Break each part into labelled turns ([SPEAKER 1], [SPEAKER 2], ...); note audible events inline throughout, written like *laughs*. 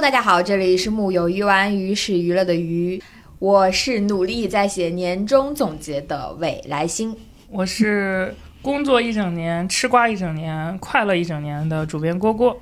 [SPEAKER 1] 大家好，这里是木有鱼丸，鱼是娱乐的鱼，我是努力在写年终总结的韦来星。
[SPEAKER 2] 我是工作一整年、吃瓜一整年、快乐一整年的主编郭郭。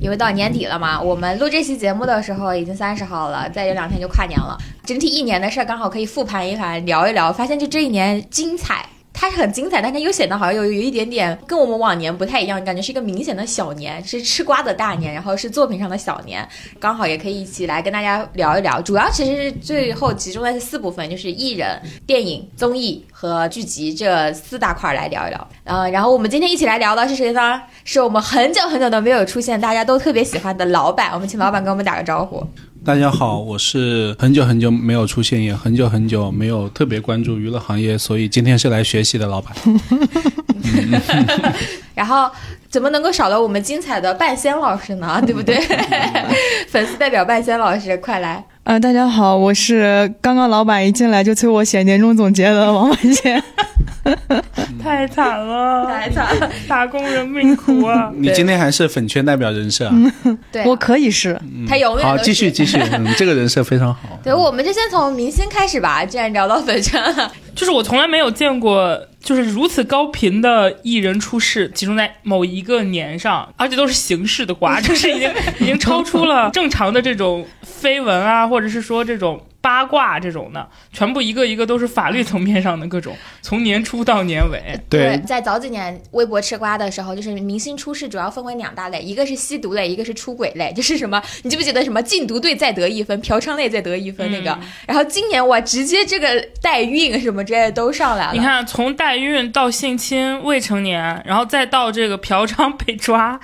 [SPEAKER 1] 因为到年底了嘛，我们录这期节目的时候已经三十号了，再有两天就跨年了。整体一年的事儿刚好可以复盘一盘，聊一聊，发现就这一年精彩，它是很精彩，但它又显得好像有有一点点跟我们往年不太一样，感觉是一个明显的小年，是吃瓜的大年，然后是作品上的小年，刚好也可以一起来跟大家聊一聊。主要其实是最后集中在四部分，就是艺人、电影、综艺和剧集这四大块儿来聊一聊。呃，然后我们今天一起来聊的是谁呢？是我们很久很久都没有出现，大家都特别喜欢的老板。我们请老板跟我们打个招呼。
[SPEAKER 3] 大家好，我是很久很久没有出现，也很久很久没有特别关注娱乐行业，所以今天是来学习的老板。
[SPEAKER 1] 然后怎么能够少了我们精彩的半仙老师呢？对不对？ *laughs* 粉丝代表半仙老师，快来！
[SPEAKER 4] 呃，大家好，我是刚刚老板一进来就催我写年终总结的王婉贤。
[SPEAKER 2] 太惨
[SPEAKER 1] *laughs*
[SPEAKER 2] 了，
[SPEAKER 1] 太惨了，
[SPEAKER 2] 打工人命苦
[SPEAKER 1] *laughs*
[SPEAKER 2] 啊！
[SPEAKER 3] 你今天还是粉圈代表人设啊？
[SPEAKER 1] 对，
[SPEAKER 4] 我可以是，
[SPEAKER 3] 嗯
[SPEAKER 1] 他永远
[SPEAKER 3] 好，
[SPEAKER 1] 都
[SPEAKER 3] 继续
[SPEAKER 1] 是
[SPEAKER 3] 继续，嗯，这个人设非常好。
[SPEAKER 1] 对，我们就先从明星开始吧。既然聊到粉圈了，
[SPEAKER 2] 就是我从来没有见过，就是如此高频的艺人出事，集中在某一个年上，而且都是形式的瓜，就是
[SPEAKER 1] *laughs*
[SPEAKER 2] 已经已经超出了正常的这种绯闻啊，或者是说这种八卦这种的，全部一个一个都是法律层面上的各种，从年初到年尾。
[SPEAKER 3] 对，
[SPEAKER 1] 在早几年微博吃瓜的时候，就是明星出事主要分为两大类，一个是吸毒类，一个是出轨类。就是什么，你记不记得什么禁毒队再得一分，嫖娼类再得一分那个？然后今年哇，直接这个代孕什么之类的都上来了。
[SPEAKER 2] 你看，从代孕到性侵未成年，然后再到这个嫖娼被抓，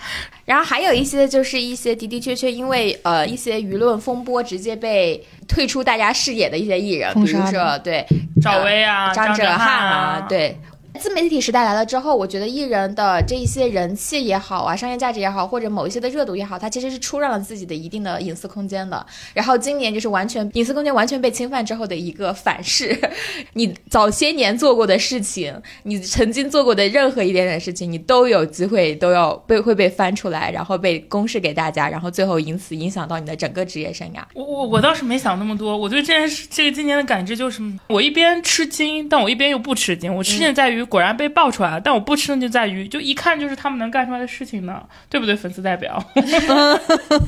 [SPEAKER 1] 然后还有一些就是一些的的确确因为呃一些舆论风波直接被退出大家视野的一些艺人，比
[SPEAKER 4] 封
[SPEAKER 1] 如
[SPEAKER 4] 杀
[SPEAKER 1] 说对
[SPEAKER 2] 赵薇啊，
[SPEAKER 1] 呃张
[SPEAKER 2] 哲
[SPEAKER 1] 翰
[SPEAKER 2] 瀚
[SPEAKER 1] 啊，，对。自媒体时代来了之后，我觉得艺人的这一些人气也好啊，商业价值也好，或者某一些的热度也好，它其实是出让了自己的一定的隐私空间的。然后今年就是完全隐私空间完全被侵犯之后的一个反噬， *laughs* 你早些年做过的事情，你曾经做过的任何一点点事情，你都有机会都要被会被翻出来，然后被公示给大家，然后最后因此影响到你的整个职业生涯。
[SPEAKER 2] 我我我倒是没想那么多，我对这件事这个今年的感知就是，我一边吃惊，但我一边又不吃惊。我吃惊在于果然被爆出来了，但我不吃惊就在于，就一看就是他们能干出来的事情呢，对不对，粉丝代表？
[SPEAKER 4] *laughs*
[SPEAKER 2] *laughs*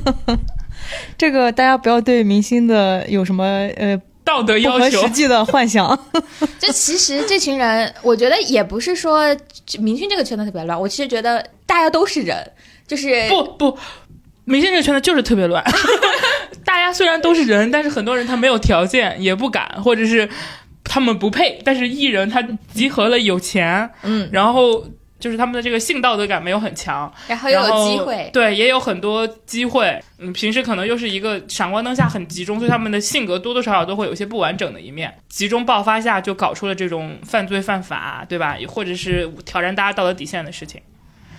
[SPEAKER 4] 这个大家不要对明星的有什么呃
[SPEAKER 2] 道德
[SPEAKER 4] 不
[SPEAKER 2] 要
[SPEAKER 4] 合
[SPEAKER 2] 求
[SPEAKER 4] 实，际的幻想。
[SPEAKER 1] *laughs* 就其实这群人，我觉得也不是说明星这个圈子特别乱，我其实觉得大家都是人，就是
[SPEAKER 2] 不不，明星这个圈子就是特别乱。大家虽然都是人，但是很多人他没有条件，也不敢，或者是他们不配。但是艺人他集合了有钱，
[SPEAKER 1] 嗯，
[SPEAKER 2] 然后就是他们的这个性道德感没有很强，
[SPEAKER 1] 然后又
[SPEAKER 2] 然
[SPEAKER 1] 有
[SPEAKER 2] 后
[SPEAKER 1] 机会，
[SPEAKER 2] 对，也有很多机会。嗯，平时可能又是一个闪光灯下很集中，所以他们的性格多多少少都会有一些不完整的一面。集中爆发下就搞出了这种犯罪犯法，对吧？或者是挑战大家道德底线的事情。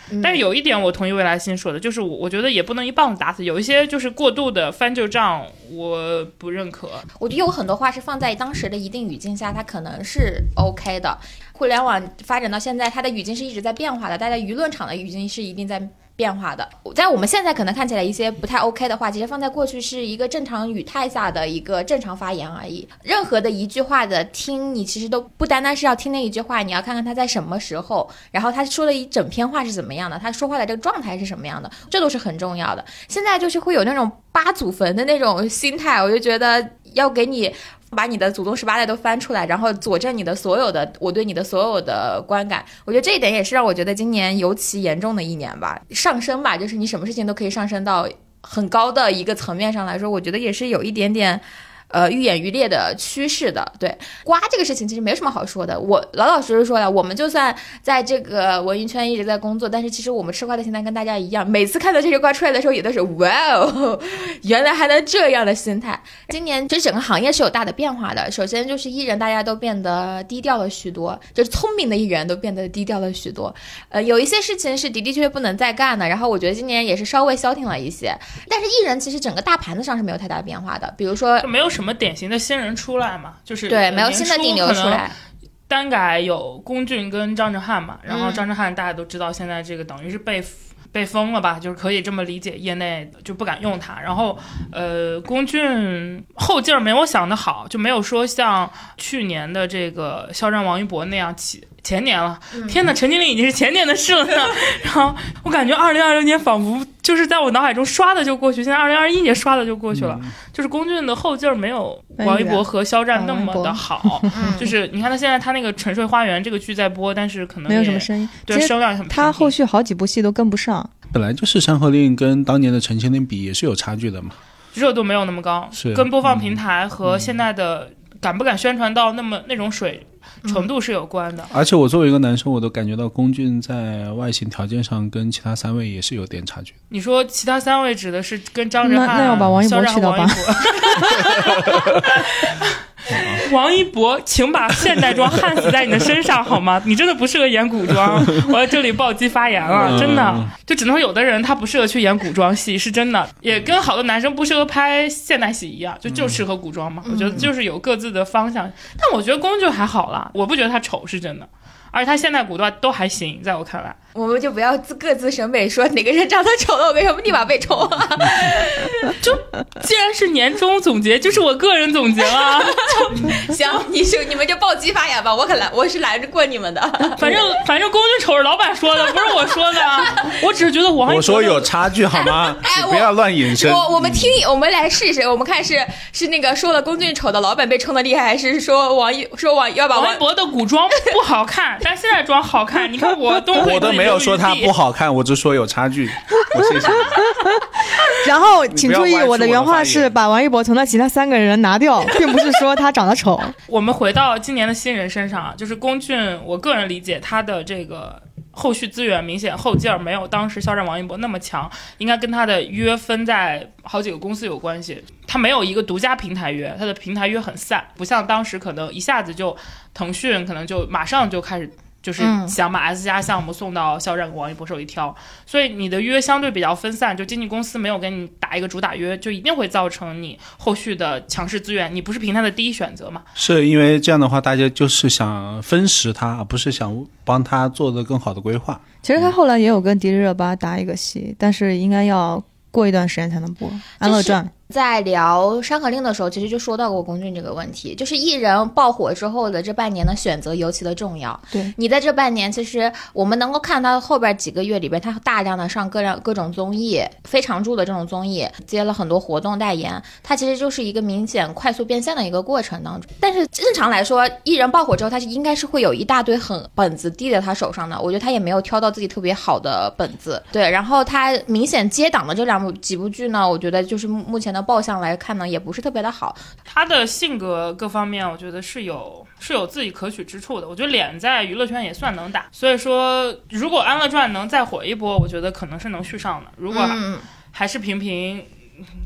[SPEAKER 1] 嗯
[SPEAKER 2] 但是有一点我同意未来新说的，就是我我觉得也不能一棒子打死，有一些就是过度的翻旧账，我不认可。
[SPEAKER 1] 我觉得有很多话是放在当时的一定语境下，它可能是 OK 的。互联网发展到现在，它的语境是一直在变化的，大家舆论场的语境是一定在变化的。在我们现在可能看起来一些不太 OK 的话，其实放在过去是一个正常语态下的一个正常发言而已。任何的一句话的听，你其实都不单单是要听那一句话，你要看看他在什么时候，然后他说了一整篇话是怎么样的，他说话的这个状态是什么样的，这都是很重要的。现在就是会有那种扒祖坟的那种心态，我就觉得要给你把你的祖宗十八代都翻出来，然后佐证你的所有的我对你的所有的观感。我觉得这一点也是让我觉得今年尤其严重的一年吧，上升吧，就是你什么事情都可以上升到很高的一个层面上来说，我觉得也是有一点点。呃，愈演愈烈的趋势的，对瓜这个事情其实没什么好说的。我老老实实说了，我们就算在这个文娱圈一直在工作，但是其实我们吃瓜的心态跟大家一样，每次看到这些瓜出来的时候，也都是哇哦， *laughs* 原来还能这样的心态。今年这整个行业是有大的变化的。首先就是艺人，大家都变得低调了许多，就是聪明的艺人都变得低调了许多。呃，有一些事情是的的确确不能再干的。然后我觉得今年也是稍微消停了一些，但是艺人其实整个大盘子上是没有太大变化的。比如说
[SPEAKER 2] 就，没有什么典型的新人出来嘛，就是呃
[SPEAKER 1] 对，没有新的顶流出。来。
[SPEAKER 2] 单改有龚俊跟张哲瀚嘛，然后
[SPEAKER 1] 嗯 *laughs*
[SPEAKER 2] 张哲瀚大家都知道，现在这个等于是被 f- 被封了吧，就是可以这么理解，业内就不敢用它。然后，呃，龚俊后劲儿没我想的好，就没有说像去年的这个肖战、王一博那样起。前年了，天哪！陈情令已经是前年的事了呢。然后我感觉二零二零年仿佛就是在我脑海中刷的就过去，现在二零二一年刷的就过去了。就是龚俊的后劲儿没有王一博和肖战那么的好，
[SPEAKER 1] 嗯，
[SPEAKER 2] 就是你看他现在他那个《沉睡花园》这个剧在播，但是可能
[SPEAKER 4] 没有什么
[SPEAKER 2] 也
[SPEAKER 4] 声音。
[SPEAKER 2] 对
[SPEAKER 4] 其实
[SPEAKER 2] 声量也很
[SPEAKER 4] 他
[SPEAKER 2] 平
[SPEAKER 4] 后
[SPEAKER 2] 平
[SPEAKER 4] 续好几部戏都跟不上，
[SPEAKER 3] 本来就是《山河令》跟当年的《陈情令》比也是有差距的嘛。
[SPEAKER 2] 热度没有那么高，
[SPEAKER 3] 是
[SPEAKER 2] 跟播放平台和现在的敢不敢宣传到那么那种水
[SPEAKER 1] 嗯
[SPEAKER 2] 程度是有关的。
[SPEAKER 3] 而且我作为一个男生，我都感觉到龚俊在外形条件上跟其他三位也是有点差距。
[SPEAKER 2] 你说其他三位指的是跟张哲瀚、
[SPEAKER 4] 那那要把王一博
[SPEAKER 2] 肖战
[SPEAKER 4] 去掉吧
[SPEAKER 2] 王一博。王一博，请把现代装焊死在你的身上好吗？你真的不适合演古装，我在这里暴击发言了，
[SPEAKER 3] 嗯
[SPEAKER 2] 真的。就只能说有的人他不适合去演古装戏，是真的，也跟好多男生不适合拍现代戏一样，就就适合古装嘛。我觉
[SPEAKER 4] 嗯
[SPEAKER 2] 得就是有各自的方向，但我觉得龚俊还好啦，我不觉得他丑是真的，而且他现代古装都还行，在我看来。
[SPEAKER 1] 我们就不要自各自审美，说哪个人长得丑了，我为什么立马被抽啊？
[SPEAKER 2] 既然是年终总结，就是我个人总结了。
[SPEAKER 1] 行，你是你们就暴击发言吧，我可来，我是来着过你们的。
[SPEAKER 2] 反正反正龚俊丑是老板说的，不是我说的啊。我只是觉得王一博
[SPEAKER 3] 我说有差距好吗？
[SPEAKER 1] 哎
[SPEAKER 3] 你不要乱引申。
[SPEAKER 1] 我我们听，我们来试试，我们看是是那个说了龚俊丑的老板被冲的厉害，还是说王一说王要把
[SPEAKER 2] 王一
[SPEAKER 1] 王
[SPEAKER 2] 博的古装不好看，但现在装好看。你看我东
[SPEAKER 3] 我都没有说他不
[SPEAKER 2] 好。
[SPEAKER 3] 好看，我只说有差距。我谢谢你。
[SPEAKER 4] *laughs* 然后请注意
[SPEAKER 3] 你不要歪曲
[SPEAKER 4] 我的原话
[SPEAKER 3] 我的发
[SPEAKER 4] 是
[SPEAKER 3] 言
[SPEAKER 4] 把王一博从那其他三个人拿掉，并不是说他长得丑。
[SPEAKER 2] 我们回到今年的新人身上啊，就是龚俊，我个人理解他的这个后续资源明显后劲儿没有当时肖战、王一博那么强，应该跟他的约分在好几个公司有关系。他没有一个独家平台约，他的平台约很散，不像当时可能一下子就腾讯可能就马上就开始。就是
[SPEAKER 4] 嗯
[SPEAKER 2] 想把 S 加项目送到肖战、王一博手里挑，所以你的约相对比较分散，就经纪公司没有跟你打一个主打约，就一定会造成你后续的强势资源，你不是平台的第一选择嘛？
[SPEAKER 3] 是因为这样的话，大家就是想分食他，而不是想帮他做的更好的规划。
[SPEAKER 4] *laughs* 其实他后来也有跟迪丽热巴搭一个戏，但是应该要过一段时间才能播《安乐传》。
[SPEAKER 1] 在聊《山河令》的时候，其实就说到过龚俊这个问题，就是艺人爆火之后的这半年的选择尤其的重要。
[SPEAKER 4] 对，
[SPEAKER 1] 你在这半年，其实我们能够看到后边几个月里边，他大量的上各样各种综艺，非常著的这种综艺，接了很多活动代言，他其实就是一个明显快速变现的一个过程当中。但是正常来说，艺人爆火之后，他是应该是会有一大堆很本子递在他手上的，我觉得他也没有挑到自己特别好的本子。对，然后他明显接档的这两部几部剧呢，我觉得就是目目前的爆相来看呢，也不是特别的好。
[SPEAKER 2] 他的性格各方面，我觉得是有是有自己可取之处的。我觉得脸在娱乐圈也算能打，所以说如果《安乐传》能再火一波，我觉得可能是能续上的。如果
[SPEAKER 1] 嗯
[SPEAKER 2] 还是平平，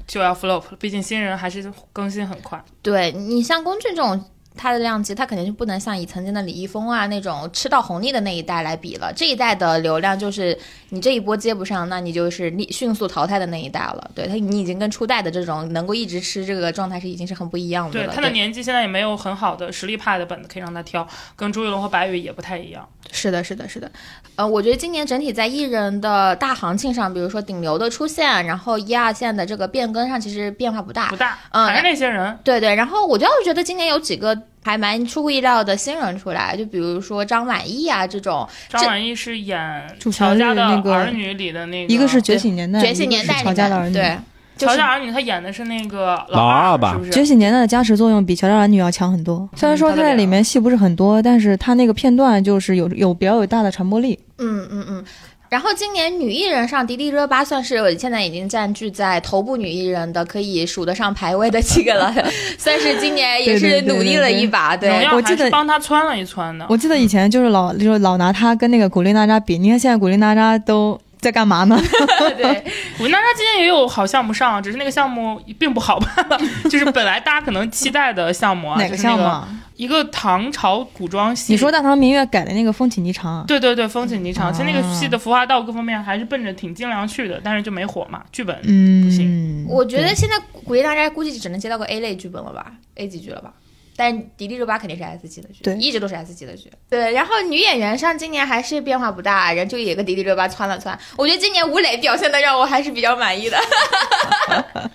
[SPEAKER 2] 就要 flop 了。毕竟新人还是更新很快。
[SPEAKER 1] 对你像龚俊这种。他的量级，他肯定就不能像以曾经的李易峰啊那种吃到红利的那一代来比了。这一代的流量就是你这一波接不上，那你就是立迅速淘汰的那一代了。对他，你已经跟初代的这种能够一直吃这个状态是已经是很不一样的
[SPEAKER 2] 对
[SPEAKER 1] 了。
[SPEAKER 2] 他的年纪现在也没有很好的实力派的本子可以让他挑，跟朱一龙和白宇也不太一样。
[SPEAKER 1] 是的，是的，是的。呃，我觉得今年整体在艺人的大行情上，比如说顶流的出现，然后一二线的这个变更上，其实变化不大
[SPEAKER 2] 不。大，
[SPEAKER 1] 嗯
[SPEAKER 2] 还是那些人。
[SPEAKER 1] 对对，然后我倒是觉得今年有几个还蛮出乎意料的新人出来，就比如说张晚意啊这种，
[SPEAKER 2] 张晚意是演
[SPEAKER 4] 主
[SPEAKER 2] 《
[SPEAKER 4] 旋
[SPEAKER 2] 乔
[SPEAKER 4] 律
[SPEAKER 2] 家的
[SPEAKER 4] 那个
[SPEAKER 2] 儿女》里的那个，
[SPEAKER 4] 一个是《觉醒年代》，
[SPEAKER 1] 觉醒年代
[SPEAKER 4] 一
[SPEAKER 1] 里
[SPEAKER 4] 个
[SPEAKER 1] 面
[SPEAKER 4] 是《乔家的儿女》。
[SPEAKER 1] 对，就
[SPEAKER 2] 乔
[SPEAKER 1] 是
[SPEAKER 2] 家儿女》，他演的是那个
[SPEAKER 3] 老
[SPEAKER 2] 二
[SPEAKER 3] 二吧
[SPEAKER 2] 是嗯不是？
[SPEAKER 4] 觉醒年代的加持作用比《乔家的儿女》要强很多。虽然说他在里面戏不是很多，但是他那个片段就是有有比较有大的传播力。
[SPEAKER 1] 嗯嗯嗯。然后今年女艺人上，迪丽热巴算是现在已经占据在头部女艺人的可以数得上排位的几个了， *laughs* 算是今年也
[SPEAKER 4] 对对
[SPEAKER 1] 是
[SPEAKER 4] 对对
[SPEAKER 1] 努力了一把。对 *laughs*
[SPEAKER 2] *laughs* 荣耀
[SPEAKER 4] 我
[SPEAKER 2] 还
[SPEAKER 4] 记
[SPEAKER 2] 是
[SPEAKER 4] 得
[SPEAKER 2] 帮他穿了一穿的。
[SPEAKER 4] 我记得以前就是老就是老拿他跟那个古力娜扎比，你看现在古力娜扎都在干嘛呢？
[SPEAKER 1] 对对，
[SPEAKER 2] 我那他今年也有好项目上，啊只是那个项目并不好办了， *laughs* 就是本来大家可能期待的项
[SPEAKER 4] *laughs*
[SPEAKER 2] 目啊，
[SPEAKER 4] 哪
[SPEAKER 2] 就
[SPEAKER 4] 个
[SPEAKER 2] 是那
[SPEAKER 4] 项目
[SPEAKER 2] 个
[SPEAKER 4] 啊？
[SPEAKER 2] 一个唐朝古装戏。
[SPEAKER 4] 你说《大唐明月》改的那个《风起霓裳》啊？
[SPEAKER 2] 对对对，风起霓裳，
[SPEAKER 4] 啊
[SPEAKER 2] 其实那个戏的服化道各方面还是奔着挺精良去的，但是就没火嘛，剧本。不行
[SPEAKER 4] 嗯，
[SPEAKER 1] 我觉得
[SPEAKER 4] 对
[SPEAKER 1] 现在鼓励大家估计只能接到个 A 类剧本了吧，A 级剧了吧。但《迪丽热巴》肯定是 S 级的剧，
[SPEAKER 4] 对
[SPEAKER 1] 一直都是 S 级的剧。对，然后女演员上今年还是变化不大，人就也跟迪丽热巴窜了窜。我觉得今年吴磊表现的让我还是比较满意的。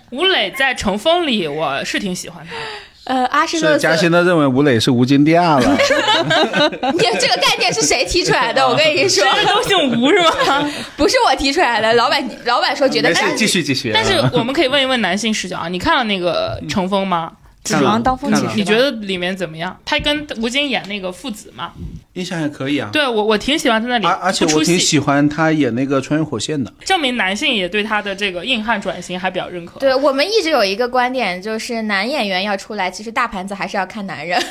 [SPEAKER 2] 吴磊在《乘风》里，我是挺喜欢他的。
[SPEAKER 1] 呃，阿诗
[SPEAKER 5] 是
[SPEAKER 1] 勒
[SPEAKER 5] 嘉欣的认为吴磊是吴金第
[SPEAKER 2] *laughs*
[SPEAKER 3] 啊
[SPEAKER 5] 二了，
[SPEAKER 1] 你这个概念是谁提出
[SPEAKER 5] *laughs*
[SPEAKER 1] 来的？我跟你说，
[SPEAKER 2] 真的都姓吴是吗？
[SPEAKER 1] *laughs* 不是我提出来的，老板老板说觉
[SPEAKER 3] *laughs*
[SPEAKER 1] 得
[SPEAKER 5] 没事
[SPEAKER 1] 但，是
[SPEAKER 5] 继续继续。
[SPEAKER 2] 但是
[SPEAKER 3] 啊
[SPEAKER 2] 我们可以问一问男性视角啊，你看了那个《乘风》吗？
[SPEAKER 4] 只能当风
[SPEAKER 5] 嗯
[SPEAKER 3] 看
[SPEAKER 4] 起
[SPEAKER 3] 了
[SPEAKER 2] 你
[SPEAKER 4] 时吧，
[SPEAKER 2] 觉得里面怎么样？他跟吴京演那个父子嘛，
[SPEAKER 3] 印象还可以啊。
[SPEAKER 2] 对我我挺喜欢他那里，
[SPEAKER 5] 嗯而而且
[SPEAKER 2] 不
[SPEAKER 5] 我
[SPEAKER 2] 出
[SPEAKER 5] 挺
[SPEAKER 2] 戏，
[SPEAKER 5] 喜欢他演那个穿越火线的，
[SPEAKER 2] 证明男性也对他的这个硬汉转型还比较认可。
[SPEAKER 1] 对我们一直有一个观点，就是男演员要出来，其实大盘子还是要看男人。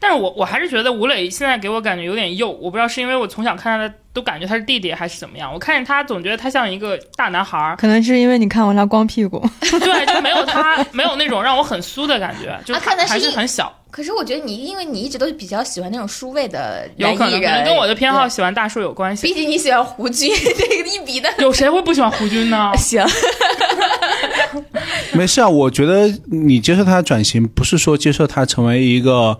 [SPEAKER 2] 但是我我还是觉得吴磊现在给我感觉有点幼，我不知道是因为我从小看他的都感觉他是弟弟还是怎么样，我看见他总觉得他像一个大男孩儿
[SPEAKER 4] 可能是因为你看过他光屁股，
[SPEAKER 2] 对，就没有他 *laughs* 没有那种让我很酥的感觉，就
[SPEAKER 1] 啊可能是
[SPEAKER 2] 还
[SPEAKER 1] 因
[SPEAKER 2] 是很小，
[SPEAKER 1] 可是我觉得你，因为你一直都是比较喜欢那种书味的
[SPEAKER 2] 有
[SPEAKER 1] 男
[SPEAKER 2] 可
[SPEAKER 1] 艺
[SPEAKER 2] 能可
[SPEAKER 1] 人，
[SPEAKER 2] 能跟我的偏好喜欢大叔有关
[SPEAKER 1] 对，毕
[SPEAKER 2] 系。
[SPEAKER 1] 竟你喜欢胡军这个一比
[SPEAKER 2] *laughs*
[SPEAKER 1] 的。？
[SPEAKER 2] 有谁会不喜欢胡军呢
[SPEAKER 1] *laughs* 行，
[SPEAKER 3] 没事啊，我觉得你接受他的转型，不是说接受他成为一个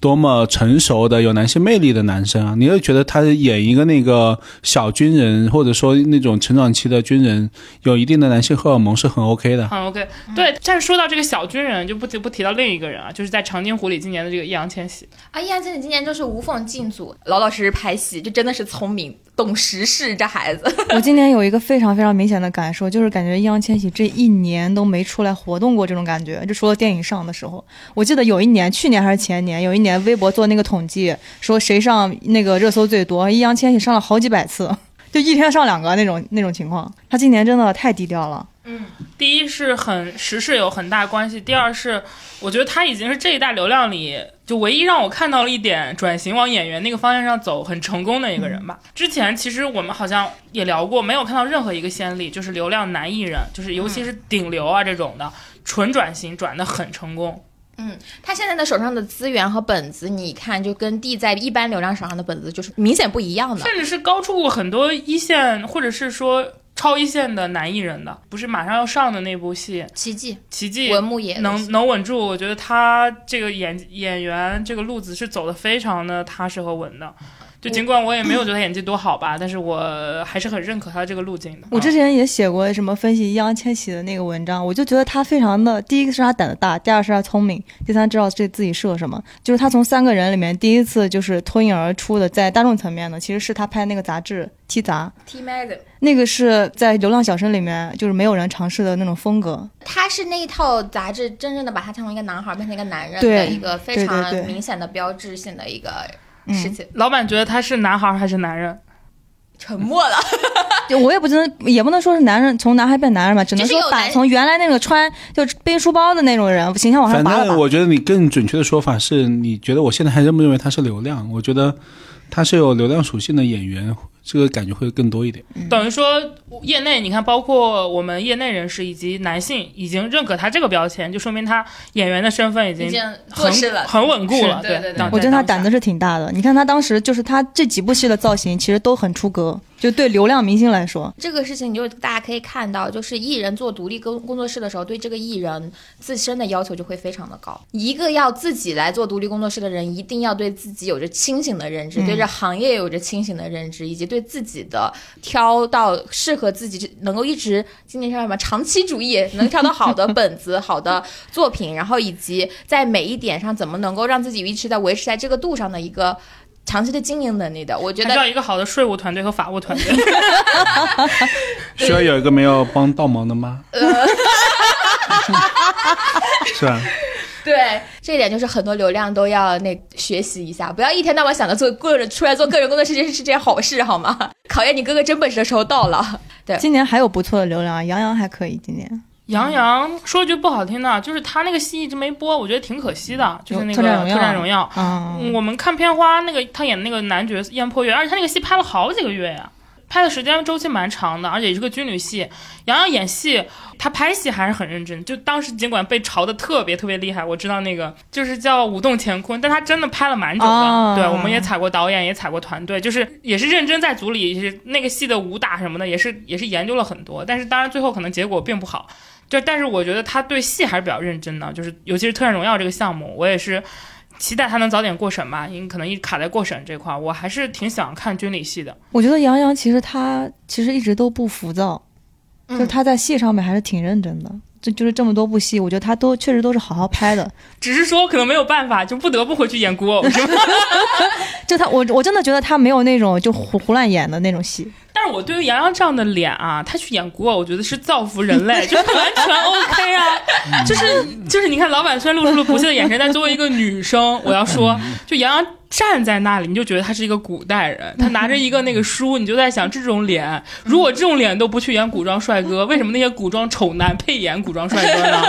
[SPEAKER 3] 多么成熟的、有男性魅力的男生啊，你会觉得他演一个那个小军人，或者说那种成长期的军人，有一定的男性荷尔蒙是很 OK 的。
[SPEAKER 2] 嗯，OK，对。但是说到这个小军人，就不得不提到另一个人啊，就是在《长津湖》里今年的这个易烊千玺。
[SPEAKER 1] 啊，易烊千玺今年就是无缝进组，老老实实拍戏，就真的是聪明懂时事，这孩子。
[SPEAKER 4] *laughs* 我今年有一个非常非常明显的感受，就是感觉易烊千玺这一年都没出来活动过，这种感觉，就除了电影上的时候。我记得有一年，去年还是前年，有一年微博做那个统计，说谁上那个热搜最多，易烊千玺上了好几百次， *laughs* 就一天上两个那种那种情况。他今年真的太低调了，
[SPEAKER 2] 第一是很时事有很大关系，第二是我觉得他已经是这一代流量里就唯一让我看到了一点转型往演员那个方向上走很成功的一个人吧。之前其实我们好像也聊过，没有看到任何一个先例，就是流量男艺人，就是尤其是顶流啊这种的，纯转型转的很成功。
[SPEAKER 1] *laughs* 他现在的手上的资源和本子，你看就跟递在一般流量手上的本子就是明显不一样的。
[SPEAKER 2] 甚至是高出过很多一线或者是说超一线的男艺人的，不是马上要上的那部戏《
[SPEAKER 1] 奇迹，
[SPEAKER 2] 奇迹
[SPEAKER 1] 文》牧野的
[SPEAKER 2] 嗯能能稳住，我觉得他这个演演员这个路子是走的非常的踏实和稳的。就尽管我也没有觉得他演技多好吧，但是我还是很认可他这个路径的。啊
[SPEAKER 4] 我
[SPEAKER 1] 啊
[SPEAKER 4] 之前也写过什么分析易烊千玺的那个文章，我就觉得他非常的，第一个是他胆子大，第二是他聪明，第三知道这自己适合什么。就是他从三个人里面第一次就是脱颖而出的，在大众层面的，其实是他拍那个杂志《T 杂》，
[SPEAKER 1] T Magazine，
[SPEAKER 4] 那个是在《流浪小生》里面就是没有人尝试的那种风格。
[SPEAKER 1] 他是那一套杂志真正的把他从一个男孩变成一个男人的
[SPEAKER 4] 对
[SPEAKER 1] 一个非
[SPEAKER 4] 对对
[SPEAKER 1] 常
[SPEAKER 4] 对
[SPEAKER 1] 明显的标志性的一个事
[SPEAKER 4] 嗯，
[SPEAKER 1] 情。
[SPEAKER 2] 老板觉得他是男孩还是男人？
[SPEAKER 1] 沉默了，
[SPEAKER 4] 就我也不能，也不能说是男人从男孩变男人吧，只能
[SPEAKER 1] 就是
[SPEAKER 4] 说
[SPEAKER 1] 有
[SPEAKER 4] 把
[SPEAKER 1] 男
[SPEAKER 4] 从原来那个穿就背书包的那种人形象往
[SPEAKER 3] 反
[SPEAKER 4] 上拔了
[SPEAKER 3] 正
[SPEAKER 4] 拔。
[SPEAKER 3] 我觉得你更准确的说法是，你觉得我现在还认不认为他是流量？我觉得他是有流量属性的演员，这个感觉会更多一点。
[SPEAKER 1] 嗯
[SPEAKER 2] 等于说，业内你看，包括我们业内人士以及男性已经认可他这个标签，就说明他演员的身份已
[SPEAKER 1] 已
[SPEAKER 2] 经
[SPEAKER 1] 经做
[SPEAKER 2] 很
[SPEAKER 1] 事了。
[SPEAKER 2] 很稳固了。
[SPEAKER 1] 是对对对
[SPEAKER 2] 当
[SPEAKER 4] 我觉得他胆
[SPEAKER 2] 当
[SPEAKER 4] 子
[SPEAKER 2] 下
[SPEAKER 4] 是挺大的。你看他当时就是他这几部戏的造型，其实都很出格，就对流量明星来说，
[SPEAKER 1] 这个事情，你就大家可以看到，就是艺人做独立工工作室的时候，对这个艺人自身的要求就会非常的高。一个要自己来做独立工作室的人，一定要对自己有着清醒的认知，对这行业有着清醒的认知，以及对自己的挑到适合自己，能够一直今年叫什么长期主义，能挑到好的 *laughs* 本子、好的作品，然后以及在每一点上怎么能够让自己一直在维持在这个度上的一个长期的经营能力的。我觉
[SPEAKER 2] 还
[SPEAKER 1] 得
[SPEAKER 2] 需要一个好的税务团队和法务团队。呃
[SPEAKER 3] 需要有一个没有帮倒忙的妈，是吧？
[SPEAKER 1] *laughs* 对，这一点就是很多流量都要那学习一下，不要一天到晚想着做个人出来做个人工作室这是件好事，好吗？ *laughs* 考验你哥哥真本事的时候到了。对
[SPEAKER 4] 今年还有不错的流量，杨洋还可以。今年
[SPEAKER 2] 杨洋说句不好听的，就是他那个戏一直没播，我觉得挺可惜的，就是那个《
[SPEAKER 4] 嗯有特战荣耀
[SPEAKER 2] 荣耀》
[SPEAKER 4] 啊，
[SPEAKER 2] 嗯我们看片花，那个他演的那个男角色燕破月，而且他那个戏拍了好几个月呀、拍的时间周期蛮长的，而且也是个军旅戏。杨洋演戏，他拍戏还是很认真。就当时尽管被嘲的特别特别厉害，我知道那个就是叫舞动乾坤，但他真的拍了蛮久的。
[SPEAKER 4] 哦
[SPEAKER 2] 对，我们也踩过导演，也踩过团队，就是也是认真在组里，是那个戏的武打什么的，也是也是研究了很多。但是当然最后可能结果并不好。就但是我觉得他对戏还是比较认真的，就是尤其是《特战荣耀》这个项目，我也是期待他能早点过审吧，因为可能一直卡在过审这块儿，我还是挺想看军旅戏的。
[SPEAKER 4] 我觉得杨洋其实他其实一直都不浮躁，就是
[SPEAKER 2] 嗯
[SPEAKER 4] 他在戏上面还是挺认真的。这就是这么多部戏，我觉得他都确实都是好好拍的。
[SPEAKER 2] 只是说可能没有办法，就不得不回去演古偶。是吧
[SPEAKER 4] 就他，我我真的觉得他没有那种就胡胡乱演的那种戏。
[SPEAKER 2] 但是我对于杨洋这样的脸啊，他去演古偶，我觉得是造福人类，就是完全 OK 啊。就是就是，你看老板虽然露出了不屑的眼神，但作为一个女生，我要说，就杨洋站在那里，你就觉得他是一个古代人，他拿着一个那个书，你就在想，这种脸，如果这种脸都不去演古装帅哥，为什么那些古装丑男配演古装帅哥呢？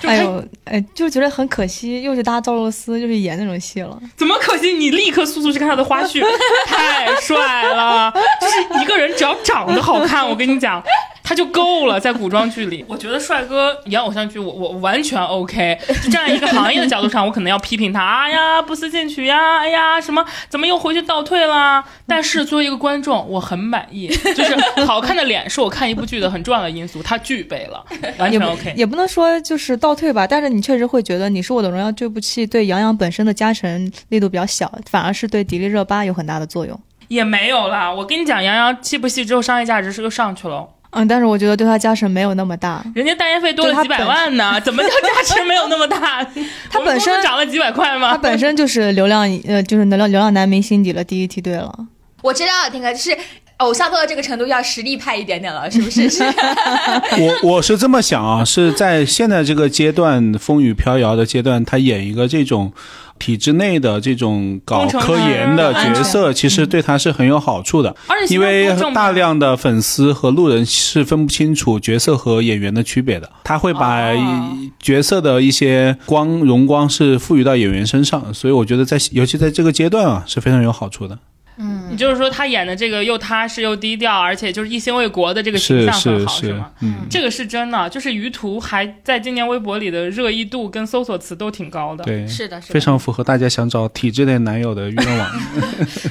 [SPEAKER 2] 就
[SPEAKER 4] 哎
[SPEAKER 2] 他
[SPEAKER 4] 呦，哎，就觉得很可惜，又去搭赵露思，又去演那种戏了。
[SPEAKER 2] 怎么可惜？你立刻速速去看他的花 *laughs* 絮，太帅了！就是一个人只要长得好看，我跟你讲，他就够了，在古装剧里。我觉得帅哥演偶像剧，我我我完全 *laughs* OK。就站在一个行业的角度上，我可能要批评他，哎呀，不思进取呀，哎呀，什么怎么又回去倒退啦？但是作为一个观众，我很满意，就是好看的脸是我看一部剧的很重要的因素，他具备了，完
[SPEAKER 4] 也
[SPEAKER 2] 全
[SPEAKER 4] 不
[SPEAKER 2] OK。
[SPEAKER 4] 也不能说就是倒退吧，但是你确实会觉得《你是我的荣耀》这部戏对杨洋本身的加成力度比较小，反而是对迪丽热巴有很大的作用。
[SPEAKER 2] 也没有啦，我跟你讲，杨洋这部戏之后商业价值是又上去了。
[SPEAKER 4] 嗯，但是我觉得对他加成没有那么
[SPEAKER 1] *laughs*
[SPEAKER 4] 大。
[SPEAKER 2] 人家代言费多了几百万呢，
[SPEAKER 4] *laughs*
[SPEAKER 2] 怎么叫价值没有那么大？
[SPEAKER 4] 他本身
[SPEAKER 2] 我们公司涨了几百块
[SPEAKER 4] 他
[SPEAKER 2] 吗？
[SPEAKER 4] 本身就是流量，呃，就是流量流量男明星底了第一梯队
[SPEAKER 1] *laughs*
[SPEAKER 4] 了。
[SPEAKER 1] *laughs* 我知道，那个是偶像做到这个程度，要实力派一点点了，是不 *laughs* 是？是
[SPEAKER 3] 我我是这么想啊，是在现在这个阶段风雨飘摇的阶段，他演一个这种体制内的这种搞
[SPEAKER 2] 工程师
[SPEAKER 3] 科研的
[SPEAKER 2] 安
[SPEAKER 3] 角
[SPEAKER 2] 全嗯
[SPEAKER 3] 色，其实对他是很有好处的。
[SPEAKER 2] 而且现
[SPEAKER 3] 因
[SPEAKER 2] 在
[SPEAKER 3] 为
[SPEAKER 2] 公众
[SPEAKER 3] 大量的粉丝和路人是分不清楚角色和演员的区别的，他会把
[SPEAKER 2] 哦
[SPEAKER 3] 角色的一些光荣光是赋予到演员身上，所以我觉得在尤其在这个阶段啊是非常有好处的。
[SPEAKER 2] 你就是说他演的这个又踏实又低调，而且就是一心为国的这个形
[SPEAKER 3] 是
[SPEAKER 2] 象很
[SPEAKER 3] 是
[SPEAKER 2] 好，
[SPEAKER 3] 是
[SPEAKER 2] 吗？，
[SPEAKER 3] 嗯，
[SPEAKER 2] 这个是真的，就是于途还在今年微博里的热议度跟搜索词都挺高的。
[SPEAKER 3] 对，
[SPEAKER 1] 是的，是的
[SPEAKER 3] 非。常符合大家想找体制内男友的愿望。 *laughs*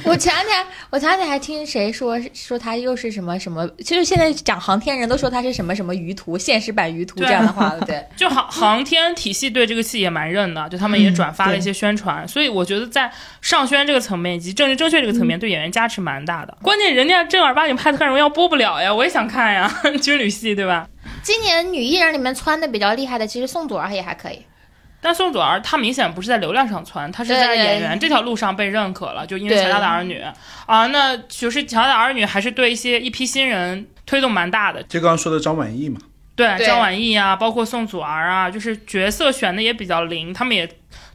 [SPEAKER 1] 我前两天，我前两天还听谁说说他又是什么什么，就是现在讲航天人都说他是什么什么鱼图，现实版鱼图
[SPEAKER 2] 对
[SPEAKER 1] 这样的话了，对。
[SPEAKER 2] 就航航天体系对这个戏也蛮认的，就他们也转发了一些宣传，所以我觉得在上宣这个层面以及政治正确这个层
[SPEAKER 4] 嗯
[SPEAKER 2] 面对演员加持蛮大的。关键人家正儿八经拍的《特荣耀》播不了呀，我也想看呀， *laughs* 军旅戏对吧？
[SPEAKER 1] 今年女艺人里面窜的比较厉害的，其实宋祖儿也还可以。
[SPEAKER 2] 但宋祖儿她明显不是在流量上窜，她是在
[SPEAKER 1] 对对
[SPEAKER 2] 演员这条路上被认可了，就因为《
[SPEAKER 1] 对
[SPEAKER 2] 乔家的儿女》啊，那就是《乔家的儿女》还是对一些一批新人推动蛮大的，
[SPEAKER 3] 就刚刚说的张晚意嘛，
[SPEAKER 2] 对
[SPEAKER 1] 对
[SPEAKER 2] 张晚意啊，包括宋祖儿啊，就是角色选的也比较灵，他们也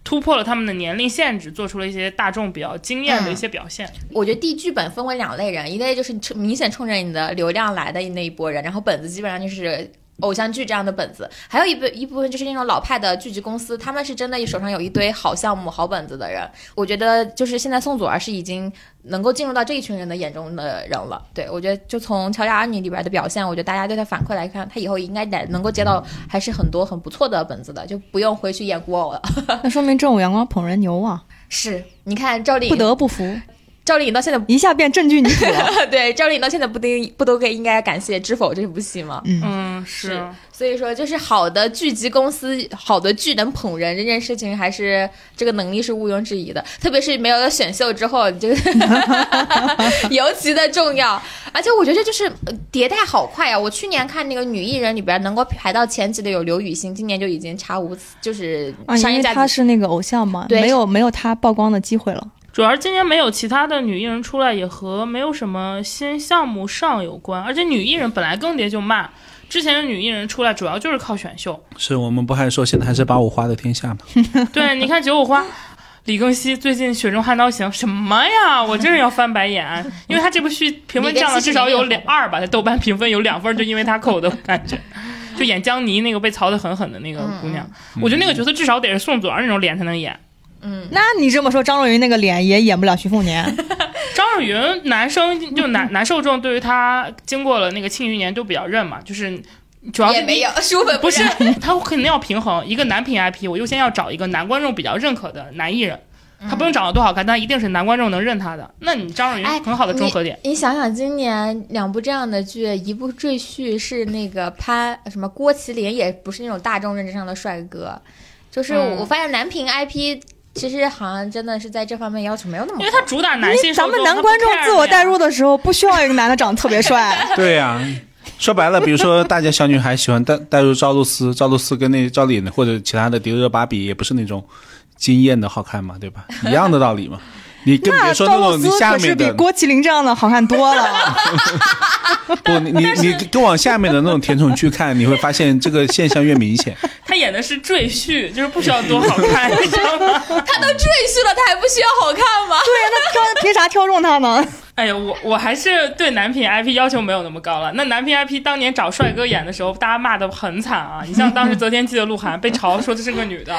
[SPEAKER 2] 突破了他们的年龄限制，做出了一些大众比较惊艳
[SPEAKER 1] 嗯
[SPEAKER 2] 的一些表现。
[SPEAKER 1] 我觉得递剧本分为两类人，一类就是冲明显冲着你的流量来的那一波人，然后本子基本上就是。偶像剧这样的本子，还有一部一部分就是那种老派的剧集公司，他们是真的手上有一堆好项目、好本子的人。我觉得就是现在宋祖儿是已经能够进入到这一群人的眼中的人了。对我觉得就从《乔家儿女》里边的表现，我觉得大家对他反馈来看，他以后应该得能够接到还是很多很不错的本子的，就不用回去演古偶了。
[SPEAKER 4] 那说明正午阳光捧人牛啊，
[SPEAKER 1] 是，你看赵丽
[SPEAKER 4] 不
[SPEAKER 1] 颖，
[SPEAKER 4] 得不服，
[SPEAKER 1] 赵丽颖到现在
[SPEAKER 4] 一下变正剧女主
[SPEAKER 1] *laughs*
[SPEAKER 4] 了。
[SPEAKER 1] 对，赵丽颖到现在不丁不都该应该感谢《知否》这部戏吗？
[SPEAKER 4] 嗯，
[SPEAKER 2] 嗯，是
[SPEAKER 1] 是所以说，就是好的剧集公司，好的剧能捧人这件事情，还是这个能力是毋庸置疑的。特别是没有了选秀之后，你就 *laughs* 尤其的重要。而且我觉得这就是呃迭代好快啊！我去年看那个女艺人里边能够排到前几的有刘雨昕，今年就已经查无此，就是
[SPEAKER 4] 啊，因
[SPEAKER 1] 商业
[SPEAKER 4] 为
[SPEAKER 1] 价
[SPEAKER 4] 他
[SPEAKER 1] 值。
[SPEAKER 4] 是那个偶像嘛，
[SPEAKER 1] 对
[SPEAKER 4] 没有没有他曝光的机会了。
[SPEAKER 2] 主要是今年没有其他的女艺人出来，也和没有什么新项目上有关。而且女艺人本来更迭就慢，之前的女艺人出来主要就是靠选秀。
[SPEAKER 3] 是我们不还说现在还是八五花的天下嘛？，
[SPEAKER 2] *laughs* 对，你看九五花。李庚希最近《雪中悍刀行》什么呀？我真是要翻白眼，因为他这部剧评分降了至少有两二吧，在豆瓣评分有两分，就因为他扣的，我感觉。就演江妮那个被槽的狠狠的那个姑
[SPEAKER 1] 嗯
[SPEAKER 2] 娘，我觉得那个角色至少得是宋祖儿那种脸才能演。
[SPEAKER 4] 那你这么说，张若昀那个脸也演不了徐凤年。
[SPEAKER 2] 张若昀男生
[SPEAKER 1] *laughs*
[SPEAKER 2] 就男男受众对于他经过了那个《庆余年》都比较认嘛，就是主要是
[SPEAKER 1] 也没有舒服
[SPEAKER 2] *laughs* 不是，他肯定要平衡一个男频 IP，我优先要找一个男观众比较认可的男艺人。
[SPEAKER 4] 嗯
[SPEAKER 2] 他不用长得多好看，但一定是男观众能认他的。那你张若昀
[SPEAKER 1] 哎
[SPEAKER 2] 是很好的中和点。
[SPEAKER 1] 你想想，今年两部这样的剧，一部《赘婿》是那个潘什么郭麒麟，也不是那种大众认知上的帅哥，就是
[SPEAKER 2] 嗯
[SPEAKER 1] 我发现男频 IP。其实好像真的是在这方面要求没有那么
[SPEAKER 2] 因
[SPEAKER 1] 高
[SPEAKER 2] 为他主打男性
[SPEAKER 4] 你
[SPEAKER 2] 受
[SPEAKER 4] 咱
[SPEAKER 2] 众，
[SPEAKER 4] 们男观众自我代入的时候，不需要一个男的长得特别帅 *laughs*
[SPEAKER 3] 对呀、说白了，比如说大家小女孩喜欢带带入赵露思，赵露思跟那赵丽颖或者其他的迪丽热巴比，也不是那种惊艳的好看嘛，对吧？一样的道理
[SPEAKER 4] *laughs*
[SPEAKER 3] 嘛。你更别说
[SPEAKER 4] 赵露
[SPEAKER 3] 种你
[SPEAKER 4] 思
[SPEAKER 3] 下
[SPEAKER 4] 可是
[SPEAKER 3] 面
[SPEAKER 4] 比
[SPEAKER 3] 的
[SPEAKER 4] 郭麒麟这样的好看
[SPEAKER 3] *laughs*
[SPEAKER 4] 多了。
[SPEAKER 3] 不，你你你更往下面的那种甜宠剧看，你会发现这个现象越明显。
[SPEAKER 2] 他演的是赘婿，就是不需要多好看，你知道
[SPEAKER 4] *laughs*
[SPEAKER 2] 吗？
[SPEAKER 1] 他都赘婿了，他还不需要好看吗？
[SPEAKER 4] 对呀，那挑凭啥挑中他
[SPEAKER 2] *laughs*
[SPEAKER 4] 呢？
[SPEAKER 2] 哎呀，我我还是对男频 IP 要求没有那么高了。那男频 IP 当年找帅哥演的时候，大家骂的很惨
[SPEAKER 4] *laughs*
[SPEAKER 2] 啊。你像当时择天记的鹿晗被嘲说这是个女的，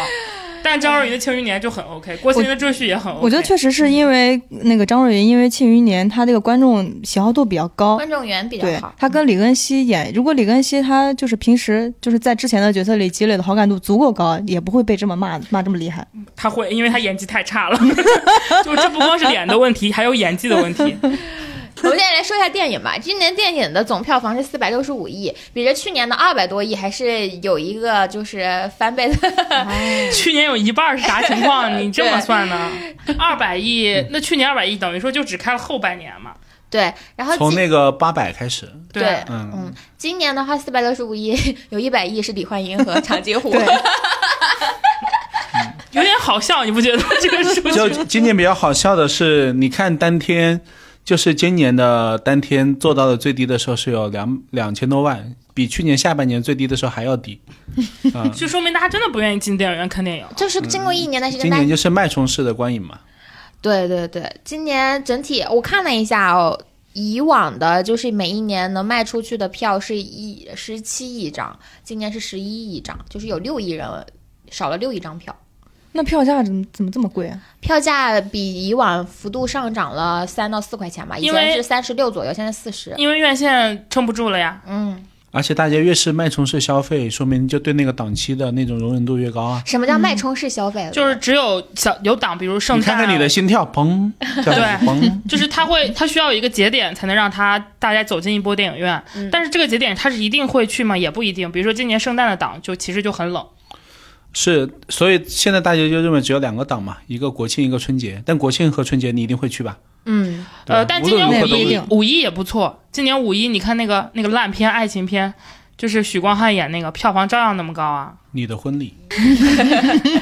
[SPEAKER 2] 但张若昀的《庆余年》就很 OK，郭麒麟的赘婿也很 OK。
[SPEAKER 4] 我觉得确实是因为那个张若昀，因为《庆余年》他这个观众喜好度比较高。
[SPEAKER 1] *laughs* 观众缘比较
[SPEAKER 4] 对
[SPEAKER 1] 好，
[SPEAKER 4] 他跟李根熙演，如果李根熙他就是平时就是在之前的角色里积累的好感度足够高，也不会被这么骂骂这么厉害。
[SPEAKER 2] 他会，因为他演技太差了， *laughs* 就这不光是脸的问题，还有演技的问题。
[SPEAKER 1] *laughs* 我们现在来说一下电影吧。今年电影的总票房是四百六十五亿，比着去年的二百多亿，还是有一个就是翻倍的。 *laughs*
[SPEAKER 2] 去年有一半是啥情况？你这么算呢？二百亿，那去年二百亿等于说就只开了后半年嘛？
[SPEAKER 1] 对，然后
[SPEAKER 3] 从
[SPEAKER 1] 今
[SPEAKER 3] 那个八百开始，
[SPEAKER 1] 对
[SPEAKER 2] 啊
[SPEAKER 3] 嗯，
[SPEAKER 1] 嗯，今年的话四百六十五亿，有一百亿是李焕英和 *laughs* 长津湖。
[SPEAKER 4] 对，
[SPEAKER 2] 有点好笑，你不觉得这个数
[SPEAKER 3] *laughs* 就
[SPEAKER 2] 据？、
[SPEAKER 3] 今年比较好笑的是，你看当天，就是今年的当天做到的最低的时候是有两两千多万，比去年下半年最低的时候还要低。啊
[SPEAKER 2] 就说明大家真的不愿意进电影院看电影。
[SPEAKER 1] 就是经过一年的时间，
[SPEAKER 3] 嗯今
[SPEAKER 1] 大家
[SPEAKER 3] 年就是脉冲式的观影嘛，
[SPEAKER 1] 对对对，今年整体我看了一下哦，以往的就是每一年能卖出去的票是一十七亿张，今年是十一亿张，就是有六亿人少了六亿张票，
[SPEAKER 4] 那票价怎么怎么这么贵啊？
[SPEAKER 1] 票价比以往幅度上涨了三到四块钱吧，以
[SPEAKER 2] 因为
[SPEAKER 1] 前是三十六左右，现在四十。
[SPEAKER 2] 因为院线撑不住了呀。
[SPEAKER 1] 嗯，
[SPEAKER 3] 而且大家越是脉冲式消费，说明就对那个档期的那种容忍度越高啊。
[SPEAKER 1] 什么叫脉冲式消费？
[SPEAKER 2] 嗯就是只有小有档，比如圣
[SPEAKER 3] 你
[SPEAKER 2] 诞，
[SPEAKER 3] 看看你的心跳，
[SPEAKER 2] *laughs*
[SPEAKER 3] 砰，跳
[SPEAKER 2] 对
[SPEAKER 3] 砰，
[SPEAKER 2] 就是它会它需要一个节点才能让它大家走进一波电影院。
[SPEAKER 1] 嗯
[SPEAKER 2] 但是这个节点它是一定会去吗？也不一定。比如说今年圣诞的档就其实就很冷，
[SPEAKER 3] 是，所以现在大家就认为只有两个档嘛，一个国庆，一个春节。但国庆和春节你一定会去吧？
[SPEAKER 1] 嗯，
[SPEAKER 3] 对吧
[SPEAKER 2] 呃，但今
[SPEAKER 3] 无
[SPEAKER 2] 年
[SPEAKER 3] 论
[SPEAKER 2] 五
[SPEAKER 3] 如何
[SPEAKER 4] 那也不一
[SPEAKER 2] 一
[SPEAKER 4] 定
[SPEAKER 2] 五一也不错。今年五一你看那个那个烂片爱情片，就是许光汉演那个，票房照样那么高啊。
[SPEAKER 3] 你的婚礼。嗯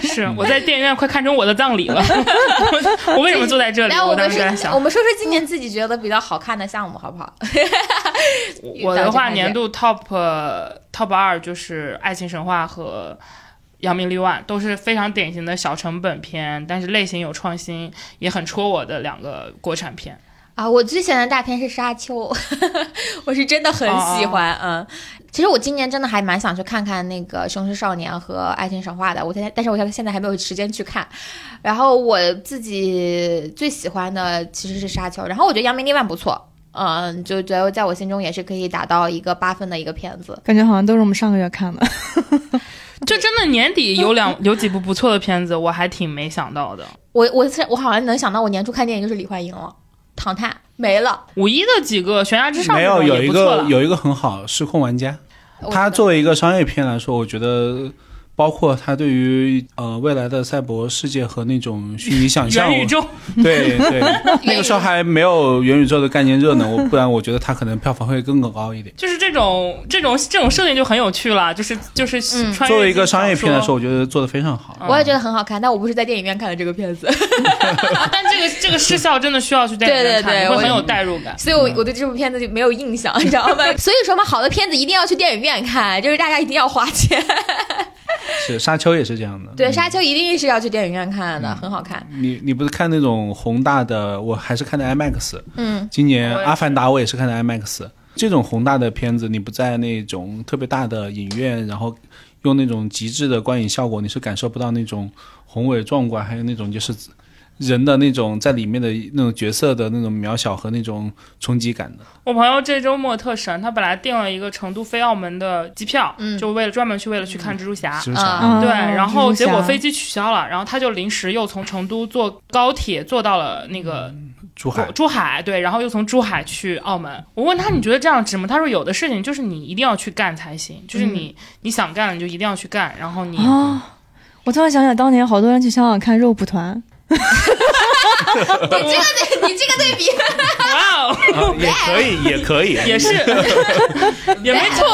[SPEAKER 2] 是我在电影院快看成我的葬礼了， *laughs* 我我为什么坐在这里？
[SPEAKER 1] 来，
[SPEAKER 2] 我当
[SPEAKER 1] 们哦
[SPEAKER 2] 时在
[SPEAKER 1] 说，
[SPEAKER 2] 想
[SPEAKER 1] 我，们说说今年自己觉得比较好看的项目好不好？
[SPEAKER 2] 我的话，年
[SPEAKER 1] 度
[SPEAKER 2] 度 top top 二就是《爱情神话》和《扬名立万》，都是非常典型的小成本片，但是类型有创新，也很戳我的两个国产片。
[SPEAKER 1] 啊，我最喜欢的大片是《沙丘》， *laughs* 我是真的很喜欢。嗯，其实我今年真的还蛮想去看看那个《雄狮少年》和《爱情神话》的，我现在，但是我现在现在还没有时间去看。然后我自己最喜欢的其实是《沙丘》，然后我觉得《扬名立万》不错，嗯，就觉得在我心中也是可以达到一个八分的一个片子。
[SPEAKER 4] 感觉好像都是我们上个月看的。
[SPEAKER 2] 就真的年底有两有几部不错的片子，我还挺没想到的。
[SPEAKER 1] 我我是我好像能想到我年初看电影就是李焕英了，《唐探》没了，
[SPEAKER 2] 五一的几个《悬崖之上》
[SPEAKER 3] 没
[SPEAKER 2] 这种
[SPEAKER 3] 有有
[SPEAKER 2] 也
[SPEAKER 3] 一
[SPEAKER 2] 不错
[SPEAKER 3] 个
[SPEAKER 2] 了
[SPEAKER 3] 有一个很好《失控玩家》，
[SPEAKER 1] 我
[SPEAKER 3] 它
[SPEAKER 1] 觉得
[SPEAKER 3] 作为一个商业片来说，我觉得包括它对于呃未来的赛博世界和那种虚拟想象，
[SPEAKER 2] 元宇宙，
[SPEAKER 3] 对对，那
[SPEAKER 1] 宇宙
[SPEAKER 3] 个时候还没有元宇宙的概念热呢，我不然我觉得它可能票房会更
[SPEAKER 1] *laughs*
[SPEAKER 3] 高一点。
[SPEAKER 2] 就是这种这种这种设定就很有趣了，就是就是
[SPEAKER 1] 嗯
[SPEAKER 2] 穿越
[SPEAKER 3] 作为一个商业
[SPEAKER 2] 小
[SPEAKER 3] 片来说，，我觉得做的非常好。
[SPEAKER 2] 嗯
[SPEAKER 1] 我也觉得很好看，但我不是在电影院看的这个片子。
[SPEAKER 2] 啊但这个这个视效真的需要去电影院看，
[SPEAKER 1] 对对对
[SPEAKER 2] 你会很
[SPEAKER 1] 我
[SPEAKER 2] 有代入感。
[SPEAKER 1] 所以我我对这部片子就没有印 *laughs* 象，你知道吗？嗯所以说嘛，好的片子一定要去电影院看， *laughs* 就是大家一定要花钱。
[SPEAKER 3] 是《沙丘》也是这样的。
[SPEAKER 1] *laughs* 对，《
[SPEAKER 3] 嗯
[SPEAKER 1] 沙丘》一定是要去电影院看的，很好看。
[SPEAKER 3] 你你不是看那种宏大的，我还是看的 IMAX。
[SPEAKER 1] 嗯，
[SPEAKER 3] 今年
[SPEAKER 2] 我也
[SPEAKER 3] 《
[SPEAKER 2] 是
[SPEAKER 3] 阿凡达》我也是看的 IMAX。这种宏大的片子，你不在那种特别大的影院，然后用那种极致的观影效果，你是感受不到那种宏伟壮观，还有那种就是人的那种在里面的那种角色的那种渺小和那种冲击感的。
[SPEAKER 2] 我朋友这周末特神，他本来订了一个成都飞澳门的机票，
[SPEAKER 1] 嗯
[SPEAKER 2] 就为了专门去为了去看蜘蛛侠。
[SPEAKER 3] 是不是
[SPEAKER 1] 啊
[SPEAKER 3] 啊？
[SPEAKER 2] 对，然后结果飞
[SPEAKER 4] 机
[SPEAKER 2] 机取消了，然后他就临时又从成都坐高铁坐到了那个
[SPEAKER 3] 珠 *laughs* 海
[SPEAKER 2] 珠海，对，然后又从珠海去澳门。我问他你觉得这样值吗？他说有的事情
[SPEAKER 1] 嗯哦
[SPEAKER 2] 就是你一定要去干才行，就是你、你想干你就一定要去干，然后你、
[SPEAKER 4] 啊，我突然想想，当年好多人去香港看肉蒲团，
[SPEAKER 1] 你 *laughs* 这个对，你这个对比，
[SPEAKER 2] 哇哦，
[SPEAKER 3] 啊也可以，也可以。
[SPEAKER 2] *laughs*
[SPEAKER 1] *laughs*
[SPEAKER 2] 也是，也没错。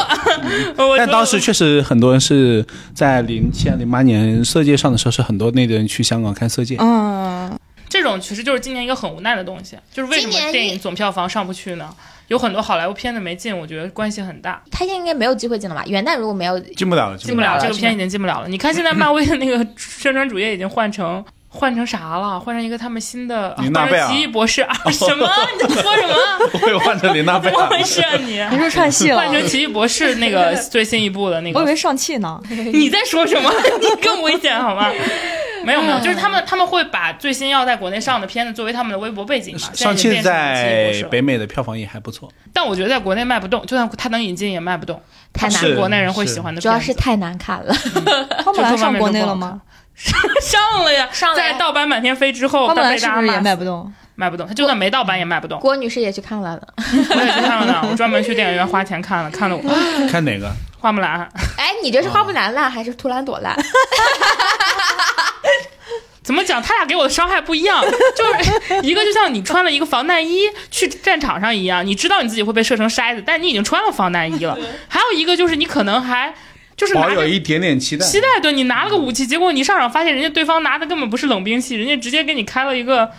[SPEAKER 2] 我
[SPEAKER 3] 但
[SPEAKER 2] 就
[SPEAKER 3] 当时确实很多人是在零七啊零八年《色戒》上的时候，是很多内地人去香港看《色戒》。
[SPEAKER 2] *laughs*
[SPEAKER 4] 嗯，
[SPEAKER 2] 这种其实就是今年一个很无奈的东西，就是为
[SPEAKER 1] 今
[SPEAKER 2] 什
[SPEAKER 1] 年
[SPEAKER 2] 么
[SPEAKER 1] 一
[SPEAKER 2] 电影总票房上不去呢？有很多好莱坞片子没进，我觉得关系很大，
[SPEAKER 1] *laughs* 他应该没有机会进了吧？元旦如果没有，
[SPEAKER 3] 进不了了，
[SPEAKER 2] 进不了
[SPEAKER 1] 了
[SPEAKER 2] 这个片已经进不了了。你看现在漫威的那个宣传主页已经换成换成啥了？换成一个他们新的，啊
[SPEAKER 3] 林娜
[SPEAKER 2] 换
[SPEAKER 3] 贝
[SPEAKER 2] 成
[SPEAKER 3] 尔哦
[SPEAKER 2] 奇异博士啊？什么？你在说什么？
[SPEAKER 3] 不 *laughs* 会换
[SPEAKER 2] *laughs*
[SPEAKER 3] 成林娜
[SPEAKER 2] 怎么回事啊
[SPEAKER 4] *laughs*
[SPEAKER 2] 你？
[SPEAKER 4] 你说串戏了
[SPEAKER 2] *laughs* 换，成奇异博士那个最新一部的那
[SPEAKER 4] 我
[SPEAKER 2] 个，
[SPEAKER 4] 以为上气呢。
[SPEAKER 2] *laughs* 你在说什么？ *laughs* 你更危险好
[SPEAKER 4] *laughs*
[SPEAKER 2] 吗？没有没有，
[SPEAKER 4] 嗯
[SPEAKER 2] 就是他们他们会把最新要在国内上的片子作为他们的微博背景嘛。
[SPEAKER 3] *laughs* 上
[SPEAKER 2] 现在已经
[SPEAKER 3] 汽
[SPEAKER 2] 变成奇异博士
[SPEAKER 3] 在
[SPEAKER 2] 了
[SPEAKER 3] 北美的票房也还不
[SPEAKER 2] *laughs*
[SPEAKER 3] 错，
[SPEAKER 2] 但我觉得在国内卖不动，就算它能引进也卖不动，
[SPEAKER 1] 太难
[SPEAKER 2] 它是
[SPEAKER 3] 了
[SPEAKER 2] 国内人会喜欢的
[SPEAKER 1] 主
[SPEAKER 2] 片
[SPEAKER 1] 要
[SPEAKER 2] 子。
[SPEAKER 1] 是太难看了。
[SPEAKER 2] 哦
[SPEAKER 4] 花木兰上国内了吗？
[SPEAKER 2] *laughs* 上了呀，
[SPEAKER 1] 上了呀
[SPEAKER 2] 在盗版满天飞之后，
[SPEAKER 4] 花木
[SPEAKER 2] 但
[SPEAKER 4] 兰
[SPEAKER 2] 被
[SPEAKER 4] 是
[SPEAKER 2] 大家
[SPEAKER 4] 不是也
[SPEAKER 2] 骂
[SPEAKER 4] 卖
[SPEAKER 2] 死
[SPEAKER 4] 不动？
[SPEAKER 2] 卖不动？它就算没盗版也卖不
[SPEAKER 4] *laughs*
[SPEAKER 2] 动。
[SPEAKER 1] *laughs* 郭女士也去看了 *laughs* 呢。
[SPEAKER 2] 我也去看了呢，我专门去电影院花钱看了，看
[SPEAKER 4] *laughs*
[SPEAKER 2] 了我
[SPEAKER 3] 看哪个？
[SPEAKER 2] 花木兰。
[SPEAKER 1] 哎，你这是花木兰烂还是图兰朵烂？
[SPEAKER 2] 怎么讲？他俩给我的伤害不一样， *laughs* 就是一个就像你穿了一个防弹衣去战场上一样，你知道你自己会被射成筛子，但你已经穿了防弹衣了。还有一个就是你可能还就是拿
[SPEAKER 3] 保有
[SPEAKER 2] 着
[SPEAKER 3] 一点点期待。
[SPEAKER 2] 期待，对你拿了个武器，结果你一上场发现人家对方拿的根本不是冷兵器，人家直接给你开了一个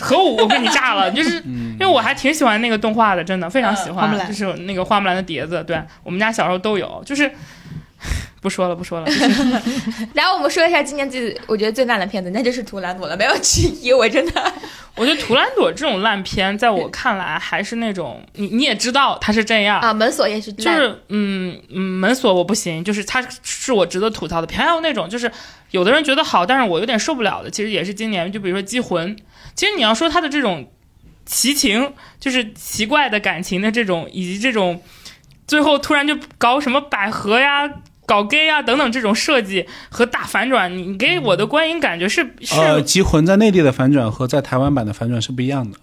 [SPEAKER 2] 核武，我给你炸了。
[SPEAKER 3] *laughs*
[SPEAKER 2] 就是
[SPEAKER 3] 嗯
[SPEAKER 2] 因为我还挺喜欢那个动画的，真的非常喜
[SPEAKER 4] 啊花
[SPEAKER 2] 欢
[SPEAKER 4] 木，兰
[SPEAKER 2] 就是那个花木兰的碟子，对我们家小时候都有，就是。 *laughs* 不说了，不说了，就是
[SPEAKER 1] *laughs* 然后我们说一下今年最我觉得最烂的片子，那就是《图兰朵》了，没有之一。我真 *laughs* 的，
[SPEAKER 2] 我觉得《图兰朵》这种烂片，在我看来还是那种你你也知道它是这样，
[SPEAKER 1] 啊，门锁也是烂，
[SPEAKER 2] 就是嗯嗯门锁我不行，就是它是我值得吐槽的片。还有那种就是有的人觉得好，但是我有点受不了的，其实也是今年，就比如说《机魂》，其实你要说它的这种奇情，就是奇怪的感情的这种，以及这种最后突然就搞什么百合呀。搞 gay 啊等等这种设计和大反转，你你给我的观影感觉是是
[SPEAKER 3] 呃，《集魂》在内地的反转和在台湾版的反转是不一样的。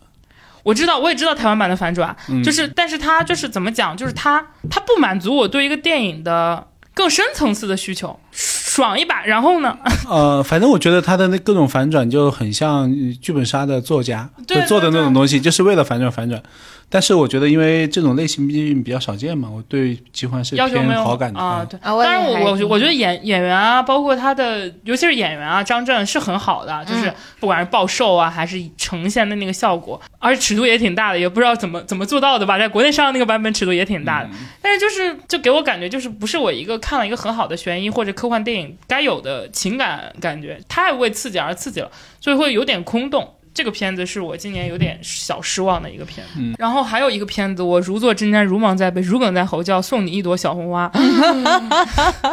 [SPEAKER 2] 我知道，我也知道台湾版的反转，
[SPEAKER 3] 嗯
[SPEAKER 2] 就是，但是它就是怎么讲，就是它它不满足我对一个电影的更深层次的需求，爽一把，然后呢，
[SPEAKER 3] 呃，反正我觉得他的那各种反转就很像呃剧本杀的作家
[SPEAKER 2] 对
[SPEAKER 3] 就做的
[SPEAKER 2] 对
[SPEAKER 3] 那种
[SPEAKER 2] 对
[SPEAKER 3] 东西，就是为了反转反转。但是我觉得，因为这种类型毕竟比较少见嘛，我对集魂是
[SPEAKER 2] 要求
[SPEAKER 3] 偏
[SPEAKER 2] 没有
[SPEAKER 3] 好感的
[SPEAKER 2] 啊，
[SPEAKER 3] 嗯
[SPEAKER 2] 对。
[SPEAKER 1] 啊，
[SPEAKER 2] 当然我，
[SPEAKER 1] 我
[SPEAKER 2] 我我觉得演演员啊，包括他的，尤其是演员啊，张震是很好的，啊就是不管是暴瘦啊，还是呈现的那个效果，而且尺度也挺大的，也不知道怎么怎么做到的吧。在国内上的那个版本尺度也挺大的，但是就是就给我感觉就是不是我一个看了一个很好的悬疑或者科幻电影该有的情感感觉，太为刺激而刺激了，所以会有点空洞。这个片子是我今年有点小失望的一个片子，
[SPEAKER 4] 嗯
[SPEAKER 2] 然后还有一个片子，我如坐针毡，如芒在背，如鲠在喉叫，送你一朵小红花。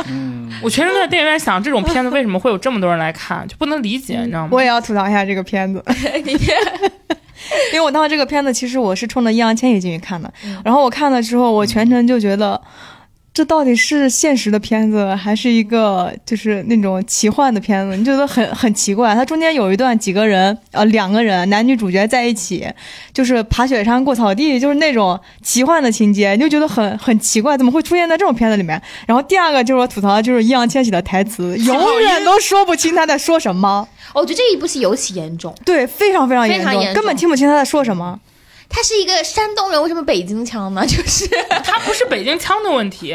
[SPEAKER 4] 嗯
[SPEAKER 2] 我全程在电影院想，这种片子为什么会有这么多人来看，就不能理解，你知道吗？
[SPEAKER 4] 嗯我也要吐槽一下这个片子，
[SPEAKER 1] *laughs*
[SPEAKER 4] 因为我当时这个片子其实我是冲着易烊千玺进去看的，
[SPEAKER 1] 嗯
[SPEAKER 4] 然后我看了之后，我全程就觉得。这到底是现实的片子，还是一个就是那种奇幻的片子？你觉得很很奇怪。它中间有一段几个人，呃，两个人男女主角在一起，就是爬雪山过草地，就是那种奇幻的情节，你就觉得很很奇怪，怎么会出现在这种片子里面？然后第二个就是我吐槽的就是易烊千玺的
[SPEAKER 1] *laughs*
[SPEAKER 4] 台词，永远都说不清他在说什么。
[SPEAKER 1] 哦我觉得这一部戏尤其严重，
[SPEAKER 4] 对，非常非常
[SPEAKER 1] 非
[SPEAKER 4] 严
[SPEAKER 1] 常
[SPEAKER 4] 重，
[SPEAKER 1] 严
[SPEAKER 4] 根本
[SPEAKER 1] 重
[SPEAKER 4] 听不清他在说什么。
[SPEAKER 1] 他是一个山东人，为什么北京腔呢？ *laughs* 就是
[SPEAKER 2] 它不是北京腔的问题，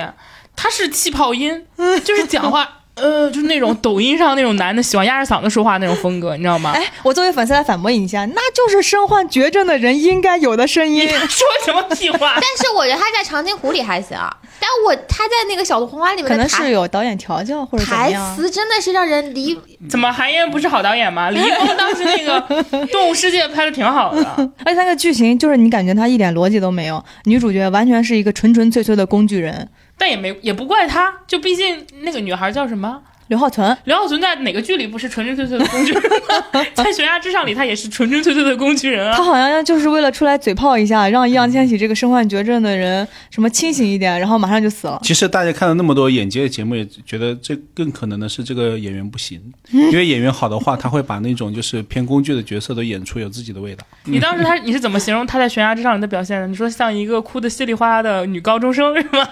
[SPEAKER 2] 它是气泡音，就是讲话，呃，就是那种抖音上那种男的喜欢压着嗓子说话那种风格，你知
[SPEAKER 1] 啊
[SPEAKER 2] 道吗？
[SPEAKER 4] 哎，我作为粉丝来反驳你一下，那就是身患绝症的人应该有的声音。
[SPEAKER 2] 说什么屁话？
[SPEAKER 1] 但是我觉得他在长津湖里还行啊，但我他在那个小红花里面
[SPEAKER 4] 可
[SPEAKER 1] 的
[SPEAKER 4] 能
[SPEAKER 1] 台
[SPEAKER 4] 是有导演调教或者怎么
[SPEAKER 1] 台
[SPEAKER 4] 样。
[SPEAKER 1] 词真的是让人离
[SPEAKER 4] 嗯
[SPEAKER 2] 怎么韩延不是好导演吗？李易峰当时那个《动物世界》拍的挺好的，
[SPEAKER 4] 而且那个剧情就是你感觉他一点逻辑都没有，女主角完全是一个纯纯粹粹的工具人。
[SPEAKER 2] 但也没也不怪他，就毕竟那个女孩叫什么？
[SPEAKER 4] 刘浩
[SPEAKER 1] 啊
[SPEAKER 4] 存，
[SPEAKER 2] 刘浩存在哪个剧里不是纯纯粹粹的工具人吗？ *laughs* 在《悬崖之上》里，他也是纯纯粹粹的工具人啊
[SPEAKER 4] 他。好像就是为了出来嘴炮一下，让易烊千玺这个身患绝症的人什么清醒一点，然后马上就死了。
[SPEAKER 3] 其实大家看了那么多演技的节目，也觉得这更可能的是这个演员不行，
[SPEAKER 2] 嗯
[SPEAKER 3] 因为演员好的话，他会把那种就是偏工具的角色都演出有自己的味道。
[SPEAKER 2] 你当时他你是怎么形容他在悬崖之上的表现的？你说像一个哭的稀里哗啦的女高中生是吗？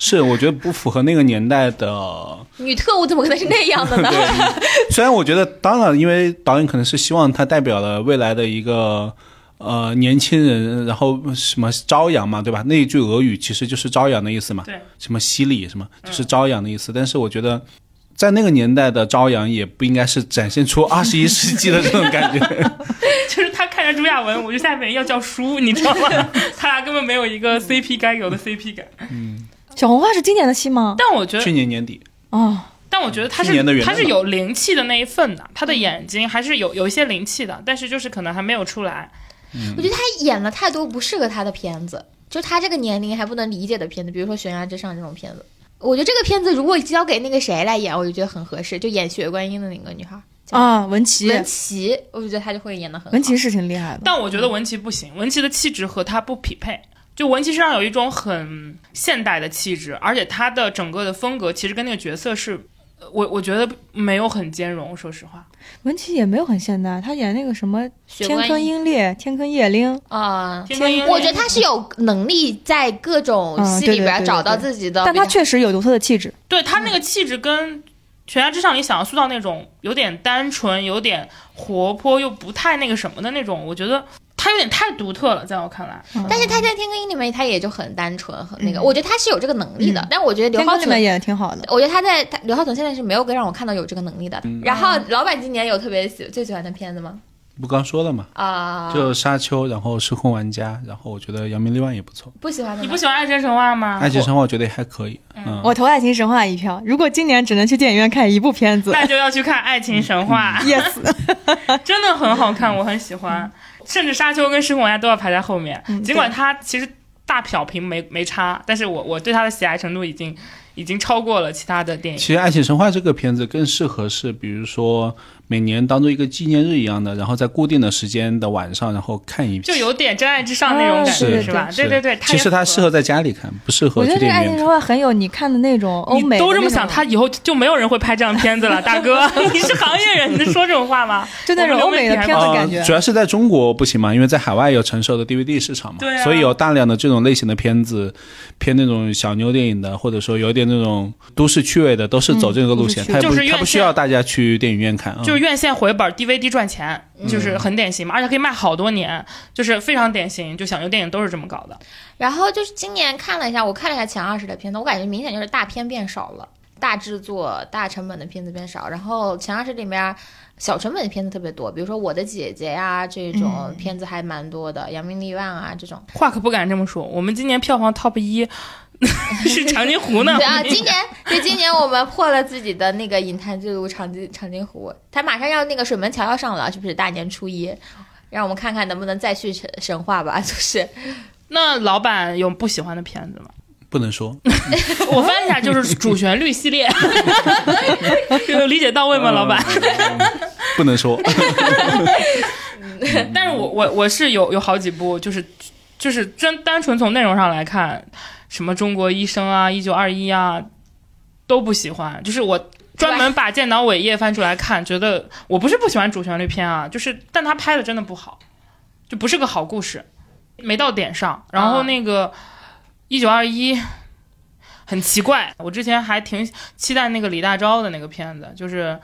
[SPEAKER 3] 是，我觉得不符合那个年代的
[SPEAKER 1] 女特务怎么可能能是那样的呢？
[SPEAKER 3] 虽然我觉得，当然，因为导演可能是希望他代表了未来的一个呃年轻人，然后什么朝阳嘛，对吧？那一句俄语其实就是朝阳的意思嘛，
[SPEAKER 2] 对，
[SPEAKER 3] 什么西里什么就是朝阳的意思。但是我觉得，在那个年代的朝阳也不应该是展现出二十一世纪的这种感觉。
[SPEAKER 2] *laughs* 就是他看着朱亚文，我就下面要叫叔，你知道吗？ *laughs* 他俩根本没有一
[SPEAKER 3] 嗯
[SPEAKER 2] 个 CP 该有的 CP 感。
[SPEAKER 4] 小红花是今年的戏吗？
[SPEAKER 2] 但我觉
[SPEAKER 3] 去
[SPEAKER 2] 得，
[SPEAKER 3] 年年底，
[SPEAKER 4] 哦，
[SPEAKER 2] 但我觉得他
[SPEAKER 3] 去
[SPEAKER 2] 是
[SPEAKER 3] 年的元旦
[SPEAKER 2] 他是
[SPEAKER 3] 吧
[SPEAKER 2] 有灵气的那一份的，他的眼睛还是有有一些灵气的，但是就是可能还没有出来。
[SPEAKER 1] *laughs* 我觉得他演了太多不适合他的片子，就他这个年龄还不能理解的片子，比如说《悬崖之上》这种片子。我觉得这个片子如果交给那个谁来演，我就觉得很合适，就演《血观音》的那个女孩叫
[SPEAKER 4] 啊，文琪，
[SPEAKER 1] 文琪，我就觉得她就会演的很好。
[SPEAKER 4] 文琪是挺厉害的。
[SPEAKER 2] 但我觉得文琪不行，文琪的气质和他不匹配。就文琪身上有一种很现代的气质，而且他的整个的风格其实跟那个角色是，呃我我觉得没有很兼容。说实话，
[SPEAKER 4] 文琪也没有很现代，她演那个什么《
[SPEAKER 1] 血
[SPEAKER 4] 天
[SPEAKER 1] 观
[SPEAKER 4] 坑
[SPEAKER 1] 音
[SPEAKER 4] 英烈》《天坑夜灵》，
[SPEAKER 1] 啊、
[SPEAKER 2] 天天
[SPEAKER 1] 我觉得她是有能力在各种
[SPEAKER 4] 嗯
[SPEAKER 1] 戏
[SPEAKER 4] 对
[SPEAKER 1] 里
[SPEAKER 4] 对
[SPEAKER 1] 边
[SPEAKER 4] 对
[SPEAKER 1] 找到
[SPEAKER 4] 对
[SPEAKER 1] 自己的比较，
[SPEAKER 4] 但她确实有独特的气质。
[SPEAKER 2] 对他
[SPEAKER 1] 嗯
[SPEAKER 2] 那个气质跟《悬崖之上》里想要塑造那种有点单纯、有点活泼又不太那个什么的那种，我觉得他有点太独特了，在我看来。
[SPEAKER 1] 但是他在《天歌音》里面，他也就很单纯，很那个。我觉得他是有这个能力的，但我觉得
[SPEAKER 4] 天
[SPEAKER 1] 刘浩
[SPEAKER 4] 坑里
[SPEAKER 1] 存
[SPEAKER 4] 面，演的挺好的。
[SPEAKER 1] 我觉得他在他刘浩存现在是没有给让我看到有这个能力的。然后老板今年有特别喜最喜欢的片子吗？
[SPEAKER 3] 不刚说了嘛，
[SPEAKER 1] 啊、
[SPEAKER 3] 就沙丘，然后失控玩家，然后我觉得扬名立万也不错，
[SPEAKER 1] 不喜欢的
[SPEAKER 2] 你
[SPEAKER 1] 吗
[SPEAKER 2] 不喜欢《爱情神话》吗？
[SPEAKER 3] 爱情神话我觉得也还可以，嗯，
[SPEAKER 4] 我投《爱情神话》一票。如果今年只能去电影院看一部片子
[SPEAKER 2] 那就要去看《爱情神话》
[SPEAKER 4] *laughs* ，yes，
[SPEAKER 2] *laughs* 真的很好看，我很喜欢，甚至《沙丘》跟《失控玩家》都要排在后面，
[SPEAKER 4] 嗯
[SPEAKER 2] 尽管它其实大漂平没没差，但是我我对它的喜爱程度已经已经超过了其他的电影。
[SPEAKER 3] 其实《爱情神话》这个片子更适合是，比如说每年当做一个纪念日一样的，然后在固定的时间的晚上，然后看一。
[SPEAKER 2] 就有点《真爱至上》那种感
[SPEAKER 4] 啊是
[SPEAKER 2] 觉，
[SPEAKER 4] 对
[SPEAKER 2] 是吧？
[SPEAKER 3] 是
[SPEAKER 2] 对对对，
[SPEAKER 3] 其实它
[SPEAKER 2] 它
[SPEAKER 3] 适合在家里看，不适合
[SPEAKER 4] 我觉
[SPEAKER 3] 去
[SPEAKER 4] 得这
[SPEAKER 3] 电
[SPEAKER 4] 个
[SPEAKER 3] 影
[SPEAKER 4] 《爱情
[SPEAKER 3] 院看
[SPEAKER 4] 神。话》很有你看的那种欧
[SPEAKER 2] 你
[SPEAKER 4] 美。
[SPEAKER 2] 都这么想，他，以后就没有人会拍这样的片子
[SPEAKER 4] *laughs*
[SPEAKER 2] 了，大哥，你是行业人，你说这种话吗？
[SPEAKER 4] 就那种欧美的片子感觉
[SPEAKER 3] 呃，主要是在中国不行嘛，因为在海外有成熟的 DVD 市场嘛，
[SPEAKER 2] 对啊
[SPEAKER 3] 所以有大量的这种类型的片子，偏那种小妞电影的，或者说有点那种都市趣味的，都是走这个路线，
[SPEAKER 4] 嗯
[SPEAKER 3] 它也不
[SPEAKER 2] 就是
[SPEAKER 3] 它不
[SPEAKER 2] 院
[SPEAKER 3] 需
[SPEAKER 2] 线
[SPEAKER 3] 要大家去电影院看啊。
[SPEAKER 2] 就是院线回本，DVD 赚钱，
[SPEAKER 4] 嗯
[SPEAKER 2] 就是很典型嘛，而且可以卖好多年，就是非常典型。就小牛电影都是这么搞的。
[SPEAKER 1] 然后就是今年看了一下，我看了一下前二十的片子，我感觉明显就是大片变少了，大制作、大成本的片子变少。然后前二十里面小成本的片子特别多，比如说《我的姐姐》呀这种片子还蛮多的，扬名立万》啊这种。
[SPEAKER 2] 话可不敢这么说，我们今年票房 top 一 *laughs* 是长津湖呢。
[SPEAKER 1] 对 *laughs* 啊，今年对今年我们破了自己的那个影坛记录，长津长津湖，它马上要那个水门桥要上了，是不是大年初一？让我们看看能不能再续神神话吧，就是
[SPEAKER 2] 那老板有不喜欢的片子吗？
[SPEAKER 3] 不能说，
[SPEAKER 2] 我翻一下，就是主旋律系列， *laughs* 有理解到位吗，老板？
[SPEAKER 3] 嗯不能说。
[SPEAKER 2] 但是我我我是有有好几部，就是就是真单纯从内容上来看，什么中国医生啊、一九二一啊都不喜欢，就是我。专门把建党伟业翻出来看，觉得我不是不喜欢主旋律片啊，就是但他拍的真的不好，就不是个好故事，没到点上。然后那个一九二一很奇怪，我之前还挺期待那个李大钊的那个片子，就是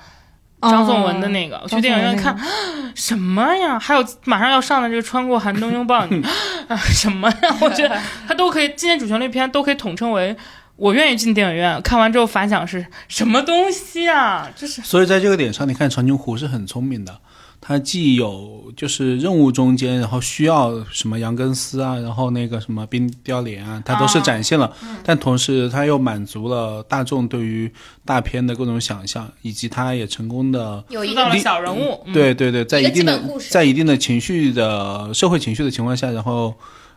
[SPEAKER 2] 哦张颂文的
[SPEAKER 4] 哦
[SPEAKER 2] 那个，我去电影院看， *gasps* 什么呀？还有马上要上的这个《穿过寒冬拥抱你》 *laughs* 啊，什么呀？我觉得它都可以，今年主旋律片都可以统称为。我愿意进电影院，看完之后反响是什么东西啊？就是
[SPEAKER 3] 所以在这个点上，你看长津湖是很聪明的，它既有就是任务中间，啊然后需要什么杨根思啊，然后那个什么冰雕连啊，它都是展现了，
[SPEAKER 1] 嗯
[SPEAKER 3] 但同时它又满足了大众对于大片的各种想象，以及它也成功的。
[SPEAKER 1] 有
[SPEAKER 2] 塑
[SPEAKER 1] 一
[SPEAKER 2] 造了
[SPEAKER 1] 个
[SPEAKER 2] 小人物，嗯，
[SPEAKER 3] 对对对，在
[SPEAKER 1] 一个
[SPEAKER 3] 一定
[SPEAKER 1] 基
[SPEAKER 3] 的
[SPEAKER 1] 本故事
[SPEAKER 3] 在一定的情绪的社会情绪的情况下，然后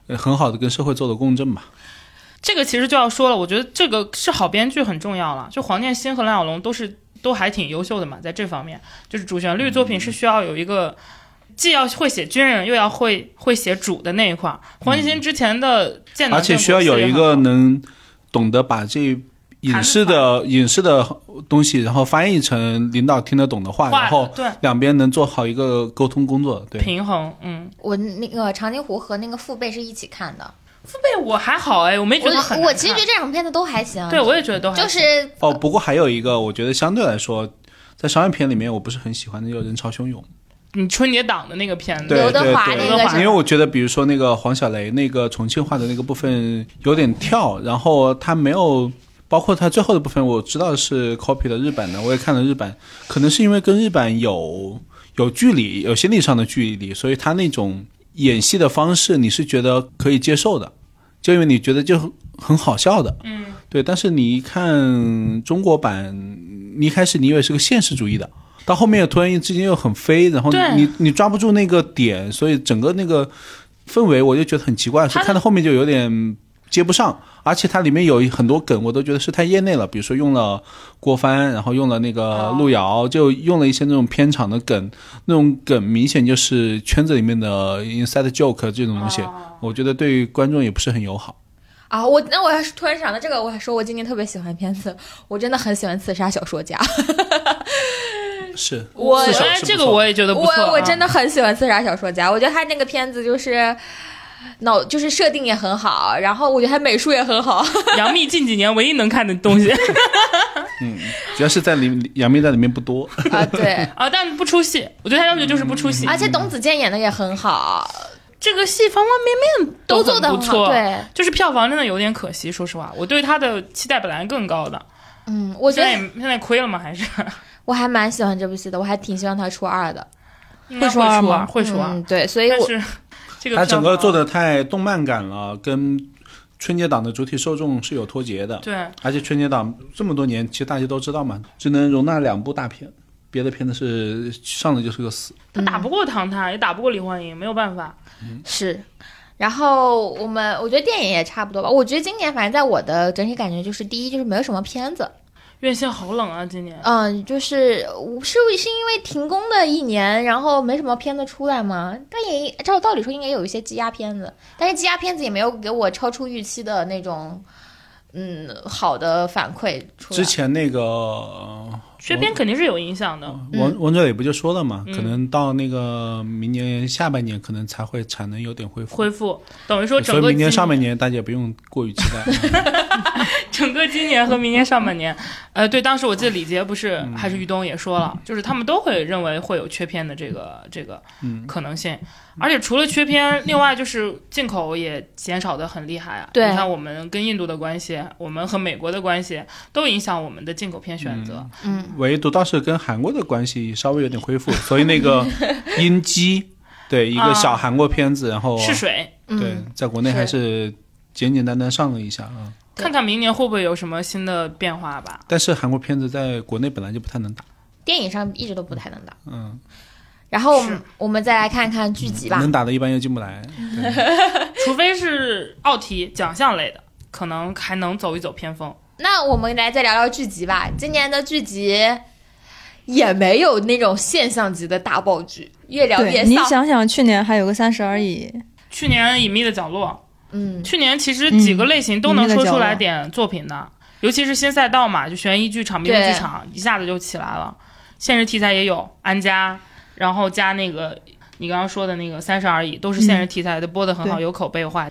[SPEAKER 3] 呃很好的跟社会做了共振吧。
[SPEAKER 2] 这个其实就要说了，我觉得这个是好编剧很重要了。就黄建新和梁小龙都是都还挺优秀的嘛，在这方面，就是主旋律作品是需要有一个既要会写军人，又要会会写主的那一块儿。黄建新之前的剑南
[SPEAKER 3] 嗯而且需要有一个
[SPEAKER 2] 正国
[SPEAKER 3] 能懂得把这影视的影视的东西，然后翻译成领导听得懂的话，
[SPEAKER 2] 系列很好
[SPEAKER 3] 然
[SPEAKER 2] 画
[SPEAKER 3] 后
[SPEAKER 2] 的对
[SPEAKER 3] 两边能做好一个沟通工作。对，
[SPEAKER 2] 平衡，嗯。
[SPEAKER 1] 我那个长津湖和那个父辈是一起看的，
[SPEAKER 2] 父辈我还好哎，我没觉得很
[SPEAKER 1] 我
[SPEAKER 2] 难
[SPEAKER 1] 我其实觉
[SPEAKER 2] 看
[SPEAKER 1] 得这种片子都还行，
[SPEAKER 2] 对，我也觉得都还
[SPEAKER 1] 就是
[SPEAKER 3] 哦，不过还有一个，我觉得相对来说，在商业片里面我不是很喜欢的，就是人潮汹涌。
[SPEAKER 2] 你春节档的那个片
[SPEAKER 3] 对
[SPEAKER 2] 子，
[SPEAKER 1] 刘德华
[SPEAKER 3] 对
[SPEAKER 1] 那
[SPEAKER 3] 对
[SPEAKER 1] 个
[SPEAKER 3] 因
[SPEAKER 1] 是
[SPEAKER 3] 为
[SPEAKER 1] 吧
[SPEAKER 3] 我觉得，比如说那个黄小雷那个重庆话的那个部分有点跳，然后他没有。包括他最后的部分，我知道是 copy 的日版的，我也看了日版，可能是因为跟日版有有距离，有心理上的距离，所以他那种演戏的方式你是觉得可以接受的，就因为你觉得就很好笑的，嗯，对。但是你一看中国版，你一开始你以为是个现实主义的，到后面又突然之间又很飞，然后
[SPEAKER 2] 对
[SPEAKER 3] 你你抓不住那个点，所以整个那个氛围我就觉得很奇怪，
[SPEAKER 2] 它
[SPEAKER 3] 是
[SPEAKER 2] 的
[SPEAKER 3] 看到后面就有点接不上，而且它里面有很多梗，我都觉得是太业内了，比如说用了郭帆，然后用了那个
[SPEAKER 2] 哦
[SPEAKER 3] 路遥，就用了一些那种片场的梗，那种梗明显就是圈子里面的 inside joke 这种东西，我觉得对于观众也不是很友好。
[SPEAKER 1] 啊，我那我要是突然想到这个，我还说我今年特别喜欢的片子，我真的很喜欢《刺杀小说家》 *laughs*
[SPEAKER 3] 是，
[SPEAKER 1] 我
[SPEAKER 3] 至
[SPEAKER 2] 原
[SPEAKER 3] 少
[SPEAKER 2] 来
[SPEAKER 3] 是不
[SPEAKER 2] 哎这个
[SPEAKER 3] 错
[SPEAKER 2] 我也觉得不错啊，
[SPEAKER 1] 我我真的很喜欢《刺杀小说家》，我觉得他那个片子就是。脑就是设定也很好，然后我觉得他美术也很好，
[SPEAKER 2] *laughs* 杨幂近几年唯一能看的东
[SPEAKER 3] *laughs*
[SPEAKER 2] 西
[SPEAKER 3] 主要是在里杨幂在里面不多，
[SPEAKER 1] 啊
[SPEAKER 2] *laughs*
[SPEAKER 1] 对，
[SPEAKER 2] 啊，但不出戏，我对她要求就是不出戏，
[SPEAKER 1] 而且董子健演的也很好，
[SPEAKER 2] 这个戏方方面面
[SPEAKER 1] 都做
[SPEAKER 2] 做
[SPEAKER 1] 的
[SPEAKER 2] 嗯不
[SPEAKER 1] 很
[SPEAKER 2] 错，啊
[SPEAKER 1] 好，，对，
[SPEAKER 2] 就是票房真的有点可惜，说实话，我对她的期待本来更高的，
[SPEAKER 1] 嗯，我觉
[SPEAKER 2] 现在也
[SPEAKER 1] 得
[SPEAKER 2] 现在亏了吗？还是
[SPEAKER 1] 我还蛮喜欢这部戏的，我还挺希望他出二的，
[SPEAKER 2] 应该
[SPEAKER 4] 会出二
[SPEAKER 2] 出
[SPEAKER 4] 吗
[SPEAKER 2] 二，会啊出二
[SPEAKER 1] 嗯，，对，所以
[SPEAKER 2] 但
[SPEAKER 1] 我
[SPEAKER 2] 是这个啊
[SPEAKER 3] 它整个
[SPEAKER 2] 票房
[SPEAKER 3] 做的太动漫感了，跟春节档的主体受众是有脱节的。
[SPEAKER 2] 对。
[SPEAKER 3] 而且春节档这么多年，其实大家都知道嘛，只能容纳两部大片，别的片子是上来就是个死。
[SPEAKER 2] 他打不过唐探，也打不过李焕英，没有办法。
[SPEAKER 1] 是。然后我们，我觉得电影也差不多吧。我觉得今年反正在我的整体感觉就是，第一就是没有什么片子，
[SPEAKER 2] 院线好冷啊，今
[SPEAKER 3] 哦
[SPEAKER 2] 年。
[SPEAKER 1] 嗯，就是我是是因为停工的一年，然后没什么片子出来嘛。但也照道理说应该有一些积压片子，但是积压片子也没有给我超出预期的那种，嗯，好的反馈出来。
[SPEAKER 3] 之前那个呃
[SPEAKER 2] 缺片肯定是有影响的，
[SPEAKER 3] 王王哲磊不就说了嘛，可能到那个明年下半年可能才会产能有点恢复。
[SPEAKER 2] 恢复等于说整
[SPEAKER 3] 所以
[SPEAKER 2] 个
[SPEAKER 3] 明年
[SPEAKER 2] 今
[SPEAKER 3] 上半年大家也不用过于期
[SPEAKER 2] *laughs*
[SPEAKER 3] 待。嗯
[SPEAKER 2] 整个今年和明年上半年，呃，对，当时我记得李杰不是还是于东也说了，就是他们都会认为会有缺片的这个这个可能性，而且除了缺片，另外就是进口也减少的很厉害啊。
[SPEAKER 1] 对
[SPEAKER 2] 你看我们跟印度的关系，我们和美国的关系，都影响我们的进口片选择。
[SPEAKER 1] 嗯，
[SPEAKER 3] 唯独倒是跟韩国的关系稍微有点恢复，所以
[SPEAKER 2] *laughs*
[SPEAKER 3] 那个音机，对一
[SPEAKER 2] 啊
[SPEAKER 3] 个小韩国片子，然后
[SPEAKER 2] 试水，
[SPEAKER 1] 嗯
[SPEAKER 3] 对，在国内还是简简单单上了一下啊。
[SPEAKER 1] 对
[SPEAKER 2] 看看明年会不会有什么新的变化吧。
[SPEAKER 3] 但是韩国片子在国内本来就不太能打。
[SPEAKER 1] 电影上一直都不太能打。
[SPEAKER 3] 嗯，
[SPEAKER 1] 然后我
[SPEAKER 2] 是
[SPEAKER 1] 们我们再来看看剧集吧
[SPEAKER 3] 能。打的一般又进不
[SPEAKER 2] *laughs*
[SPEAKER 3] 来。
[SPEAKER 2] 除非是奥体奖项类的，可能还能走一走偏锋。
[SPEAKER 1] 那我们来再聊聊剧集吧。今年的剧集也没有那种现象级的大爆剧，越聊越
[SPEAKER 4] 对你
[SPEAKER 1] 丧。
[SPEAKER 4] 想想，去年还有个三十而已，
[SPEAKER 2] 去年《隐秘的角落》，
[SPEAKER 1] 嗯，
[SPEAKER 2] 去年其实几个类型都能说出来点作品的，尤其是新赛道嘛，就悬疑剧场、迷
[SPEAKER 1] 对
[SPEAKER 2] 雾剧场一下子就起来了。现实题材也有安家，然后加那个你刚刚说的那个《三十而已》，都是现实题材的，播的很好，
[SPEAKER 4] 对
[SPEAKER 2] 有口碑有话。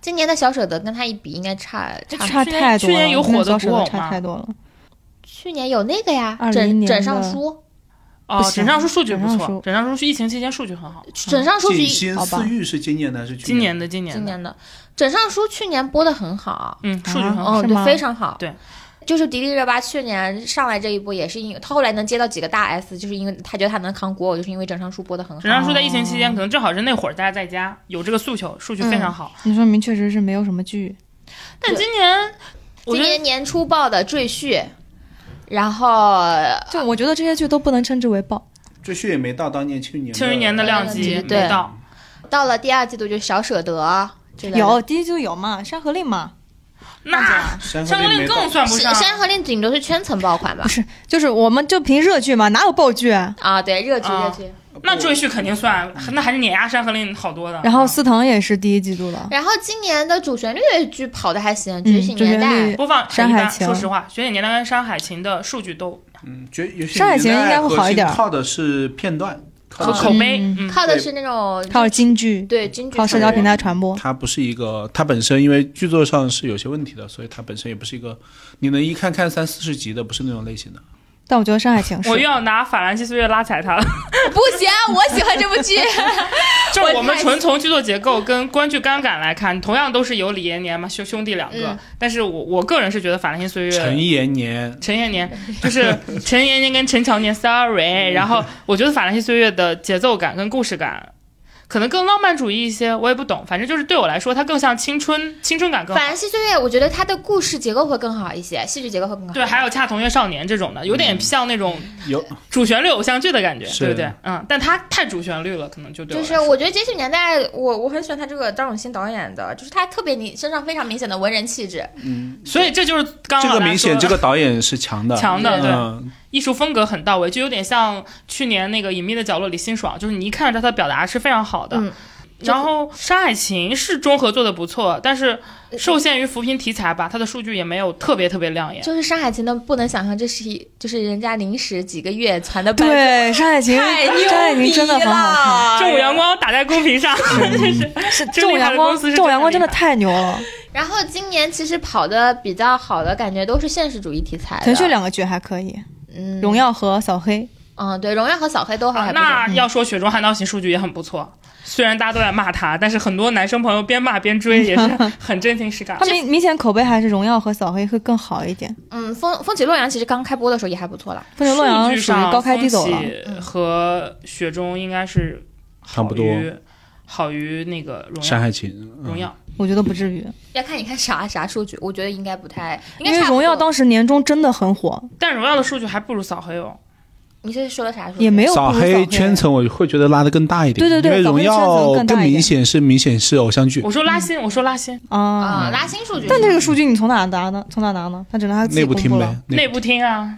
[SPEAKER 1] 今年的小舍得跟他一比，应该差 *laughs* 差。
[SPEAKER 4] 差
[SPEAKER 2] 啊去年
[SPEAKER 4] 太多
[SPEAKER 2] 去
[SPEAKER 4] 了。
[SPEAKER 2] 年有火的
[SPEAKER 4] 我跟你
[SPEAKER 2] 古
[SPEAKER 4] 说
[SPEAKER 2] 偶
[SPEAKER 4] 差
[SPEAKER 2] 吗
[SPEAKER 4] 太多了。
[SPEAKER 1] 去年有那个呀，
[SPEAKER 4] 2001
[SPEAKER 1] 枕
[SPEAKER 4] 年
[SPEAKER 1] 枕
[SPEAKER 4] 的
[SPEAKER 1] 上书，
[SPEAKER 2] 哦
[SPEAKER 4] 不，行
[SPEAKER 2] 枕上书数据不
[SPEAKER 4] 枕上
[SPEAKER 2] 错
[SPEAKER 4] 书，
[SPEAKER 2] 枕上书是疫情期间数据很好。
[SPEAKER 1] 枕上书是
[SPEAKER 3] 心
[SPEAKER 4] 好吧
[SPEAKER 3] 私欲是今年的还是去
[SPEAKER 2] 今年的今年的，
[SPEAKER 1] 今年的，枕上书去年播的很好，
[SPEAKER 2] 嗯，数据很好。
[SPEAKER 1] 嗯，
[SPEAKER 4] 是
[SPEAKER 1] 对，
[SPEAKER 4] 吗
[SPEAKER 1] 非常好，
[SPEAKER 2] 对。
[SPEAKER 1] 就是迪丽热巴去年上来这一波，也是因为她后来能接到几个大 S，就是因为她觉得她能扛国偶，就是因为枕上书播的很好。
[SPEAKER 2] 枕上书在疫情期间，可能正好是那会儿大家在家有这个诉求，数据非常好。
[SPEAKER 4] 你说明确实是没有什么剧，
[SPEAKER 2] 但今年，我
[SPEAKER 1] 今
[SPEAKER 2] 觉得
[SPEAKER 1] 年年初报的《赘婿》，然后
[SPEAKER 4] 就呃我觉得这些剧都不能称之为爆。
[SPEAKER 3] 赘婿也没到当年去年
[SPEAKER 2] 庆余年的量级
[SPEAKER 1] 对
[SPEAKER 2] 没到，
[SPEAKER 1] 到了第二季度就是《小舍得》之类的，
[SPEAKER 4] 有第一季有嘛，《山河令》嘛，
[SPEAKER 2] 那
[SPEAKER 3] 山
[SPEAKER 2] 《山河令》更算不上
[SPEAKER 1] 山。山河令》顶多是圈层爆款吧
[SPEAKER 4] 不？是，就是我们就凭热剧嘛，哪有爆剧啊？
[SPEAKER 1] *laughs* 啊，对，热剧
[SPEAKER 2] 啊
[SPEAKER 1] 热剧。
[SPEAKER 2] 那赘婿肯定算，那还是碾压《山河令》好多的。嗯
[SPEAKER 4] 然后司藤也是第一季度了，
[SPEAKER 1] 然后今年的主旋律剧跑的还行，《觉醒
[SPEAKER 4] 嗯主
[SPEAKER 1] 年
[SPEAKER 4] 旋
[SPEAKER 1] 代》
[SPEAKER 4] 律
[SPEAKER 2] 播放《
[SPEAKER 4] 山海情
[SPEAKER 2] 说实话，《学姐年代》跟《山海情》的数据都
[SPEAKER 3] 嗯，觉
[SPEAKER 4] 上海行应该会好一点
[SPEAKER 3] 靠的是片段，
[SPEAKER 2] 和
[SPEAKER 1] 嗯
[SPEAKER 2] 口碑，嗯，
[SPEAKER 1] 靠的是那种
[SPEAKER 4] 靠京剧，
[SPEAKER 1] 对京剧
[SPEAKER 4] 靠社交平台传播。
[SPEAKER 3] 它不是一个，它本身因为剧作上是有些问题的，所以它本身也不是一个你能一看看三四十集的，不是那种类型的。
[SPEAKER 4] 但我觉得《山海情》
[SPEAKER 2] 我又
[SPEAKER 4] 是，
[SPEAKER 2] 要拿《法兰西岁月》拉踩他
[SPEAKER 4] *laughs*
[SPEAKER 2] 了。
[SPEAKER 1] 不行，我喜欢这 *laughs* 部剧。
[SPEAKER 2] 就是我
[SPEAKER 1] 我
[SPEAKER 2] 们
[SPEAKER 1] 太
[SPEAKER 2] 纯从剧作结构跟观剧观感来看，同样都是有李延年嘛兄兄弟两个，
[SPEAKER 1] 嗯
[SPEAKER 2] 但是我我个人是觉得《法兰西岁月》
[SPEAKER 3] 陈延年，
[SPEAKER 2] 陈延年就是陈延年跟陈乔年，sorry。然
[SPEAKER 4] *laughs*
[SPEAKER 2] 后我觉得《法兰西岁月》的节奏感跟故事感，可能更浪漫主义一些，我也不懂。反正就是对我来说，它更像青春，青春感更好
[SPEAKER 1] 法。兰西岁月，我觉得它的故事结构会更好一些，戏剧结构会更好。
[SPEAKER 2] 对，还有《恰同学少年》这种的，有点像那种
[SPEAKER 3] 有
[SPEAKER 2] 主旋律偶像剧的感觉，
[SPEAKER 3] 嗯是
[SPEAKER 2] 对不对？嗯，但它太主旋律了，可能就对我
[SPEAKER 1] 就
[SPEAKER 2] 来
[SPEAKER 1] 是
[SPEAKER 2] 说
[SPEAKER 1] 我觉得《接续年代》我，我很喜欢他这个张永新导演的，就是他特别你身上非常明显的文人气质。
[SPEAKER 2] 所以这就是刚刚
[SPEAKER 3] 嗯这
[SPEAKER 2] 老
[SPEAKER 3] 个
[SPEAKER 2] 大
[SPEAKER 3] 明
[SPEAKER 2] 说
[SPEAKER 3] 显，
[SPEAKER 2] 的
[SPEAKER 3] 这个导演是强的，
[SPEAKER 2] 强的对。
[SPEAKER 3] 嗯，
[SPEAKER 2] 艺术风格很到位，就有点像去年那个《隐秘的角落》里辛爽，就是你一看着他的表达是非常好的。
[SPEAKER 1] 嗯
[SPEAKER 2] 然后《山海情》是中和做的不错，但是受限于扶贫题材吧，它的数据也没有特别特别亮眼。
[SPEAKER 1] 就是山海情的，不能想象这是一，就是人家临时几个月传的版本，
[SPEAKER 4] *laughs* 对《山海情》，
[SPEAKER 1] 哎太牛
[SPEAKER 4] 《山海情》哎真的很好 *laughs* 看。
[SPEAKER 1] 看
[SPEAKER 2] 正午阳。光打在公
[SPEAKER 1] *laughs*
[SPEAKER 2] 屏上，真是
[SPEAKER 4] 是
[SPEAKER 2] 真
[SPEAKER 4] 正午
[SPEAKER 2] 厉害
[SPEAKER 4] 阳
[SPEAKER 2] 的
[SPEAKER 4] 光，
[SPEAKER 2] 公司是
[SPEAKER 4] 正午阳光
[SPEAKER 2] 真
[SPEAKER 4] 真
[SPEAKER 2] 的
[SPEAKER 4] 的
[SPEAKER 2] 厉害
[SPEAKER 4] 太
[SPEAKER 1] *laughs*
[SPEAKER 4] 牛了。
[SPEAKER 1] 然后今年其实跑的比较好的感觉都是现实主义题材的，
[SPEAKER 4] 腾讯两个剧还可以，
[SPEAKER 1] 哎嗯，
[SPEAKER 4] 《荣耀》和《扫黑》。
[SPEAKER 1] 嗯对，荣耀和小黑都好
[SPEAKER 2] 啊
[SPEAKER 1] 还不错。
[SPEAKER 4] 嗯
[SPEAKER 2] 那要说《雪中悍刀行》数据也很不错，虽然大家都在骂他，但是很多男生朋友边骂边追，
[SPEAKER 4] *laughs*
[SPEAKER 2] 也是很真情实感
[SPEAKER 4] 它。明明显口碑还是《荣耀》和《扫黑》会更好一点，
[SPEAKER 1] 嗯，风风起洛阳其实刚开播的时候也还不错啦。
[SPEAKER 4] 《风流洛阳
[SPEAKER 2] 数》据
[SPEAKER 4] 属于
[SPEAKER 2] 上
[SPEAKER 4] 高开低走了嗯
[SPEAKER 2] 风。起和雪中应该是
[SPEAKER 3] 差不多
[SPEAKER 2] 好于好于那个荣
[SPEAKER 3] 山
[SPEAKER 2] 耀
[SPEAKER 3] 海情，嗯
[SPEAKER 2] 荣耀，
[SPEAKER 4] 我觉得不至于，
[SPEAKER 1] 要看你看啥啥数据，我觉得应该不太，应
[SPEAKER 4] 因
[SPEAKER 1] 该
[SPEAKER 4] 为
[SPEAKER 1] 差
[SPEAKER 4] 《
[SPEAKER 1] 不多嗯
[SPEAKER 4] 荣耀》当时年终真的很火，
[SPEAKER 3] 嗯
[SPEAKER 2] 但荣耀的数据还不如扫黑哦。
[SPEAKER 1] 你是说的啥数据？
[SPEAKER 4] 也没有不
[SPEAKER 3] 扫
[SPEAKER 4] 如
[SPEAKER 3] 黑圈层，我会觉得拉得更大一点。
[SPEAKER 4] 对对
[SPEAKER 3] 因为
[SPEAKER 4] 对扫
[SPEAKER 3] 荣
[SPEAKER 4] 黑圈层
[SPEAKER 3] 耀
[SPEAKER 4] 更大
[SPEAKER 3] 更
[SPEAKER 4] 一点
[SPEAKER 3] 明显是明显是偶像剧
[SPEAKER 2] 我，说拉新，我说拉新，
[SPEAKER 4] 啊。
[SPEAKER 1] 啊、拉新数据。
[SPEAKER 4] 但这个数据你从哪拿呢？从哪拿呢？他只能他自己
[SPEAKER 3] 内部
[SPEAKER 4] 公
[SPEAKER 3] 听
[SPEAKER 4] 布
[SPEAKER 3] 呗
[SPEAKER 4] 了。。
[SPEAKER 3] 内
[SPEAKER 2] 内部听啊，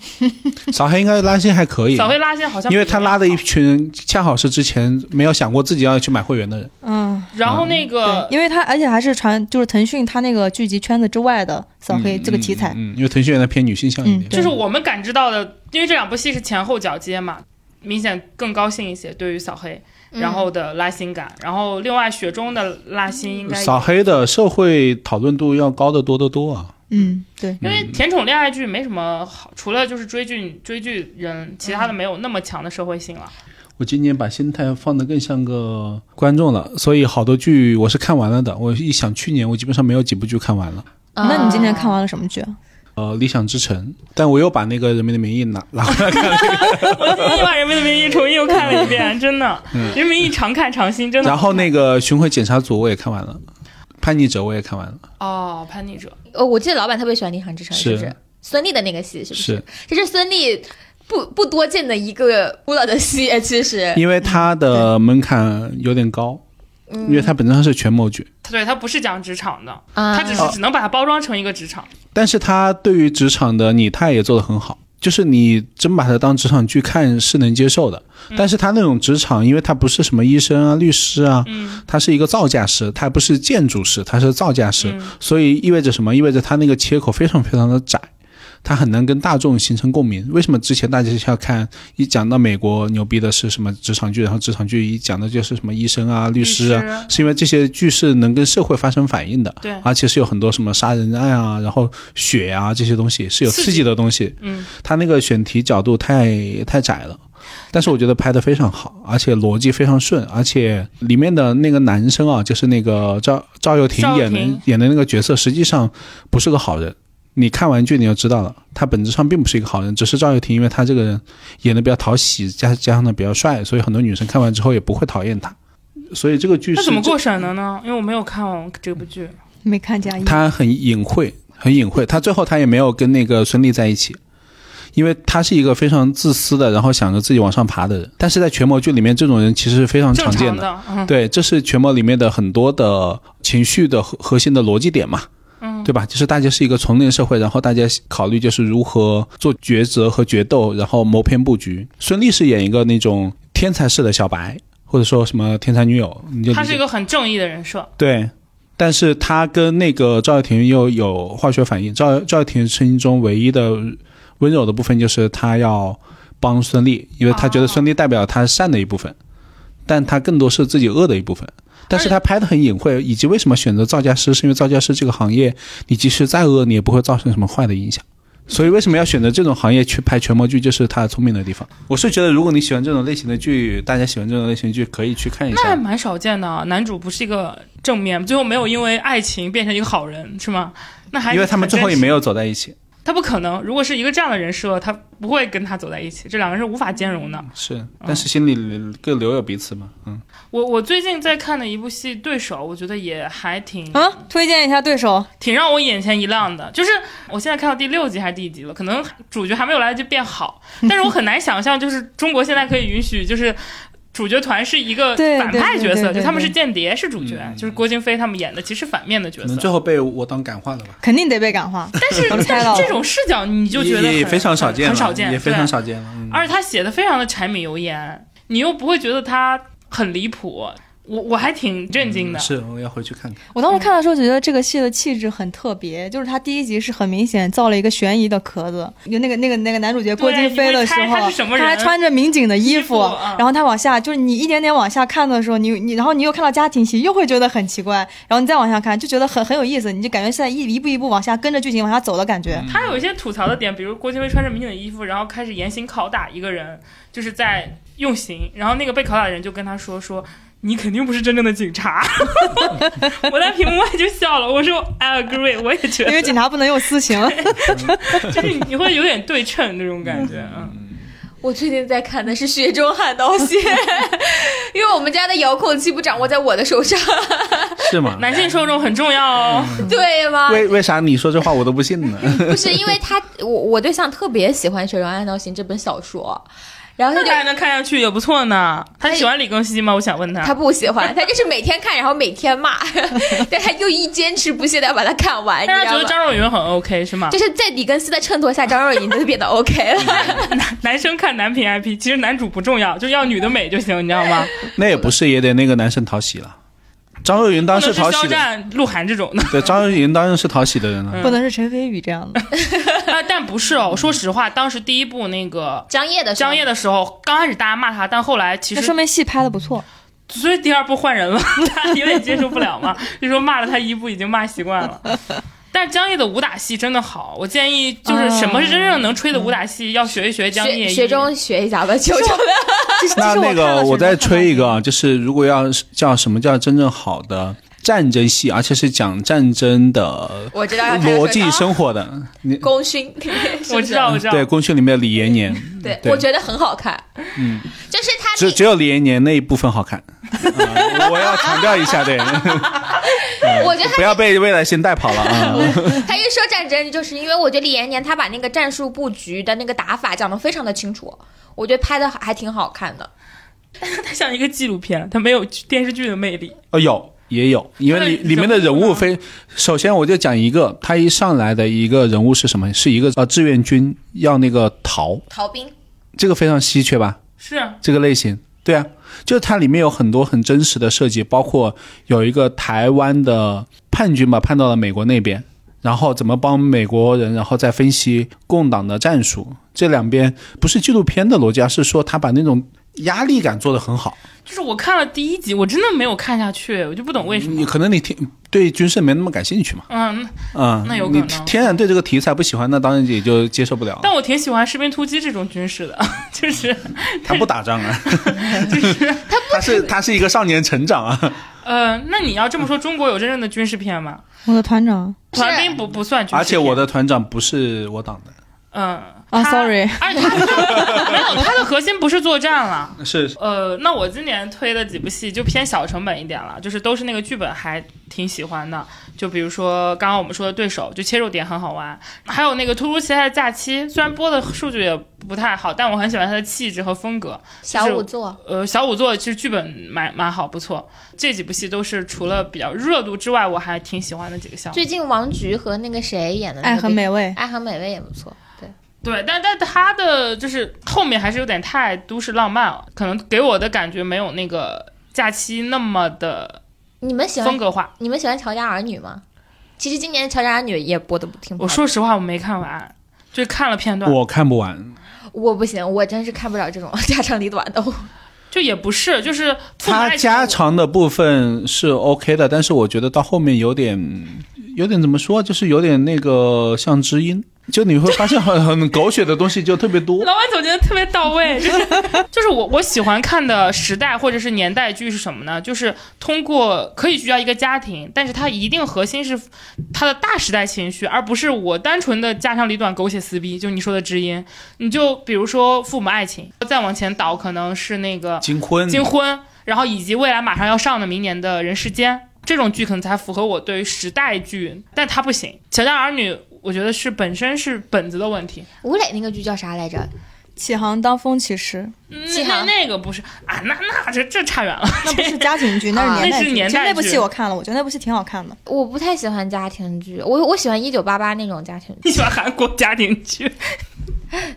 [SPEAKER 3] 扫黑应该拉新还可以，
[SPEAKER 2] 扫黑拉新好像
[SPEAKER 3] 因为他拉的一
[SPEAKER 2] 批。
[SPEAKER 3] 群人恰好是之前没有想过自己要去买会员的人。
[SPEAKER 4] 嗯，
[SPEAKER 2] 然后那
[SPEAKER 4] 对
[SPEAKER 1] 呃
[SPEAKER 2] 个，
[SPEAKER 4] 因为他而且还是传就是腾讯他那个剧集圈子之外的扫黑
[SPEAKER 3] 嗯
[SPEAKER 4] 这个题材，
[SPEAKER 3] 嗯，嗯因为腾讯原来偏女性向一点
[SPEAKER 4] 嗯，对
[SPEAKER 2] 就是我们感知到的，因为这两部戏是前后脚接嘛，明显更高兴一些对于扫黑，
[SPEAKER 1] 嗯
[SPEAKER 2] 然后的拉新感，然后另外雪中的拉新应该
[SPEAKER 3] 扫黑的社会讨论度要高得多得多啊。
[SPEAKER 4] 嗯，对，
[SPEAKER 2] 因为甜宠恋爱剧没什么好，除了就是追剧追剧人，其他的没有那么强的社会性了。 *laughs*
[SPEAKER 3] 我今年把心态放得更像个观众了，所以好多剧我是看完了的。我一想，去年我基本上没有几部剧看完了。
[SPEAKER 1] 啊
[SPEAKER 4] 那你今天看完了什么剧啊？
[SPEAKER 3] 呃，《理想之城》，但我又把那个《人民的名义》拿拿
[SPEAKER 2] *laughs*
[SPEAKER 3] 回来看了，
[SPEAKER 2] 又把《人民的名义》重新又看了一
[SPEAKER 3] *laughs*
[SPEAKER 2] 遍，真的，人民的名义》常看常新，真的。
[SPEAKER 3] 嗯然后那个《巡回检察组》我也看完了，《叛逆者》我也看完了，
[SPEAKER 2] 哦，叛逆者，
[SPEAKER 1] 呃，我记得老板特别喜欢《理想之城》，
[SPEAKER 3] 是
[SPEAKER 1] 不是？孙俪的那个戏是不
[SPEAKER 3] 是
[SPEAKER 1] 这是孙俪不不多见的一个孤岛的戏，哎其实。
[SPEAKER 3] 因为它的门槛有点高，
[SPEAKER 1] 嗯
[SPEAKER 3] 因为它本质上是权谋剧，
[SPEAKER 2] 他对他不是讲职场的，
[SPEAKER 1] 啊
[SPEAKER 2] 他只
[SPEAKER 3] 哦
[SPEAKER 2] 是只能把它包装成一个职场。
[SPEAKER 3] 但是它对于职场的拟态也做得很好。就是你真把它当职场剧看是能接受的，
[SPEAKER 2] 嗯
[SPEAKER 3] 但是它那种职场，因为它不是什么医生啊、律师啊，
[SPEAKER 2] 嗯
[SPEAKER 3] 他是一个造价师，他不是建筑师，他是造价师，
[SPEAKER 2] 嗯
[SPEAKER 3] 所以意味着什么？意味着他那个切口非常非常的窄，他很难跟大众形成共鸣。为什么之前大家要看一讲到美国牛逼的是什么职场剧，然后职场剧一讲的就是什么医生啊、律师啊，
[SPEAKER 2] 律师
[SPEAKER 3] 是因为这些剧是能跟社会发生反应的，
[SPEAKER 2] 对
[SPEAKER 3] 而且是有很多什么杀人案啊，然后血啊这些东西是有
[SPEAKER 2] 刺
[SPEAKER 3] 刺激的东西，
[SPEAKER 2] 嗯，
[SPEAKER 3] 他那个选题角度太太窄了，但是我觉得拍的非常好，而且逻辑非常顺，而且里面的那个男生啊，就是那个赵赵又廷
[SPEAKER 2] 赵又
[SPEAKER 3] 演
[SPEAKER 2] 廷
[SPEAKER 3] 的演的那个角色，实际上不是个好人。你看完剧你就知道了，他本质上并不是一个好人，只是赵又廷因为他这个人演的比较讨喜，加加上呢比较帅，所以很多女生看完之后也不会讨厌他。所以这个剧
[SPEAKER 2] 他
[SPEAKER 3] 是
[SPEAKER 2] 怎么过审的呢？因为我没有看完这部剧。
[SPEAKER 4] 没看加一，
[SPEAKER 3] 他很隐晦，很隐晦。他最后他也没有跟那个孙俪在一起，因为他是一个非常自私的，然后想着自己往上爬的人。但是在权谋剧里面，这种人其实是非常
[SPEAKER 2] 正
[SPEAKER 3] 常见
[SPEAKER 2] 常
[SPEAKER 3] 的。
[SPEAKER 2] 的，嗯，
[SPEAKER 3] 对，这是权谋里面的很多的情绪的核核心的逻辑点嘛。
[SPEAKER 2] 嗯
[SPEAKER 3] 对吧？就是大家是一个丛林社会，然后大家考虑就是如何做抉择和决斗，然后谋篇布局。孙俪是演一个那种天才式的小白，或者说什么天才女友，你就
[SPEAKER 2] 他
[SPEAKER 3] 理
[SPEAKER 2] 是
[SPEAKER 3] 解
[SPEAKER 2] 一个很正义的人设。
[SPEAKER 3] 对，但是他跟那个赵又廷又有化学反应。赵赵又廷声音中唯一的温柔的部分就是他要帮孙俪，因为他觉得孙俪代表他善的一部分，但他更多是自己恶的一部分。但是他拍的很隐晦，以及为什么选择造价师，是因为造价师这个行业，你即使再恶，你也不会造成什么坏的影响。所以为什么要选择这种行业去拍权谋剧，就是他聪明的地方。我是觉得，如果你喜欢这种类型的剧，大家喜欢这种类型的剧，可以去看一
[SPEAKER 2] 那还
[SPEAKER 3] 下。
[SPEAKER 2] 蛮少见的啊。男主不是一个正面，最后没有因为爱情变成一个好人，是吗？那还
[SPEAKER 3] 因为他们最后也没有走在一起，
[SPEAKER 2] 他不可能。如果是一个这样的人设，他不会跟他走在一起，这两个人是无法兼容的。
[SPEAKER 3] 是，但是心里各留有彼此嘛，嗯。
[SPEAKER 2] 我我最近在看的一部戏《对手》，我觉得也还挺
[SPEAKER 4] 啊，推荐一下对手，
[SPEAKER 2] 挺让我眼前一亮的，就是我现在看到第六集还是第几集了，可能主角还没有来得及变好，但是我很难想象，就是中国现在可以允许就是。主角团是一个
[SPEAKER 4] 对
[SPEAKER 2] 反派角
[SPEAKER 4] 对对
[SPEAKER 2] 色，
[SPEAKER 4] 对
[SPEAKER 2] 就他们
[SPEAKER 4] 对
[SPEAKER 2] 是间谍，是主角，就是郭京飞他们演的，其实反面的角
[SPEAKER 5] 可
[SPEAKER 2] 色
[SPEAKER 5] 能。最后被我党感化了吧？
[SPEAKER 4] 肯定得被感 *laughs* 化。
[SPEAKER 2] 但是
[SPEAKER 4] 我
[SPEAKER 2] 但
[SPEAKER 4] 猜到了
[SPEAKER 2] 是这种视角，你就觉得
[SPEAKER 3] 也也
[SPEAKER 2] 很
[SPEAKER 3] 非常少见了，
[SPEAKER 2] 很少见，
[SPEAKER 3] 也非常
[SPEAKER 2] 对
[SPEAKER 3] 少见了。嗯
[SPEAKER 2] 而且他写的非常的柴米油盐，你又不会觉得他很离谱，我我还挺震惊
[SPEAKER 3] 嗯
[SPEAKER 2] 的。
[SPEAKER 5] 是，我要回去看看。
[SPEAKER 4] 我当时看的时候觉得这个戏的气质很特别，就是他第一集是很明显造了一个悬疑的壳子，有那个那个那个男主角郭京飞的时
[SPEAKER 2] 你会
[SPEAKER 4] 候，
[SPEAKER 2] 猜他是什么人
[SPEAKER 4] 还穿着民警的衣
[SPEAKER 2] 衣服啊
[SPEAKER 4] 然后他往下就是你一点点往下看的时候，你你然后你又看到家庭戏，又会觉得很奇怪，然后你再往下看就觉得很很有意思，你就感觉是在一一步一步往下跟着剧情往下走的感觉。
[SPEAKER 2] 他有一些吐槽的点，比如郭京飞穿着民警的衣服，然后开始严刑拷打一个人，就是在用刑，然后那个被拷打的人就跟他说说。你肯定不是真正的警察，
[SPEAKER 3] *laughs*
[SPEAKER 2] 我在屏幕外就笑了。我说 I agree，我也觉
[SPEAKER 3] *laughs*
[SPEAKER 4] 因为
[SPEAKER 2] 得，
[SPEAKER 4] 警察不能用私 *laughs* 刑，
[SPEAKER 2] 就是你会有点对称这种感觉。嗯，
[SPEAKER 1] 我最近在看的是《雪中悍刀行》， *laughs* 因为我们家的遥控器不掌握在我的手 *laughs* 上，
[SPEAKER 3] *laughs* 是吗？
[SPEAKER 2] 男性受众很重要
[SPEAKER 3] 嗯
[SPEAKER 2] 哦。
[SPEAKER 1] 对吗？
[SPEAKER 3] *laughs*
[SPEAKER 5] 为为啥你说这话我都不信
[SPEAKER 2] *laughs*
[SPEAKER 5] 呢？
[SPEAKER 1] 不是因为他，我我对象特别喜欢《雪中悍刀行》这本小说，然后他
[SPEAKER 2] 那
[SPEAKER 1] 就
[SPEAKER 2] 还能看下去也不错呢。他喜欢李庚希吗？我想问他。
[SPEAKER 1] 他不喜欢，他就是每天看，然后每天骂， *laughs* 但他又一坚持不懈的把它看完，你
[SPEAKER 2] 但
[SPEAKER 1] 知
[SPEAKER 2] 他觉
[SPEAKER 1] 道
[SPEAKER 2] 得
[SPEAKER 1] 吗？
[SPEAKER 2] 张若昀很 OK 是吗
[SPEAKER 1] 就？是在里根斯的衬托下，张若昀就变得 OK *laughs* 了。
[SPEAKER 2] *laughs* 男生看男频 IP，其实男主不重要，就要女的美就行，你知道吗？
[SPEAKER 3] 那也不是，也得那个男生讨喜了。张若昀
[SPEAKER 2] 不
[SPEAKER 3] 当
[SPEAKER 2] 能
[SPEAKER 3] 时
[SPEAKER 2] 是
[SPEAKER 3] 讨
[SPEAKER 2] 肖
[SPEAKER 3] 喜的，
[SPEAKER 2] 战、鹿晗这种
[SPEAKER 3] *laughs*
[SPEAKER 2] 的，
[SPEAKER 3] 对，张若昀当然是讨喜的人了。啊
[SPEAKER 2] 嗯
[SPEAKER 4] 不能是陈飞宇这 *laughs* 样的。
[SPEAKER 2] 啊，但不是哦。我说实话，当时第一部那个
[SPEAKER 1] 张烨的时候
[SPEAKER 2] 张烨的时候，刚开始大家骂他，但后来其
[SPEAKER 4] 那说
[SPEAKER 2] 实
[SPEAKER 4] 明戏拍的不错，
[SPEAKER 2] 所以第二部换人了， *laughs* 大家有点接受不了嘛，就说骂了他一部已经骂习惯了。但是张译的武打戏真的好，我建议就是什么是真正能吹的武打戏，要学一学张译。
[SPEAKER 1] 雪雪中哦学一下吧，求求了。
[SPEAKER 4] 这是这
[SPEAKER 3] 那那
[SPEAKER 4] 是我看
[SPEAKER 3] 个
[SPEAKER 4] 了
[SPEAKER 3] 我再
[SPEAKER 4] 水中悍刀
[SPEAKER 3] 吹一个啊，就是如果要是叫什么叫真正好的战争戏，而且是讲战争的
[SPEAKER 1] *laughs* *laughs* 我知道要
[SPEAKER 3] 逻辑
[SPEAKER 1] 生
[SPEAKER 3] 生活的，你
[SPEAKER 1] 功勋，
[SPEAKER 2] 我知啊道，我知道，
[SPEAKER 3] 对《功勋》里面的李延年，
[SPEAKER 1] 对，
[SPEAKER 3] 对
[SPEAKER 1] 我觉得很好看。嗯，就是他
[SPEAKER 3] 只只有李延年那一部分好 *laughs* 看。啊我要强调一下，对，
[SPEAKER 1] 那， *laughs* 我觉得他
[SPEAKER 3] 不要被未来星带跑了啊！
[SPEAKER 1] 他一说战争，就是因为我觉得李延年他把那个战术布局的那个打法讲得非常的清楚，我觉得拍的还挺好看的。
[SPEAKER 2] 它像一个纪录片，它没有电视剧的魅力。
[SPEAKER 3] *laughs* 哦，有也有，因为里
[SPEAKER 2] 那
[SPEAKER 3] 里面的人
[SPEAKER 2] 人物
[SPEAKER 3] 物
[SPEAKER 2] 呢
[SPEAKER 3] 非，首先我就讲一个，他一上来的一个人物是什么？是一个呃志愿军要那个逃，
[SPEAKER 1] 逃兵，
[SPEAKER 3] 这个非常稀缺吧？
[SPEAKER 2] 是啊，
[SPEAKER 3] 这个类型，对啊，就是它里面有很多很真实的设计，包括有一个台湾的叛军吧，叛到了美国那边，然后怎么帮美国人，然后再分析共党的战术。这两边不是纪录片的逻辑，而是说他把那种压力感做得很好。
[SPEAKER 2] 就是我看了第一集，我真的没有看下去，我就不懂为什么。
[SPEAKER 3] 你可能你听对军事没那么感兴趣嘛，
[SPEAKER 2] 嗯，
[SPEAKER 3] 嗯，
[SPEAKER 2] 那有可
[SPEAKER 3] 你
[SPEAKER 2] 能
[SPEAKER 3] 天然对这个题材不喜欢，那当然也就接受不了了。
[SPEAKER 2] 但我挺喜欢《士兵突击》这种军事的， *laughs* 就是
[SPEAKER 3] 他不打仗啊， *laughs* 他是他是一个少年成长啊，
[SPEAKER 2] 呃，那你要这么说，中国有真正的军事片吗？
[SPEAKER 4] 我的团长
[SPEAKER 2] 团兵不不算军事片，
[SPEAKER 3] 而且我的团长不是我党的，
[SPEAKER 2] 嗯
[SPEAKER 4] 啊
[SPEAKER 2] 它
[SPEAKER 4] ，sorry，
[SPEAKER 2] 而且它 *laughs* 没有它的核心不是作战了。
[SPEAKER 3] 是
[SPEAKER 2] 呃，那我今年推的几部戏就偏小成本一点了，就是都是那个剧本还挺喜欢的，就比如说刚刚我们说的对手，就切入点很好玩，还有那个突如其来的假期，虽然播的数据也不太好，但我很喜欢它的气质和风格。
[SPEAKER 1] 小仵作，
[SPEAKER 2] 呃，小仵作其实剧本蛮蛮好，不错。这几部戏都是除了比较热度之外，我还挺喜欢的几个项目。
[SPEAKER 1] 最近王菊和那个谁演的
[SPEAKER 4] 《
[SPEAKER 1] 那个
[SPEAKER 4] 爱很美味》。
[SPEAKER 1] 爱很美味也不错。对，
[SPEAKER 2] 对，但但他的就是后面还是有点太都市浪漫了，可能给我的感觉没有那个假期那么的
[SPEAKER 1] 你们喜
[SPEAKER 2] 风
[SPEAKER 1] 欢
[SPEAKER 2] 格化。
[SPEAKER 1] 你们喜欢《乔家儿女》吗？其实今年《乔家儿女》也播的不挺好的。
[SPEAKER 2] 我说实话，我没看完，就看了片段。
[SPEAKER 3] 我看不完，
[SPEAKER 1] 我不行，我真是看不了这种 *laughs* 家长里短的。
[SPEAKER 2] 就也不是，就是父母
[SPEAKER 3] 他
[SPEAKER 2] 爱
[SPEAKER 3] 家
[SPEAKER 2] 宠
[SPEAKER 3] 常的部分是 OK 的，但是我觉得到后面有点，有点怎么说，就是有点那个像知音，就你会发现很 *laughs* 很狗血的东西就特别多
[SPEAKER 2] 物。。老板总结的特别到位，就是 *laughs* 就是我我喜欢看的时代或者是年代剧是什么呢？就是通过可以聚焦一个家庭，但是它一定核心是它的大时代情绪，而不是我单纯的家长里短、狗血撕逼。就你说的知音，你就比如说父母爱情，再往前倒可能是那个
[SPEAKER 3] 金婚，
[SPEAKER 2] 金婚，然后以及未来马上要上的明年的人世间这种剧，可能才符合我对于时代剧，但它不行。乔家儿女，我觉得是本身是本子的问题，
[SPEAKER 1] 吴磊那个剧叫啥来着？
[SPEAKER 4] 启航当风起时，
[SPEAKER 2] 嗯
[SPEAKER 1] 季
[SPEAKER 2] 那
[SPEAKER 1] 航
[SPEAKER 2] 那个不是啊，那那这这差远了。
[SPEAKER 4] *laughs*
[SPEAKER 2] *laughs*
[SPEAKER 4] 那不是家庭剧，啊
[SPEAKER 2] 那
[SPEAKER 4] 那是年代
[SPEAKER 2] 是
[SPEAKER 4] 剧。
[SPEAKER 2] 年
[SPEAKER 4] 其实
[SPEAKER 2] 代
[SPEAKER 4] 那部
[SPEAKER 2] 剧
[SPEAKER 4] 戏我看了，我觉得那部戏挺好看的。
[SPEAKER 1] 我不太喜欢家庭剧，我我喜欢一九八八那种家庭剧。
[SPEAKER 2] 你喜欢韩国家庭剧？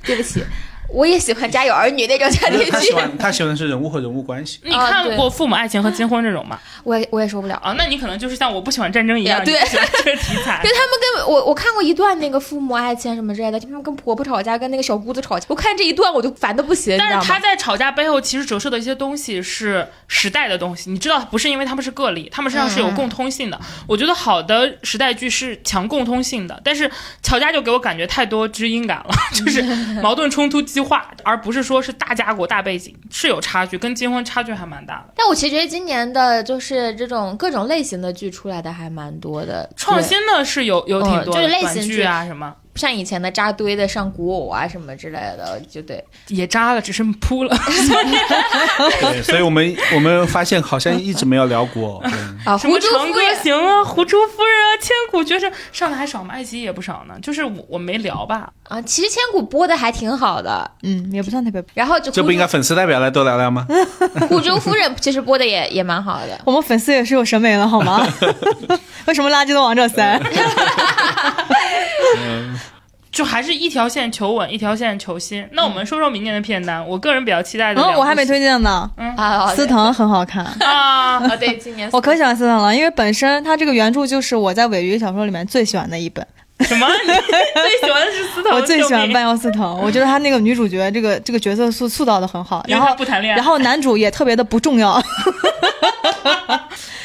[SPEAKER 1] 对不起，我也喜欢《家有儿女》那种家 *laughs* 庭
[SPEAKER 3] 他喜
[SPEAKER 1] 剧，
[SPEAKER 3] 欢他喜欢的是人物和人物关系。
[SPEAKER 2] *laughs* 你看
[SPEAKER 1] 对
[SPEAKER 2] 过《父母爱情》和《金婚》这种吗？
[SPEAKER 1] 我也我也受不了。
[SPEAKER 2] 啊，那你可能就是像我不喜欢战争一样，
[SPEAKER 1] 呀对
[SPEAKER 2] 你不喜欢这个题 *laughs* 材
[SPEAKER 1] 因。为他们跟我我看过一段那个父母爱情什么之类的，就他们跟婆婆吵架，跟那个小姑子吵架，我看这一段我就烦的不行，你知
[SPEAKER 2] 但
[SPEAKER 1] 道
[SPEAKER 2] 是他
[SPEAKER 1] 吗？
[SPEAKER 2] 在吵架背后其实折射的一些东西是时代的东西，你知道，不是因为他们是个例，他们身上是有共通性
[SPEAKER 1] 嗯
[SPEAKER 2] 的。我觉得好的时代剧是强共通性的，但是乔家就给我感觉太多知音感了， *laughs*
[SPEAKER 1] *laughs*
[SPEAKER 2] 就是矛盾冲突激化，而不是说是大家国大背景是有差距，跟金婚差距还蛮大的。
[SPEAKER 1] 但我其实觉得今年的就是这种各种类型的剧出来的还蛮多的，
[SPEAKER 2] 创新的是有有挺
[SPEAKER 1] 嗯
[SPEAKER 2] 多
[SPEAKER 1] 就
[SPEAKER 2] 的，
[SPEAKER 1] 是类型
[SPEAKER 2] 短剧啊什么。
[SPEAKER 1] 对像以前的扎堆的上古偶啊什么之类的，就对。
[SPEAKER 2] 也扎了，只是扑了。
[SPEAKER 3] 对，所以我们我们发现好像一直没有聊过。对
[SPEAKER 1] 啊，
[SPEAKER 2] 什么
[SPEAKER 1] 胡珠
[SPEAKER 2] 长
[SPEAKER 1] 夫
[SPEAKER 2] 歌
[SPEAKER 1] 人，
[SPEAKER 2] 行啊，狐珠夫人啊，千古绝世上的还少吗？爱奇艺也不少呢。就是我我没聊吧，
[SPEAKER 1] 啊，其实千古播的还挺好的，
[SPEAKER 4] 嗯，也不算特别。
[SPEAKER 1] 然后就
[SPEAKER 3] 这
[SPEAKER 1] 胡
[SPEAKER 3] 不应该
[SPEAKER 1] 珠
[SPEAKER 3] 粉丝代表来多聊
[SPEAKER 2] *laughs*
[SPEAKER 3] 聊吗？
[SPEAKER 1] 胡珠夫人其实播的也也蛮好的。
[SPEAKER 4] 我们粉丝也是有审美的好吗？ *laughs* 为什么垃圾都往这塞？
[SPEAKER 2] 就还是一条线求稳，一条线求新。那我们说说明年的片单，我个人比较期待的
[SPEAKER 4] 嗯
[SPEAKER 2] 两部戏。，
[SPEAKER 4] 我还没推荐呢。
[SPEAKER 1] 啊，
[SPEAKER 4] 司藤很好 *laughs* 看，
[SPEAKER 2] 啊。
[SPEAKER 1] 啊，对，今年
[SPEAKER 4] 我可喜欢司藤了，因为本身它这个原著就是我在尾鱼小说里面最喜欢的一本。
[SPEAKER 2] 什么？你最喜欢的是司藤？
[SPEAKER 4] 我最喜欢
[SPEAKER 2] 救命
[SPEAKER 4] 半，妖司藤，我觉得她那个女主角这个这个角色塑塑造的很好，
[SPEAKER 2] 因
[SPEAKER 4] 然
[SPEAKER 2] 为
[SPEAKER 4] 后
[SPEAKER 2] 他不谈恋爱。
[SPEAKER 4] 然后男主也特别的不重 *laughs* 要。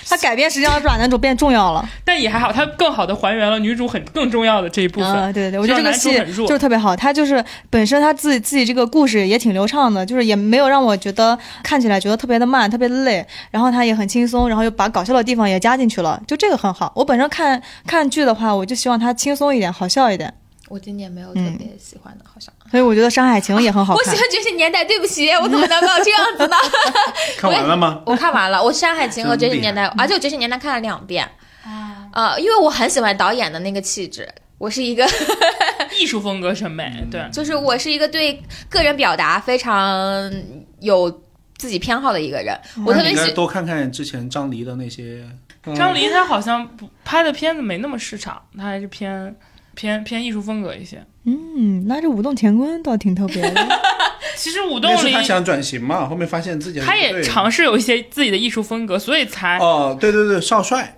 [SPEAKER 4] 他改编实际上把男主变重要了，
[SPEAKER 2] 但也还好，他更好的还原了女主很更重要的这一部分。
[SPEAKER 4] 嗯，对对对，我觉得这个
[SPEAKER 2] 就
[SPEAKER 4] 戏
[SPEAKER 2] 让男主很弱
[SPEAKER 4] 就是特别好，他就是本身他自己自己这个故事也挺流畅的，就是也没有让我觉得看起来觉得特别的慢、特别的累，然后他也很轻松，然后又把搞笑的地方也加进去了，就这个很好。我本身看看剧的话，我就希望它轻松一点、好笑一点，
[SPEAKER 1] 我今年没有特
[SPEAKER 4] 嗯
[SPEAKER 1] 别喜欢的，好像。
[SPEAKER 4] 所以我觉得《山海情》也很好
[SPEAKER 1] 我
[SPEAKER 4] 看
[SPEAKER 1] 喜。欢觉醒年代，对不起，我怎么能够这样子呢？
[SPEAKER 3] *laughs* 看完了吗？
[SPEAKER 1] 我看完了，我《山海情》和《
[SPEAKER 3] 真
[SPEAKER 1] 觉
[SPEAKER 3] 厉
[SPEAKER 1] 醒
[SPEAKER 3] 嗯
[SPEAKER 1] 年代》，而且我《觉醒年代》看了两遍。
[SPEAKER 4] 哦
[SPEAKER 1] 啊、因为我很喜欢导演的那个气质，我是一个， *laughs*
[SPEAKER 2] 艺术风格审
[SPEAKER 3] 嗯
[SPEAKER 2] 美，对。
[SPEAKER 1] 就是我是一个对个人表达非常有自己偏好的一个人。
[SPEAKER 4] 嗯
[SPEAKER 1] 我特
[SPEAKER 3] 你
[SPEAKER 1] 别
[SPEAKER 3] 应该
[SPEAKER 1] 喜，
[SPEAKER 3] 多看看之前张黎的那些。嗯
[SPEAKER 2] 张黎他好像不拍的片子没那么市场，他还是偏偏偏艺术风格一些。
[SPEAKER 4] 嗯，那这舞动乾坤倒挺特别的，
[SPEAKER 2] 其实武
[SPEAKER 3] 那
[SPEAKER 2] 动
[SPEAKER 3] 是
[SPEAKER 2] 里
[SPEAKER 3] 他想转型嘛，后面发现自己还
[SPEAKER 2] 他
[SPEAKER 3] 不
[SPEAKER 2] 也
[SPEAKER 3] 对
[SPEAKER 2] 尝试有一些自己的艺术风格，所以才、
[SPEAKER 3] 哦，对对对，少帅。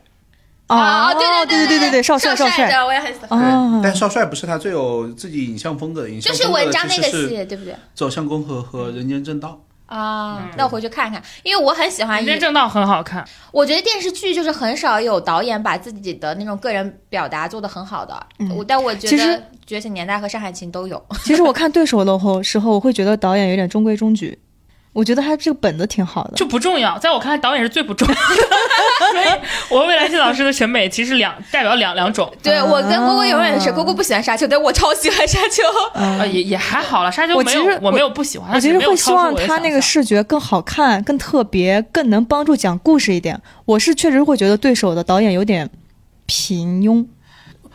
[SPEAKER 1] 啊，对
[SPEAKER 4] 哦对
[SPEAKER 1] 对
[SPEAKER 4] 对
[SPEAKER 1] 对
[SPEAKER 4] 对，少
[SPEAKER 1] 帅
[SPEAKER 4] 少帅，
[SPEAKER 1] 的我也很喜欢。
[SPEAKER 4] 哦
[SPEAKER 3] 对，但少帅不是他最有自己影像风格的影像
[SPEAKER 1] 就
[SPEAKER 3] 风
[SPEAKER 1] 是
[SPEAKER 3] 格的
[SPEAKER 1] 文章那个
[SPEAKER 3] 其实是
[SPEAKER 1] 戏，对不对？
[SPEAKER 3] 走向共和和人间正道。
[SPEAKER 4] 哦
[SPEAKER 1] 啊、
[SPEAKER 3] 嗯
[SPEAKER 1] 那我回去看看，因为我很喜欢
[SPEAKER 2] 人
[SPEAKER 1] 一
[SPEAKER 2] 间正道很好看，
[SPEAKER 1] 我觉得电视剧就是很少有导演把自己的那种个人表达做得很好的，
[SPEAKER 4] 嗯
[SPEAKER 1] 我但我觉
[SPEAKER 4] 其
[SPEAKER 1] 得
[SPEAKER 4] 实
[SPEAKER 1] 《觉醒年代》和《山海情》都有。
[SPEAKER 4] 其实我看对手的后时候，我会觉得导演有点中规中矩，我觉得他这个本子挺好的。
[SPEAKER 2] 就不重要。在我看来，导演是最不重要的。所以，我未来季老师的审美其实两代表两两种，
[SPEAKER 1] 对我跟
[SPEAKER 4] 啊
[SPEAKER 1] 蝈蝈永远是蝈蝈不喜欢沙丘，但我超喜欢沙丘。
[SPEAKER 4] 嗯
[SPEAKER 2] 呃，也也还好了。沙丘
[SPEAKER 4] 我
[SPEAKER 2] 没
[SPEAKER 4] 其
[SPEAKER 2] 有，
[SPEAKER 4] 实
[SPEAKER 2] 我
[SPEAKER 4] 我
[SPEAKER 2] 没有不喜欢，
[SPEAKER 4] 我
[SPEAKER 2] 但
[SPEAKER 4] 其
[SPEAKER 2] 是
[SPEAKER 4] 实
[SPEAKER 2] 没有
[SPEAKER 4] 会
[SPEAKER 2] 超
[SPEAKER 4] 希
[SPEAKER 2] 出
[SPEAKER 4] 望
[SPEAKER 2] 我的
[SPEAKER 4] 他
[SPEAKER 2] 想
[SPEAKER 4] 那个
[SPEAKER 2] 象
[SPEAKER 4] 视觉更好看、更特别、更能帮助讲故事一点。我是确实会觉得对手的导演有点平庸，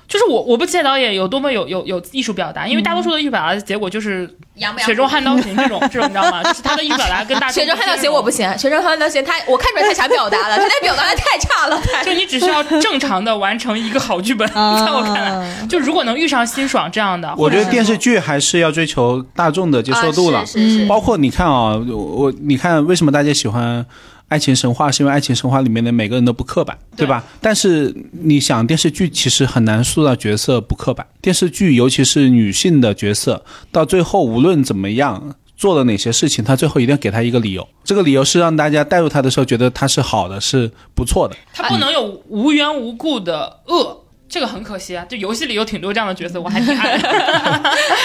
[SPEAKER 2] 就是我我不期待导演有多么有有有艺术表达，因为大多数的艺术表达的结果就是
[SPEAKER 1] *laughs* 杨不
[SPEAKER 2] 雪中悍刀行这种这种，你知道吗？就是他的艺术表达跟大众
[SPEAKER 1] 雪中悍刀
[SPEAKER 2] 不
[SPEAKER 1] 行我不行，雪中悍刀行他我看出来他想表达了，
[SPEAKER 4] *laughs*
[SPEAKER 1] 他那表达的太差了。他
[SPEAKER 2] 就你只需要正常的完成一个好剧本，
[SPEAKER 4] 啊
[SPEAKER 2] 在我看来，就如果能遇上辛爽这样的，
[SPEAKER 3] 我觉
[SPEAKER 2] 或
[SPEAKER 3] 得
[SPEAKER 2] 者
[SPEAKER 3] 电视剧还是要追求大众的接受度了
[SPEAKER 4] 嗯
[SPEAKER 2] 嗯
[SPEAKER 1] 啊、，是是是。
[SPEAKER 3] 包括你看啊，我我你看为什么大家喜欢爱情神话》，是因为《爱情神话》里面的每个人都不刻板，对吧？但是你想，电视剧其实很难塑造角色不刻板。电视剧尤其是女性的角色，到最后无论怎么样。做了哪些事情，他最后一定要给他一个理由。这个理由是让大家带入他的时候觉得他是好的，是
[SPEAKER 2] *laughs*
[SPEAKER 3] 不错的。
[SPEAKER 2] 他不能有无缘无故的恶，这个很可惜啊。就游戏里有挺多这样的角色，我还挺爱的。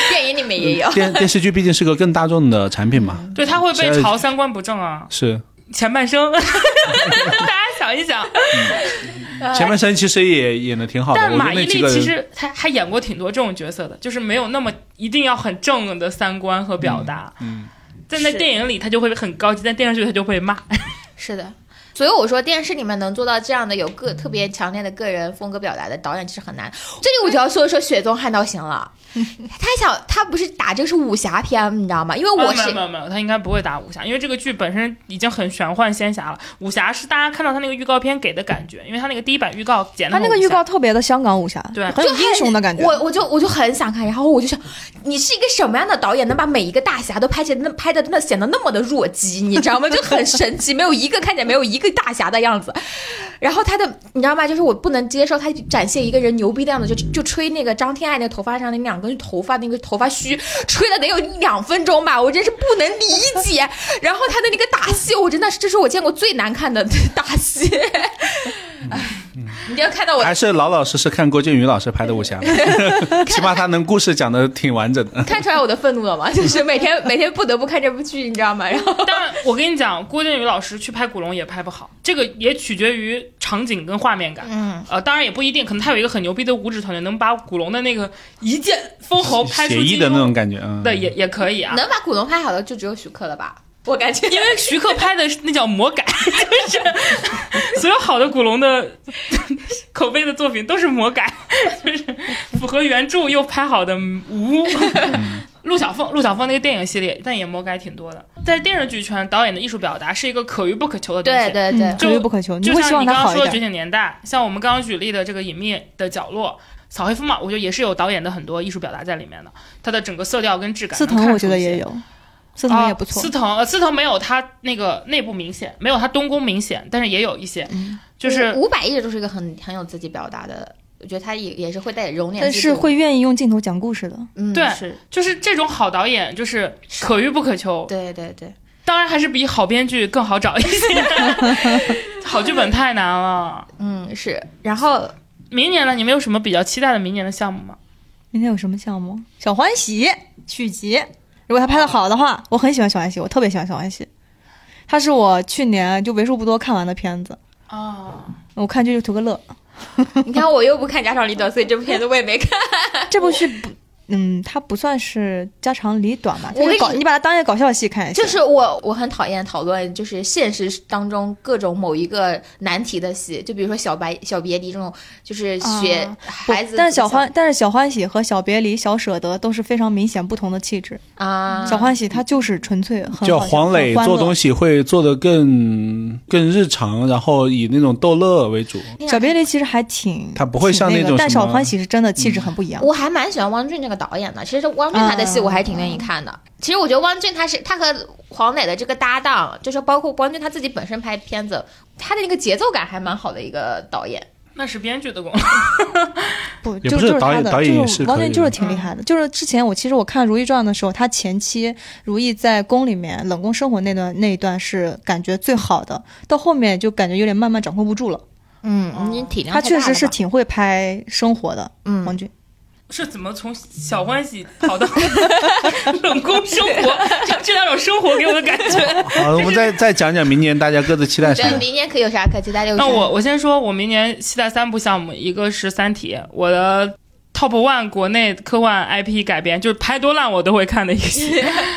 [SPEAKER 1] 电影里面也有。
[SPEAKER 3] 电电视剧毕竟是个更大众的产品嘛，
[SPEAKER 2] 对他会被
[SPEAKER 3] 只要
[SPEAKER 2] 嘲三观不正啊，
[SPEAKER 3] 是
[SPEAKER 2] 前半
[SPEAKER 3] *laughs*
[SPEAKER 2] 生。大家想一想，
[SPEAKER 3] 前半生其实也演的挺好的。
[SPEAKER 2] 呃但
[SPEAKER 3] 我觉
[SPEAKER 2] 马
[SPEAKER 3] 得那
[SPEAKER 2] 伊
[SPEAKER 3] 几
[SPEAKER 2] 琍
[SPEAKER 3] 个
[SPEAKER 2] 其
[SPEAKER 3] 人，
[SPEAKER 2] 实她还演过挺多这种角色的，就是没有那么一定要很正的三观和表达。
[SPEAKER 3] 嗯，
[SPEAKER 2] 在那
[SPEAKER 1] 是
[SPEAKER 2] 电影里她就会很高级，在电视剧她就会骂。
[SPEAKER 1] 是的，所以我说电视里面能做到这样的有个特别强烈的个人风格表达的导演其实很难。这里我就要说一说雪中悍刀行
[SPEAKER 2] *laughs*
[SPEAKER 1] 了，他想他不是打这个是武侠片，你知道吗？因为我
[SPEAKER 2] 啊、没
[SPEAKER 1] 是
[SPEAKER 2] 有没有没有，他应该不会打武侠，因为这个剧本身已经很玄幻仙侠了。武侠是大家看到他那个预告片给的感觉，因为他那个第一版预告剪的
[SPEAKER 4] 他那个预告特别的香港武侠，
[SPEAKER 2] 对
[SPEAKER 4] 很有英雄的感觉。
[SPEAKER 1] 我我就我就很想看，然后我就想，你是一个什么样的导演，能把每一个大侠都拍起来，那拍的那显得那么的弱鸡，你知道吗？就很神奇，没有一个看起来没有一个大侠的样子。然后他的，你知道吗？就是我不能接受他展现一个人牛逼的样子，就就吹那个张天爱那头发上那两根头发那个头发须，吹了得有两分钟吧，我真是不能理解。然后他的那个打戏，我真的是这是我见过最难看的打戏。哎， *laughs* 你要看到我
[SPEAKER 3] 还是老老实实看郭靖宇老师拍的武侠，起码他能故事讲的挺完整的。
[SPEAKER 1] 看出来我的愤怒了吗？ *laughs* 就是每天每天不得不看这部剧，你知道吗？然
[SPEAKER 2] *laughs*
[SPEAKER 1] 后
[SPEAKER 2] 但我跟你讲，郭靖宇老师去拍古龙也拍不好，这个也取决于场景跟画面感。嗯，呃，当然也不一定，可能他有一个很牛逼的武指团队，能把古龙的那个一剑封喉拍出
[SPEAKER 3] 写意
[SPEAKER 2] 金
[SPEAKER 3] 的那
[SPEAKER 2] 庸
[SPEAKER 3] 种感觉，嗯，
[SPEAKER 2] 的也也可以啊。
[SPEAKER 1] 能把古龙拍好的就只有徐克了吧？我感觉
[SPEAKER 2] *laughs* 因为徐克拍的是那叫魔改，就是所有好的古龙的口碑的作品都是魔改，就是符合原著又拍好的无。陆小凤，陆小凤那个电影系列，但也魔改挺多的。在电视剧圈，导演的艺术表达是一个可遇不可求的东西。
[SPEAKER 1] 对对对，
[SPEAKER 4] 嗯，可遇不可求，你
[SPEAKER 2] 就
[SPEAKER 4] 会
[SPEAKER 2] 像
[SPEAKER 4] 希望
[SPEAKER 2] 你
[SPEAKER 4] 他
[SPEAKER 2] 刚刚
[SPEAKER 4] 好一
[SPEAKER 2] 说的《
[SPEAKER 4] 点
[SPEAKER 2] 觉。醒年代》，像我们刚刚举例的这个《隐秘的角落》。扫黑风暴，我觉得也是有导演的很多艺术表达在里面的，它的整个色调跟质感。
[SPEAKER 4] 司
[SPEAKER 2] 能
[SPEAKER 4] 藤
[SPEAKER 2] 看
[SPEAKER 4] 我觉得
[SPEAKER 2] 出一些
[SPEAKER 4] 也有，司藤也不
[SPEAKER 2] 啊
[SPEAKER 4] 错
[SPEAKER 2] 司。藤呃，司藤没有他那个内部明显，没有他东宫明显，但是也有一些，
[SPEAKER 4] 嗯
[SPEAKER 2] 就是
[SPEAKER 1] 伍佰一直都是一个很很有自己表达的，我觉得他也也是会带点揉捻，
[SPEAKER 4] 但是会愿意用镜头讲故事的，
[SPEAKER 1] 嗯
[SPEAKER 2] 对
[SPEAKER 1] 是
[SPEAKER 2] 就是这种好导演就是可遇不可求，
[SPEAKER 1] 对对对，
[SPEAKER 2] 当然还是比好编剧更好找一
[SPEAKER 4] *laughs*
[SPEAKER 2] 些，好剧本太难了。
[SPEAKER 1] 嗯是。然 *laughs* 后
[SPEAKER 2] 明年呢，你们有什么比较期待的明年的项目吗？
[SPEAKER 4] 明天有什么项目？小欢喜续集，如果他拍的好的话，我很喜欢小欢喜，我特别喜欢小欢喜，他是我去年就为数不多看完的片子，
[SPEAKER 2] 啊，
[SPEAKER 4] 我看这就图个乐。
[SPEAKER 1] 你看我又不看《家长里短》，所以这部片子我也没看。
[SPEAKER 4] 这部剧不，嗯，它不算是家长里短吧，
[SPEAKER 1] 我跟
[SPEAKER 4] 就是
[SPEAKER 1] 你
[SPEAKER 4] 搞你把它当一个搞笑戏看一
[SPEAKER 1] *laughs*
[SPEAKER 4] 下，
[SPEAKER 1] 就是我我很讨厌讨论就是现实当中各种某一个难题的戏，就比如说小白小别离这种，就是学
[SPEAKER 4] 啊不
[SPEAKER 1] 孩子怎么想、
[SPEAKER 4] 但是小欢，但是小欢喜和小别离、小舍得都是非常明显不同的气质。
[SPEAKER 1] 啊，
[SPEAKER 4] 小欢喜他就是纯粹很
[SPEAKER 3] 叫
[SPEAKER 4] 好笑
[SPEAKER 3] 黄磊做东
[SPEAKER 4] 西。
[SPEAKER 3] 西会做的更更日常，然后以那种逗乐为主。
[SPEAKER 4] 小别离其实还挺，
[SPEAKER 3] 他不会像
[SPEAKER 4] 挺那
[SPEAKER 3] 那
[SPEAKER 4] 个
[SPEAKER 3] 种
[SPEAKER 4] 但
[SPEAKER 3] 什么嗯
[SPEAKER 4] 小欢喜是真的气质很不一样。
[SPEAKER 1] 我还蛮喜欢汪俊这个导演的，其实汪俊他的戏我还是挺愿意看的。其实我觉得汪俊他是他和黄磊的这个搭档，就是包括汪俊他自己本身拍片子，他的那个节奏感还蛮好的一个导演。
[SPEAKER 2] 那是编剧的功
[SPEAKER 4] 不，
[SPEAKER 3] 也不
[SPEAKER 4] 就就是是
[SPEAKER 3] 导
[SPEAKER 4] 他
[SPEAKER 3] 演
[SPEAKER 4] 的，
[SPEAKER 3] 导演也
[SPEAKER 4] 就是王
[SPEAKER 3] 可以的
[SPEAKER 4] 俊
[SPEAKER 3] 嗯
[SPEAKER 4] 就是挺厉害的。就是之前我其实我看《如懿传》的时候，他前期如懿在宫里面冷宫生活那段那一段是感觉最好的，到后面就感觉有点慢慢掌控不住了。
[SPEAKER 1] 嗯，你体量
[SPEAKER 4] 他
[SPEAKER 1] 太大
[SPEAKER 4] 确
[SPEAKER 1] 了
[SPEAKER 4] 实是
[SPEAKER 1] 吧
[SPEAKER 4] 挺会拍生活的，
[SPEAKER 1] 嗯
[SPEAKER 4] 王俊。
[SPEAKER 2] *laughs* 是怎么从小欢喜跑到 *laughs* 冷宫生活？ *laughs* 就这两种生活给我的感觉。
[SPEAKER 3] 好，我们再再讲讲明年大家各自期
[SPEAKER 1] *laughs*
[SPEAKER 3] 待什
[SPEAKER 1] 对，
[SPEAKER 3] 么。
[SPEAKER 1] 明年可以有啥可期待？
[SPEAKER 2] 那我我先说，我明年期待三部项目，一个是《三体》，我的 Top One 国内科幻 IP 改编，就是拍多烂我都会看的一个戏，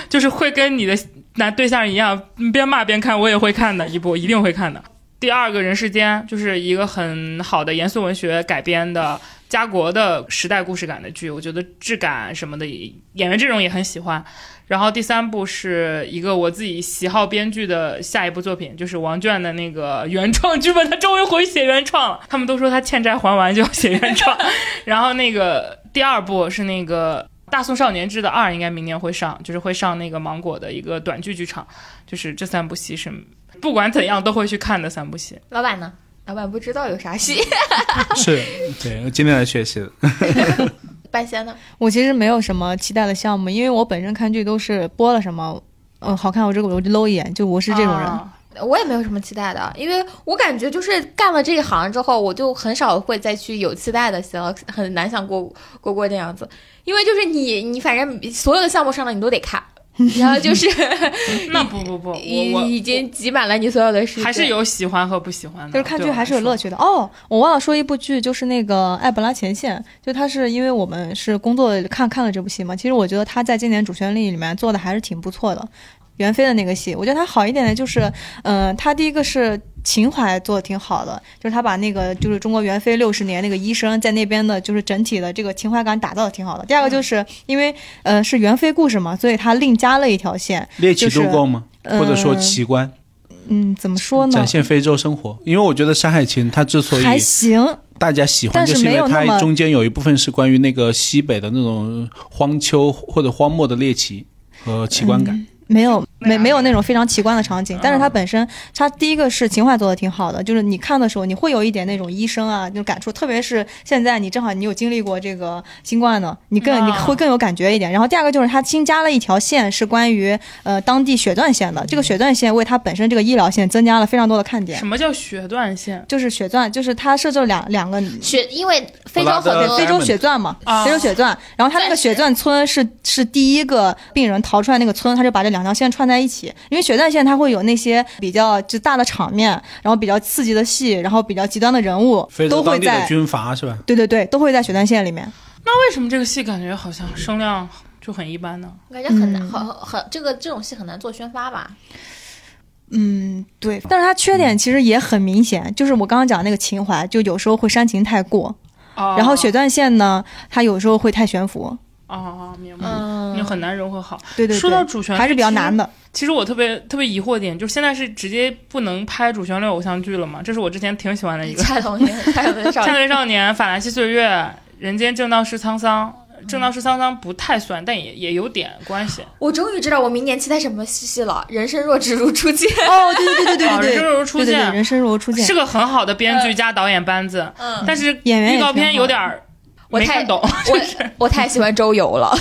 [SPEAKER 2] 就是会跟你的男对象一样，边骂边看，我也会看的一部，一定会看的。第二个人世间就是一个很好的严肃文学改编的家国的时代故事感的剧，我觉得质感什么的演员阵容也很喜欢。然后第三部是一个我自己喜好编剧的下一部作品，就是王娟的那个原创剧本，他终于回去写原创了。
[SPEAKER 4] *laughs*
[SPEAKER 2] 他们都说他欠债还完就要写原创，然后那个第二部是那个《大宋少年志》的二应该明年会上，就是会上那个芒果的一个短剧剧场，就是这三部戏是不管怎样都会去看的三部戏。
[SPEAKER 1] 老板呢？老板不知道有啥
[SPEAKER 2] *laughs*
[SPEAKER 1] 戏。
[SPEAKER 3] 是，对，今天来学习的。
[SPEAKER 1] 半仙呢？
[SPEAKER 4] 我其实没有什么期待的项目，因为我本身看剧都是播了什么，嗯，好看，我这个我就搂一眼，就我 *laughs* 是这种人。
[SPEAKER 2] 啊
[SPEAKER 1] 我也没有什么期待的，因为我感觉就是干了这一行之后，我就很少会再去有期待的戏了，很难想过过过这样子。因为就是你，你反正所有的项目上了，你都得 *laughs* 看，然后就是
[SPEAKER 2] 那不不不，我
[SPEAKER 1] 已
[SPEAKER 2] 我
[SPEAKER 1] 已经挤满了你所有的时间。
[SPEAKER 2] 还是有喜欢和不喜欢的，
[SPEAKER 3] 嗯
[SPEAKER 4] 就是看
[SPEAKER 2] 对我
[SPEAKER 4] 剧
[SPEAKER 2] 来
[SPEAKER 4] 还是有
[SPEAKER 2] 说
[SPEAKER 4] 乐趣的哦。我忘了说一部剧，就是那个《艾博拉前线》，就它是因为我们是工作看看了这部戏嘛。其实我觉得他在今年主旋律里面做的还是挺不错的。袁飞的那个戏，我觉得他好一点的就是，嗯、他第一个是情怀做的挺好的，就是他把那个就是中国袁飞六十年那个医生在那边的，就是整体的这个情怀感打造的挺好的。第二个
[SPEAKER 3] 嗯
[SPEAKER 4] 就是因为呃是袁飞故事嘛，所以他另加了一条线，
[SPEAKER 3] 猎奇
[SPEAKER 4] 就是
[SPEAKER 3] 度够吗？
[SPEAKER 4] 呃
[SPEAKER 3] 或者说奇观，
[SPEAKER 4] 嗯，怎么说呢
[SPEAKER 3] 展？现非洲生活？因为我觉得《山海情》它之所以
[SPEAKER 4] 还行，
[SPEAKER 3] 大家喜欢，
[SPEAKER 4] 但是
[SPEAKER 3] 就是因
[SPEAKER 4] 没
[SPEAKER 3] 为
[SPEAKER 4] 有那么
[SPEAKER 3] 它中间有一部分是关于那个西北的那种荒丘或者荒漠的猎奇和奇观感。
[SPEAKER 4] 没有嗯没
[SPEAKER 2] 那
[SPEAKER 4] 没有那种非常奇观的场景，但是它本身，它第一个是情怀做的挺好的，就是你看的时候，你会有一点那种医生啊，那种感触，特别是现在你正好你有经历过这个新冠的，你更
[SPEAKER 2] 啊
[SPEAKER 4] 你会更有感觉一点。然后第二个就是它新加了一条线，是关于呃当地血钻线的，这个血钻线为它本身这个医疗线增加了非常多的看点
[SPEAKER 2] 什，么叫血断线啊
[SPEAKER 4] 就是血钻，就是它设置了两两个
[SPEAKER 1] 雪，因为非洲很
[SPEAKER 3] 布拉
[SPEAKER 1] 多
[SPEAKER 3] 德
[SPEAKER 4] 非洲血钻嘛，
[SPEAKER 2] 啊
[SPEAKER 4] 非洲血钻，然后他那个
[SPEAKER 1] 钻石
[SPEAKER 4] 血钻村是是第一个病人逃出来那个村，他就把这两条线串在一起，因为血钻线它会有那些比较就大的场面，然后比较刺激的戏，然后比较极端的人物
[SPEAKER 3] 非
[SPEAKER 4] 都
[SPEAKER 3] 洲
[SPEAKER 4] 会
[SPEAKER 3] 当地的
[SPEAKER 4] 在，
[SPEAKER 3] 军阀是吧？
[SPEAKER 4] 对对对，都会在血钻线里面。
[SPEAKER 2] 那为什么这个戏感觉好像声量就很一般呢？
[SPEAKER 1] 我感觉很难，
[SPEAKER 4] 嗯
[SPEAKER 1] 很很这个这种戏很难做宣发吧？
[SPEAKER 4] 嗯，对，但是它缺点其实也很明显，就是我刚刚讲那个情怀，就有时候会煽情太过，
[SPEAKER 2] 啊，
[SPEAKER 4] 然后血钻线呢，它有时候会太悬浮，
[SPEAKER 2] 啊啊，
[SPEAKER 4] 哦
[SPEAKER 2] 明白，
[SPEAKER 1] 嗯
[SPEAKER 2] 你很难融合好。
[SPEAKER 4] 对对
[SPEAKER 2] 说到
[SPEAKER 4] 对，
[SPEAKER 2] 主旋律
[SPEAKER 4] 还是比较难。的。
[SPEAKER 2] 其实我特别特别疑惑点，就是现在是直接不能拍主旋律偶像剧了嘛？这是我之前挺喜欢的一个《
[SPEAKER 1] 蔡同学，
[SPEAKER 2] *laughs*
[SPEAKER 1] 蔡同学少
[SPEAKER 2] 战
[SPEAKER 1] 年，
[SPEAKER 2] 队少年》《法兰西岁月》《人间正道是沧桑》。
[SPEAKER 4] 嗯
[SPEAKER 2] 正道是沧桑不太算，但也也有点关系。
[SPEAKER 1] 我终于知道我明年期待什么戏了，《人生若只如初见》。
[SPEAKER 4] 哦，对对对对
[SPEAKER 2] 啊
[SPEAKER 4] 对对
[SPEAKER 2] 人生
[SPEAKER 4] 对，
[SPEAKER 2] 如初
[SPEAKER 4] 对对
[SPEAKER 2] 见
[SPEAKER 4] 对人生如初见
[SPEAKER 2] 是。个很好的编剧
[SPEAKER 1] 嗯
[SPEAKER 2] 加导演班子，
[SPEAKER 1] 嗯
[SPEAKER 2] 但是
[SPEAKER 4] 演员也
[SPEAKER 2] 预告
[SPEAKER 4] 挺
[SPEAKER 2] 片
[SPEAKER 4] 好
[SPEAKER 2] 有点儿
[SPEAKER 1] 我
[SPEAKER 2] 没
[SPEAKER 1] 太
[SPEAKER 2] 看懂。
[SPEAKER 1] 我我太喜欢周游了，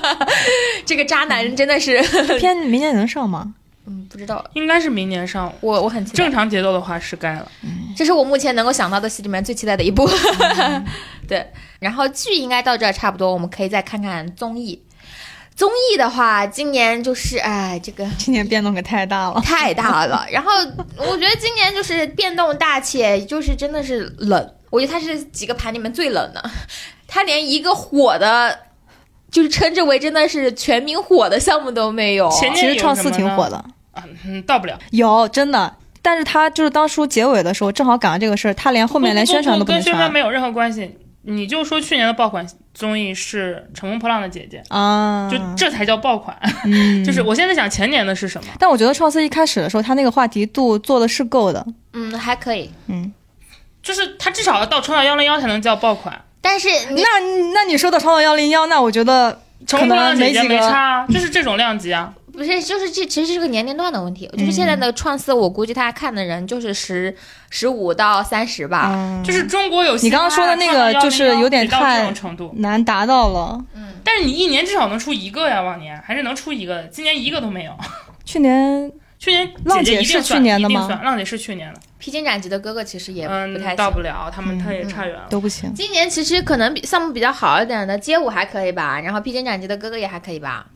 [SPEAKER 1] *laughs* 这个渣男真的是，
[SPEAKER 4] 片明年能上吗？
[SPEAKER 1] 嗯，不知道，
[SPEAKER 2] 应该是明年上。
[SPEAKER 1] 我我很期待
[SPEAKER 2] 正，常节奏的话是该了。
[SPEAKER 1] 这是我目前能够想到的戏里面最期待的一部。 *laughs* 对，然后剧应该到这儿差不多，我们可以再看看综艺。综艺的话，今年就是哎，这个
[SPEAKER 4] 今年变动可太大了。
[SPEAKER 1] 太大了。然后我觉得今年就是变动大，且就是真的是冷。我觉得它是几个盘里面最冷的，它连一个火的，就是称之为真的是全民火的项目都没有。
[SPEAKER 2] 前
[SPEAKER 4] 哦其
[SPEAKER 2] 年
[SPEAKER 4] 实
[SPEAKER 2] 有
[SPEAKER 4] 创
[SPEAKER 2] 什
[SPEAKER 4] 四
[SPEAKER 2] 么
[SPEAKER 4] 挺
[SPEAKER 2] 呢
[SPEAKER 4] 火的，
[SPEAKER 2] 嗯，到不了。
[SPEAKER 4] 有真的。但是他就是当初结尾的时候，正好赶上这个事儿，他连后面连宣传都
[SPEAKER 2] 不
[SPEAKER 4] 能
[SPEAKER 2] 跟宣传
[SPEAKER 4] 宣
[SPEAKER 2] 没有任何关系。你就说去年的爆款综艺是《乘风破浪的姐姐》，
[SPEAKER 4] 啊。
[SPEAKER 2] 就这才叫爆款。
[SPEAKER 4] 嗯，
[SPEAKER 2] 就是。我现在想前年的是什么？
[SPEAKER 4] 但我觉得创四一开始的时候，他那个话题度做的是够的。
[SPEAKER 1] 嗯，还可以。
[SPEAKER 4] 嗯，
[SPEAKER 2] 就是它至少要到冲到幺零幺才能叫爆款。
[SPEAKER 1] 但是
[SPEAKER 2] 嗯
[SPEAKER 1] 你
[SPEAKER 4] 那那你说的超到幺零幺，那我觉得
[SPEAKER 2] 乘风破浪的姐姐
[SPEAKER 4] 可能没几
[SPEAKER 2] 没
[SPEAKER 4] 个
[SPEAKER 2] 差啊，就是这种量级啊。
[SPEAKER 1] 不是，就是这其实是个年龄段的问题。就是现在
[SPEAKER 4] 嗯
[SPEAKER 1] 的创四，我估计他看的人就是十十五到三十吧。
[SPEAKER 4] 嗯
[SPEAKER 2] 啊就是中国有
[SPEAKER 4] 你刚刚说的那个就是有点
[SPEAKER 2] 到
[SPEAKER 4] 太
[SPEAKER 2] 这种程度，
[SPEAKER 4] 难达到了。
[SPEAKER 2] 但是你一年至少能出一个呀，往年还是能出一个的，今年一个都没有。
[SPEAKER 4] 去年
[SPEAKER 2] 去年
[SPEAKER 4] 浪
[SPEAKER 2] 姐
[SPEAKER 4] 姐
[SPEAKER 2] 一定
[SPEAKER 4] 是
[SPEAKER 2] 算
[SPEAKER 4] 去年的
[SPEAKER 2] 一定
[SPEAKER 4] 吗
[SPEAKER 2] 算浪姐是去年的，
[SPEAKER 1] 披荆斩棘的哥哥其实也不太
[SPEAKER 2] 嗯，
[SPEAKER 1] 行。
[SPEAKER 2] 到不了，他们他
[SPEAKER 4] 嗯
[SPEAKER 2] 也差远了。
[SPEAKER 4] 都不行，
[SPEAKER 1] 今年其实可能比项目比较好一点的街舞还可以吧，然后披荆斩棘的哥哥也还可以吧，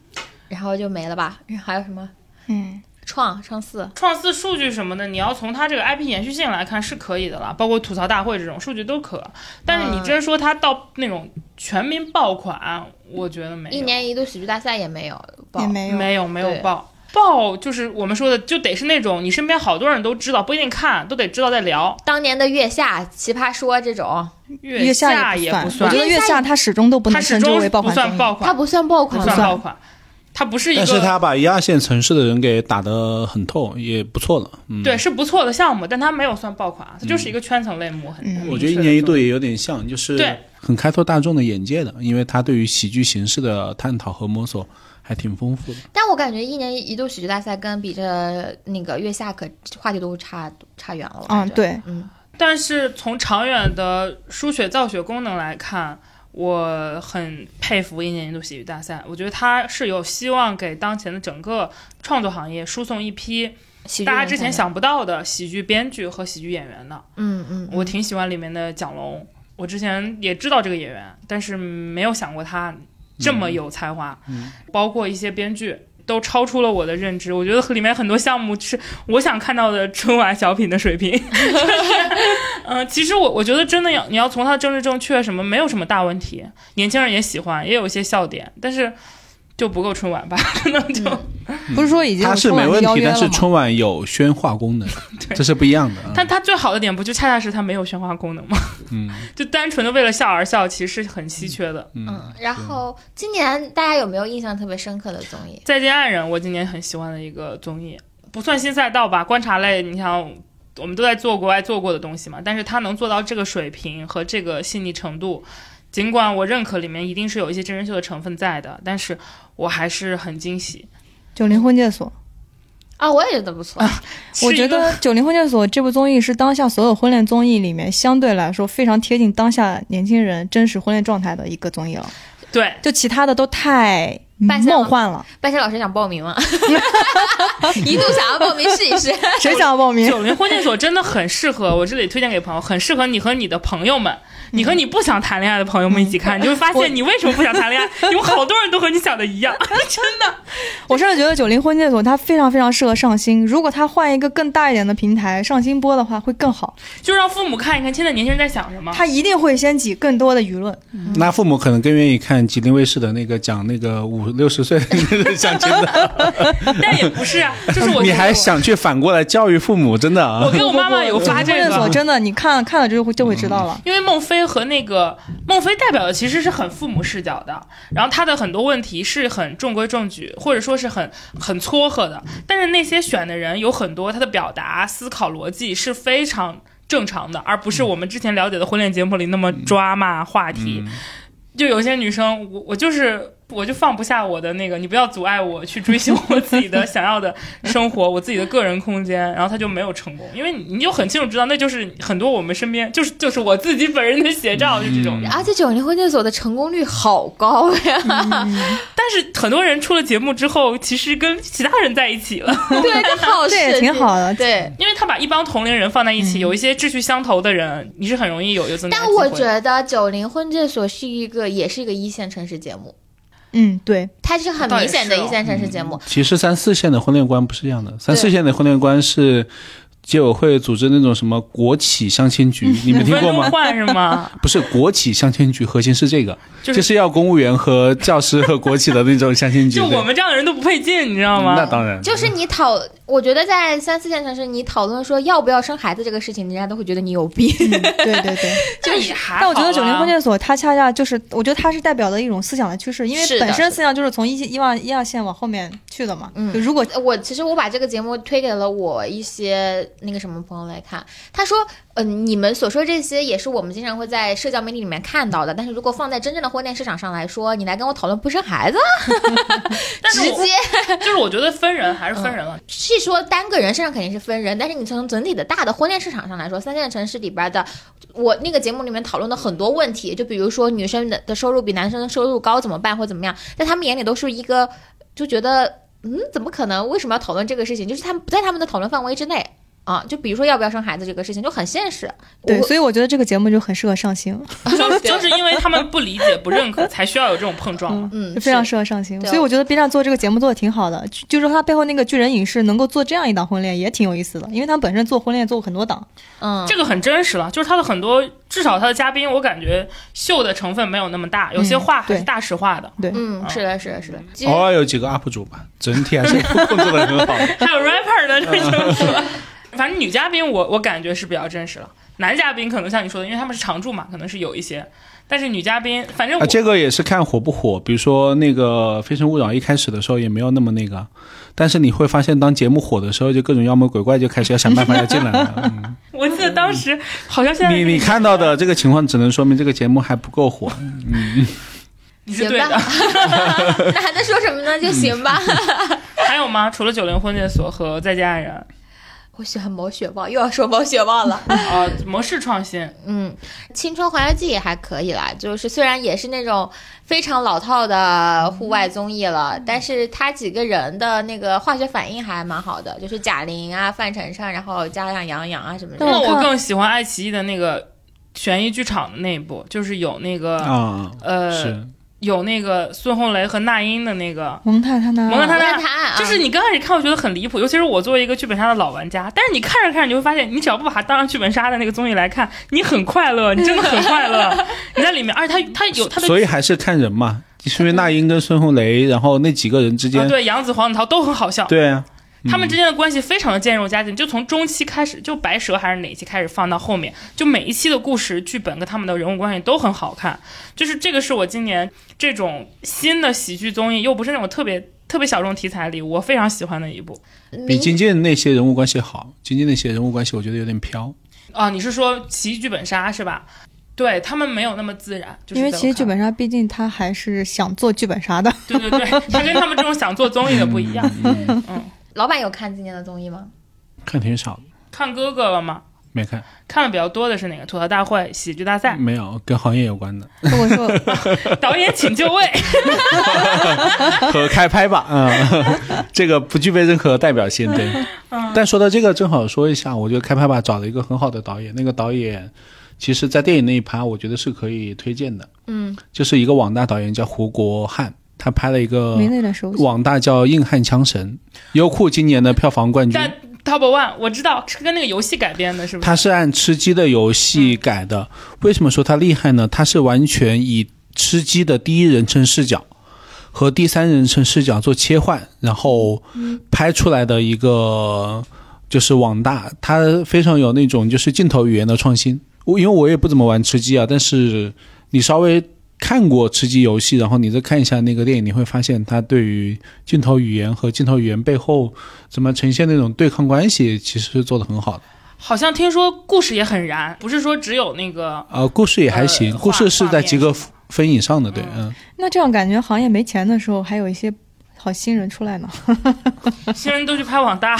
[SPEAKER 1] 然后就没了吧。然后还有什么
[SPEAKER 4] 嗯，
[SPEAKER 1] 创创四？
[SPEAKER 2] 创四数据什么的，你要从它这个 IP 延续性来看是可以的啦，包括吐槽大会这种数据都可。但是你真说它到那种全民爆款，我觉得没有，
[SPEAKER 1] 一年一度喜剧大赛也没有报
[SPEAKER 4] 也。没有。
[SPEAKER 2] 没有没有
[SPEAKER 1] 对
[SPEAKER 2] 爆爆就是我们说的，就得是那种你身边好多人都知道，不一定看，都得知道在聊。
[SPEAKER 1] 当年的月下、奇葩说这种，
[SPEAKER 2] 月
[SPEAKER 4] 下
[SPEAKER 2] 也
[SPEAKER 4] 不
[SPEAKER 2] 不
[SPEAKER 4] 我觉得月下他始终都不
[SPEAKER 2] 它
[SPEAKER 4] 能
[SPEAKER 2] 始
[SPEAKER 4] 称之
[SPEAKER 2] 终
[SPEAKER 4] 为爆
[SPEAKER 2] 不
[SPEAKER 4] 款综
[SPEAKER 2] 算
[SPEAKER 4] 艺。
[SPEAKER 2] 爆
[SPEAKER 1] 它
[SPEAKER 2] 款，
[SPEAKER 1] 不算爆款
[SPEAKER 2] 不
[SPEAKER 1] 吧，
[SPEAKER 2] 算爆款。它不是一个，
[SPEAKER 3] 但是他把一二线城市的人给打得很透，也不错了。嗯，
[SPEAKER 2] 对，，是不错的项目，但它没有算爆款，它就是一个圈层类目，很
[SPEAKER 4] 嗯
[SPEAKER 3] 我觉得一年一度也有点像，就是
[SPEAKER 2] 对
[SPEAKER 3] 很开拓大众的眼界的，因为他对于喜剧形式的探讨和摸索还挺丰富的。
[SPEAKER 1] 但我感觉一年一度喜剧大赛跟比这那个月下可话题度差差远了。我感
[SPEAKER 4] 嗯，
[SPEAKER 1] 觉，
[SPEAKER 4] 对，
[SPEAKER 1] 嗯，
[SPEAKER 2] 但是从长远的输血造血功能来看，我很佩服一年一度喜剧大赛，我觉得它是有希望给当前的整个创作行业输送一批
[SPEAKER 1] 喜剧
[SPEAKER 2] 大家
[SPEAKER 1] 人
[SPEAKER 2] 之前
[SPEAKER 1] 才能，
[SPEAKER 2] 想不到的喜剧编剧和喜剧演员的。
[SPEAKER 1] 嗯嗯，嗯
[SPEAKER 2] 我挺喜欢里面的蒋龙，我之前也知道这个演员，但是没有想过他这
[SPEAKER 1] 嗯
[SPEAKER 2] 么有才华，包括一些编剧。都超出了我的认知，我觉得里面很多项目是我想看到的春晚小品的水平。 *laughs* 就是嗯，其实我我觉得真的要你要从他政治正确什么没有什么大问题，年轻人也喜欢，也有一些笑点，但是就不够春晚吧，可能就、
[SPEAKER 4] 不是说已经
[SPEAKER 3] 他
[SPEAKER 4] 有
[SPEAKER 3] 是
[SPEAKER 4] 春
[SPEAKER 3] 没
[SPEAKER 4] 晚
[SPEAKER 3] 问
[SPEAKER 4] 的邀
[SPEAKER 3] 题，
[SPEAKER 4] 约
[SPEAKER 3] 但
[SPEAKER 4] 了
[SPEAKER 3] 是
[SPEAKER 4] 吗？
[SPEAKER 3] 春晚有宣化功
[SPEAKER 4] *laughs*
[SPEAKER 3] 能，这是不一样的。嗯
[SPEAKER 2] 但它最好的点不就恰恰是它没有宣发功能吗？ *laughs*
[SPEAKER 3] 嗯，
[SPEAKER 2] 就单纯的为了笑而笑，其实是很稀缺的。
[SPEAKER 1] 嗯，然后今年大家有没有印象特别深刻的综艺？
[SPEAKER 2] 再见爱人，我今年很喜欢的一个综艺，不算新赛道吧，观察类，你像我们都在做国外做过的东西嘛，但是它能做到这个水平和这个细腻程度，尽管我认可里面一定是有一些真人秀的成分在的，但是我还是很惊喜。
[SPEAKER 4] 九零婚介所，
[SPEAKER 1] 啊、我也觉得不错。
[SPEAKER 4] 我
[SPEAKER 2] 是一
[SPEAKER 4] 觉
[SPEAKER 2] 个
[SPEAKER 4] 得《九零婚介所》这部综艺是当下所有婚恋综艺里面相对来说非常贴近当下年轻人真实婚恋状态的一个综艺了，
[SPEAKER 2] 对，
[SPEAKER 4] 就其他的都太
[SPEAKER 1] 扮相
[SPEAKER 4] 梦
[SPEAKER 2] *laughs*
[SPEAKER 4] 幻了，
[SPEAKER 1] 半山老师想报 *laughs* 名吗？一度想要报名试一试。
[SPEAKER 4] 谁想要报名？
[SPEAKER 2] 九零婚介所真的很适合，我这里推荐给朋友，很适合你和你的朋友们，你和你不想谈恋爱的朋友们一起看，你就会发
[SPEAKER 4] 嗯我
[SPEAKER 2] 现你为什么不想谈恋
[SPEAKER 4] *laughs*
[SPEAKER 2] 爱，有好多人都和你想的一样，真的。
[SPEAKER 4] 我甚至觉得《九零婚介所》它非常非常适合上新，如果它换一个更大一点的平台上新播的话会更好，
[SPEAKER 2] 就让父母看一看现在年轻人在想什么。
[SPEAKER 4] 它一定会掀起更多的舆论。
[SPEAKER 2] 嗯
[SPEAKER 3] 那父母可能更愿意看吉林卫视的那个讲那个五六
[SPEAKER 2] *laughs*
[SPEAKER 3] 十岁的那个相亲的，
[SPEAKER 2] 但也不是啊，就是我
[SPEAKER 3] 你还想去反过来教育父母，真的啊
[SPEAKER 2] 我？跟我妈妈有发
[SPEAKER 4] 九
[SPEAKER 2] 这
[SPEAKER 4] 零婚介所
[SPEAKER 2] 个。
[SPEAKER 4] 真的，你看看了就会就会知道了。
[SPEAKER 2] 因为孟非和那个孟非代表的其实是很父母视角的，然后他的很多问题是很中规中矩，或者说是很很撮合的。但是那些选的人有很多，他的表达、思考逻辑是非常正常的，而不是我们之前了解的婚恋节目里那么抓马话题。就有些女生，我我就是我就放不下我的那个，你不要阻碍我去追求我自己的想要的生活，我自己的个人空间。然后她就没有成功，因为你你就很清楚知道，那就是很多我们身边就是就是我自己本人的写照，就这种。
[SPEAKER 1] *laughs* 而且九零婚介所的成功率好高 *laughs* 呀！
[SPEAKER 2] 但是很多人出了节目之后，其实跟其他人在一起
[SPEAKER 4] *laughs*
[SPEAKER 2] 了，
[SPEAKER 1] 对，这好
[SPEAKER 2] 嗯
[SPEAKER 4] 这也
[SPEAKER 1] 事
[SPEAKER 4] 挺
[SPEAKER 1] 情
[SPEAKER 4] 好的
[SPEAKER 1] 对。
[SPEAKER 2] 因为他把一帮同龄人放在一起，
[SPEAKER 4] 嗯
[SPEAKER 2] 有一些志趣相投的人，你是很容易有有增加机
[SPEAKER 1] 但
[SPEAKER 2] 会
[SPEAKER 1] 我
[SPEAKER 2] 的。 *laughs*
[SPEAKER 1] 觉得九零婚介所是一个，也是一个一线城市节目，
[SPEAKER 4] 嗯，对，
[SPEAKER 1] 它是很
[SPEAKER 2] 倒也
[SPEAKER 1] 明显的
[SPEAKER 2] 是哦
[SPEAKER 1] 一线城市节目。
[SPEAKER 3] 其实三四线的婚恋观不是这样的，三四线的婚恋观是街委会组织那种什么国企相亲
[SPEAKER 2] *laughs*
[SPEAKER 3] 局，你们
[SPEAKER 2] 五
[SPEAKER 3] 听
[SPEAKER 2] 分钟
[SPEAKER 3] 过吗？
[SPEAKER 2] 换是吗？
[SPEAKER 3] 不是国企相亲局，核心是这个，
[SPEAKER 2] 就
[SPEAKER 3] 就是是要公务员和教师和国企的那种相亲局。
[SPEAKER 2] *laughs* 就
[SPEAKER 3] 对
[SPEAKER 2] 我们这样的人都不配进，你知道吗？
[SPEAKER 3] 那当然，
[SPEAKER 1] 就是你讨，我觉得在三四线城市，你讨论说要不要生孩子这个事情，人家都会觉得你有病。*laughs*
[SPEAKER 2] 嗯
[SPEAKER 4] 嗯对对对。
[SPEAKER 2] 就也还好
[SPEAKER 4] 但
[SPEAKER 2] 啊。
[SPEAKER 4] 我觉得九零婚介所，它恰恰就是，我觉得它是代表的一种思想的趋势，因
[SPEAKER 1] 是
[SPEAKER 4] 为
[SPEAKER 1] 的
[SPEAKER 4] 本
[SPEAKER 1] 是
[SPEAKER 4] 身
[SPEAKER 1] 的
[SPEAKER 4] 思想就是从一线一万一二线往后面去的嘛。
[SPEAKER 1] 嗯
[SPEAKER 4] 就如果
[SPEAKER 1] 我其实我把这个节目推给了我一些那个什么朋友来看，他说，嗯、你们所说这些也是我们经常会在社交媒体里面看到的，但是如果放在真正的婚恋市场上来说，你来跟我讨论不生孩子，
[SPEAKER 2] 但是
[SPEAKER 1] 直
[SPEAKER 2] 我
[SPEAKER 1] 接
[SPEAKER 2] *laughs* 就是我觉得分人还是分人了，
[SPEAKER 1] 是说单个人身上肯定是分人，但是你从整体的大的婚恋市场上来说，三线城市里边的，我那个节目里面讨论的很多问题，就比如说女生的的收入比男生的收入高怎么办或怎么样，在他们眼里都是一个就觉得嗯怎么可能？为什么要讨论这个事情？就是他们不在他们的讨论范围之内啊，就比如说要不要生孩子这个事情就很现实。
[SPEAKER 4] 对，
[SPEAKER 1] 我
[SPEAKER 4] 所以我觉得这个节目就很适合上新， *laughs*
[SPEAKER 2] 就就是因为他们不理解、不认可，才需要有这种碰撞嘛。
[SPEAKER 1] 嗯
[SPEAKER 4] 就非常
[SPEAKER 1] 是
[SPEAKER 4] 适合上新。
[SPEAKER 1] 对
[SPEAKER 4] 所以我觉得 B 站做这个节目做的挺好的，就就是说它背后那个巨人影视能够做这样一档婚恋也挺有意思的，因为他们本身做婚恋做过很多档。
[SPEAKER 1] 嗯
[SPEAKER 2] 这个很真实了，就是他的很多，至少他的嘉宾，我感觉秀的成分没有那么大，有些话还是
[SPEAKER 4] 嗯对
[SPEAKER 2] 大实话的。
[SPEAKER 4] 对，
[SPEAKER 1] 嗯是的是的是的，其实
[SPEAKER 2] 哦
[SPEAKER 3] 哦
[SPEAKER 2] *laughs*
[SPEAKER 3] 偶尔有几个 UP 主吧，整体还是控制的很好。
[SPEAKER 2] 还有 rapper 的这种，反正女嘉宾我我感觉是比较真实了，男嘉宾可能像你说的，因为他们是常驻嘛，可能是有一些，但是女嘉宾反正我、
[SPEAKER 3] 啊，这个也是看火不火。比如说那个《非诚勿扰》一开始的时候也没有那么那个，但是你会发现，当节目火的时候，就各种妖魔鬼怪就开始要想办法要进
[SPEAKER 2] *laughs*
[SPEAKER 3] 来了。嗯
[SPEAKER 2] 我记得当时好像现在
[SPEAKER 3] 你你看到的这个情况，只能说明这个节目还不够火。
[SPEAKER 2] 你是对的
[SPEAKER 1] 行。 *laughs*
[SPEAKER 2] *laughs*
[SPEAKER 1] 那还能说什么呢？就行吧。
[SPEAKER 2] 还有吗？除了九零婚介所和再见爱人，
[SPEAKER 1] 我喜欢某雪豹，又要说某雪豹了。
[SPEAKER 2] 啊、模式创新，
[SPEAKER 1] 嗯，青春环游记也还可以啦，就是虽然也是那种非常老套的户外综艺了，
[SPEAKER 4] 嗯
[SPEAKER 1] 但是他几个人的那个化学反应还蛮好的，就是贾玲啊、范丞丞，然后加上杨洋啊什么
[SPEAKER 4] 但
[SPEAKER 1] 的。
[SPEAKER 2] 那
[SPEAKER 4] 我看
[SPEAKER 2] 我更喜欢爱奇艺的那个悬疑剧场的那一部，就是有那个、
[SPEAKER 3] 啊，
[SPEAKER 2] *laughs* 呃，
[SPEAKER 3] 是
[SPEAKER 2] 有那个孙红雷和那英的那个。
[SPEAKER 4] 蒙太他呢？
[SPEAKER 2] 蒙太他
[SPEAKER 1] 我
[SPEAKER 2] 呢
[SPEAKER 1] 问他啊，
[SPEAKER 2] 就是你刚开始看，我觉得很离谱，尤其是我作为一个剧本杀的老玩家。但是你看着看着，你会发现，你只要不把它当成剧本杀的那个综艺来看，你很快乐，你真的很快乐。你在里面，而且他他有他的，啊
[SPEAKER 3] 所以还是看人嘛，是因为那英跟孙红雷，然后那几个人之
[SPEAKER 2] 啊
[SPEAKER 3] 间，
[SPEAKER 2] 对杨紫、黄子韬都很好笑，
[SPEAKER 3] 对啊，
[SPEAKER 2] 他们之间的关系非常的渐入佳境。就从中期开始，就白蛇还是哪期开始放到后面，就每一期的故事剧本跟他们的人物关系都很好看。就是这个是我今年这种新的喜剧综艺，又不是那种特别特别小众题材里，我非常喜欢的一部。
[SPEAKER 3] 比
[SPEAKER 1] 明
[SPEAKER 3] 金靖那些人物关系好。金靖那些人物关系，我觉得有点飘。
[SPEAKER 2] 啊，你是说奇剧本杀是吧？对他们没有那么自然，就是
[SPEAKER 4] 因为
[SPEAKER 2] 在我
[SPEAKER 4] 其实剧
[SPEAKER 2] 看
[SPEAKER 4] 本杀毕竟他还是想做剧本 *laughs* 杀的，嗯
[SPEAKER 2] 对对对，他跟他们这种想做综艺的不一样。
[SPEAKER 1] 老板有看今年的综艺吗？
[SPEAKER 3] 看挺少的，
[SPEAKER 2] *laughs* 看哥哥了吗？
[SPEAKER 3] 没看，
[SPEAKER 2] 看的比较多的是哪个？吐槽大会、喜剧大赛、
[SPEAKER 3] 没有跟行业有关的，
[SPEAKER 4] 如果说
[SPEAKER 2] 导演请就位。
[SPEAKER 3] 和开拍吧，嗯，这个不具备任何代表性，对。但说到这个，正好说一下，我觉得开拍吧找了一个很好的导演，那个导演其实在电影那一趴，我觉得是可以推荐的，
[SPEAKER 1] 嗯，
[SPEAKER 3] 就是一个网大导演叫胡国汉，他拍了一个
[SPEAKER 4] 名字有点熟悉，
[SPEAKER 3] 网大叫《硬汉枪神》，优酷今年的票房冠军。
[SPEAKER 2] 但 Top One 我知道是跟那个游戏改编的，是不是？
[SPEAKER 3] 它是按吃鸡的游戏改的。为什么说它厉害呢？它是完全以吃鸡的第一人称视角和第三人称视角做切换，然后拍出来的一个就是网大，它非常有那种就是镜头语言的创新。我因为我也不怎么玩吃鸡啊，但是你稍微。看过吃鸡游戏，然后你再看一下那个电影，你会发现它对于镜头语言和镜头语言背后怎么呈现那种对抗关系，其实是做的很好的。
[SPEAKER 2] 好像听说故事也很燃，不是说只有那个
[SPEAKER 3] 呃，故事也还行，
[SPEAKER 2] 呃
[SPEAKER 3] 故事是
[SPEAKER 2] 画画
[SPEAKER 3] 在
[SPEAKER 2] 面
[SPEAKER 3] 及格分以上的，对，嗯，
[SPEAKER 4] 那这样感觉行业没钱的时候，还有一些好新人出来呢。
[SPEAKER 2] 新人都去拍网大，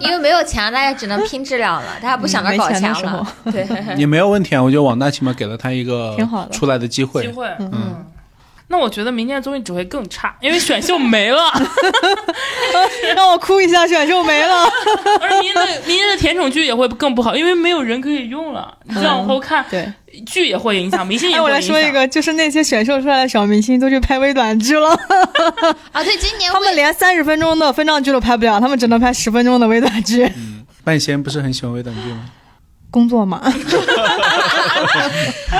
[SPEAKER 1] 因为没有钱，大家只能拼质量了，大家不想着
[SPEAKER 4] 嗯没
[SPEAKER 1] 搞
[SPEAKER 4] 钱的时候
[SPEAKER 1] 了。 *laughs* 对，
[SPEAKER 2] *laughs*
[SPEAKER 3] 也没有问题啊。我觉得网大起码给了他一个
[SPEAKER 4] 挺好的
[SPEAKER 3] 出来的机
[SPEAKER 2] 机
[SPEAKER 3] 会，
[SPEAKER 2] 会，嗯。那我觉得明年综艺只会更差，因为选秀没了，
[SPEAKER 4] *laughs*
[SPEAKER 2] *laughs*
[SPEAKER 4] 让我哭一下，选秀没了。
[SPEAKER 2] 而明年的明年的甜宠剧也会更不好，因为没有人可以用了。你再往后看，
[SPEAKER 4] 嗯 *laughs* 对，
[SPEAKER 2] 剧也会影响，明星也
[SPEAKER 4] *laughs* 哎，
[SPEAKER 2] 会
[SPEAKER 4] 我
[SPEAKER 2] 影响。
[SPEAKER 4] 来说一个，就是那些选秀出来的小明星都去拍微短剧了， *laughs*
[SPEAKER 1] 啊，对，今年
[SPEAKER 4] 他们
[SPEAKER 1] 会
[SPEAKER 4] 连三十分钟的分账剧都拍不了，他们只能拍十分钟的微短剧。
[SPEAKER 3] 那你先不是很喜欢微短
[SPEAKER 2] *laughs*
[SPEAKER 3] 剧吗？
[SPEAKER 4] 工作嘛，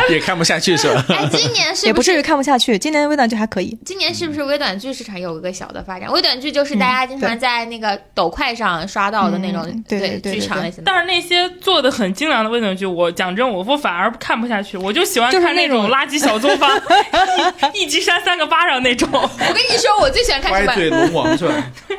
[SPEAKER 3] 也看不下去是吧？
[SPEAKER 2] *laughs*
[SPEAKER 1] 哎，今年是
[SPEAKER 4] 也不
[SPEAKER 1] 是
[SPEAKER 4] 至于看不下去。今年微短剧还可以，
[SPEAKER 1] 今年是不是微短剧市场有一个小的发展？微短剧就是大家经常在那个抖快上刷到的那种、
[SPEAKER 4] 嗯对对对
[SPEAKER 1] 剧
[SPEAKER 4] 对
[SPEAKER 1] 场类型的。
[SPEAKER 2] 但是那些做的很精良的微短剧，我讲真，我我反而看不下去，我就喜欢
[SPEAKER 4] 就是
[SPEAKER 2] 看
[SPEAKER 4] 那
[SPEAKER 2] 种
[SPEAKER 4] 种
[SPEAKER 2] 垃圾小作坊， *laughs* 一一击扇三个巴掌那种。
[SPEAKER 4] 哦
[SPEAKER 1] *laughs* 我跟你说，我最喜欢看什
[SPEAKER 5] 歪嘴
[SPEAKER 1] 么？
[SPEAKER 5] 龙王是吧？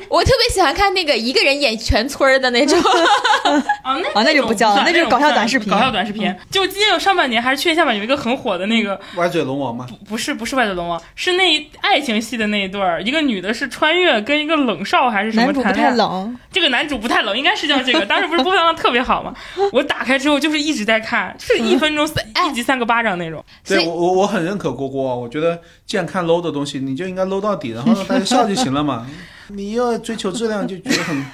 [SPEAKER 1] 我特别喜欢看那个一个人演全村儿的那种。
[SPEAKER 2] *laughs*
[SPEAKER 1] *laughs*
[SPEAKER 2] 啊，那
[SPEAKER 4] 啊那就不叫了
[SPEAKER 2] 算
[SPEAKER 4] 那就是
[SPEAKER 2] 种
[SPEAKER 4] 搞笑
[SPEAKER 2] 算
[SPEAKER 4] 短视频嗯
[SPEAKER 2] 搞笑短视频。就今年有上半年还是去年下半年有一个很火的那个，
[SPEAKER 5] 歪嘴龙王吗？
[SPEAKER 2] 不是不是外头龙王，是那一爱情戏的那一对儿，一个女的是穿越跟一个冷少还是什么
[SPEAKER 4] 男主不
[SPEAKER 2] 谈恋
[SPEAKER 4] 太
[SPEAKER 2] 爱。
[SPEAKER 4] 冷，
[SPEAKER 2] 这个男主不太冷，应该是叫这个。当时不是播放量特别好吗？我打开之后就是一直在看，就是一分钟三、
[SPEAKER 1] 哎
[SPEAKER 2] 一集三个巴掌那种。
[SPEAKER 1] 所
[SPEAKER 3] 对
[SPEAKER 1] 以
[SPEAKER 3] 我我我很认可郭郭啊，我觉得既然看 low 的东西，你就应该 low 到底，然后让大家笑就行
[SPEAKER 2] *laughs*
[SPEAKER 3] 了嘛。你要追求质量，就觉得很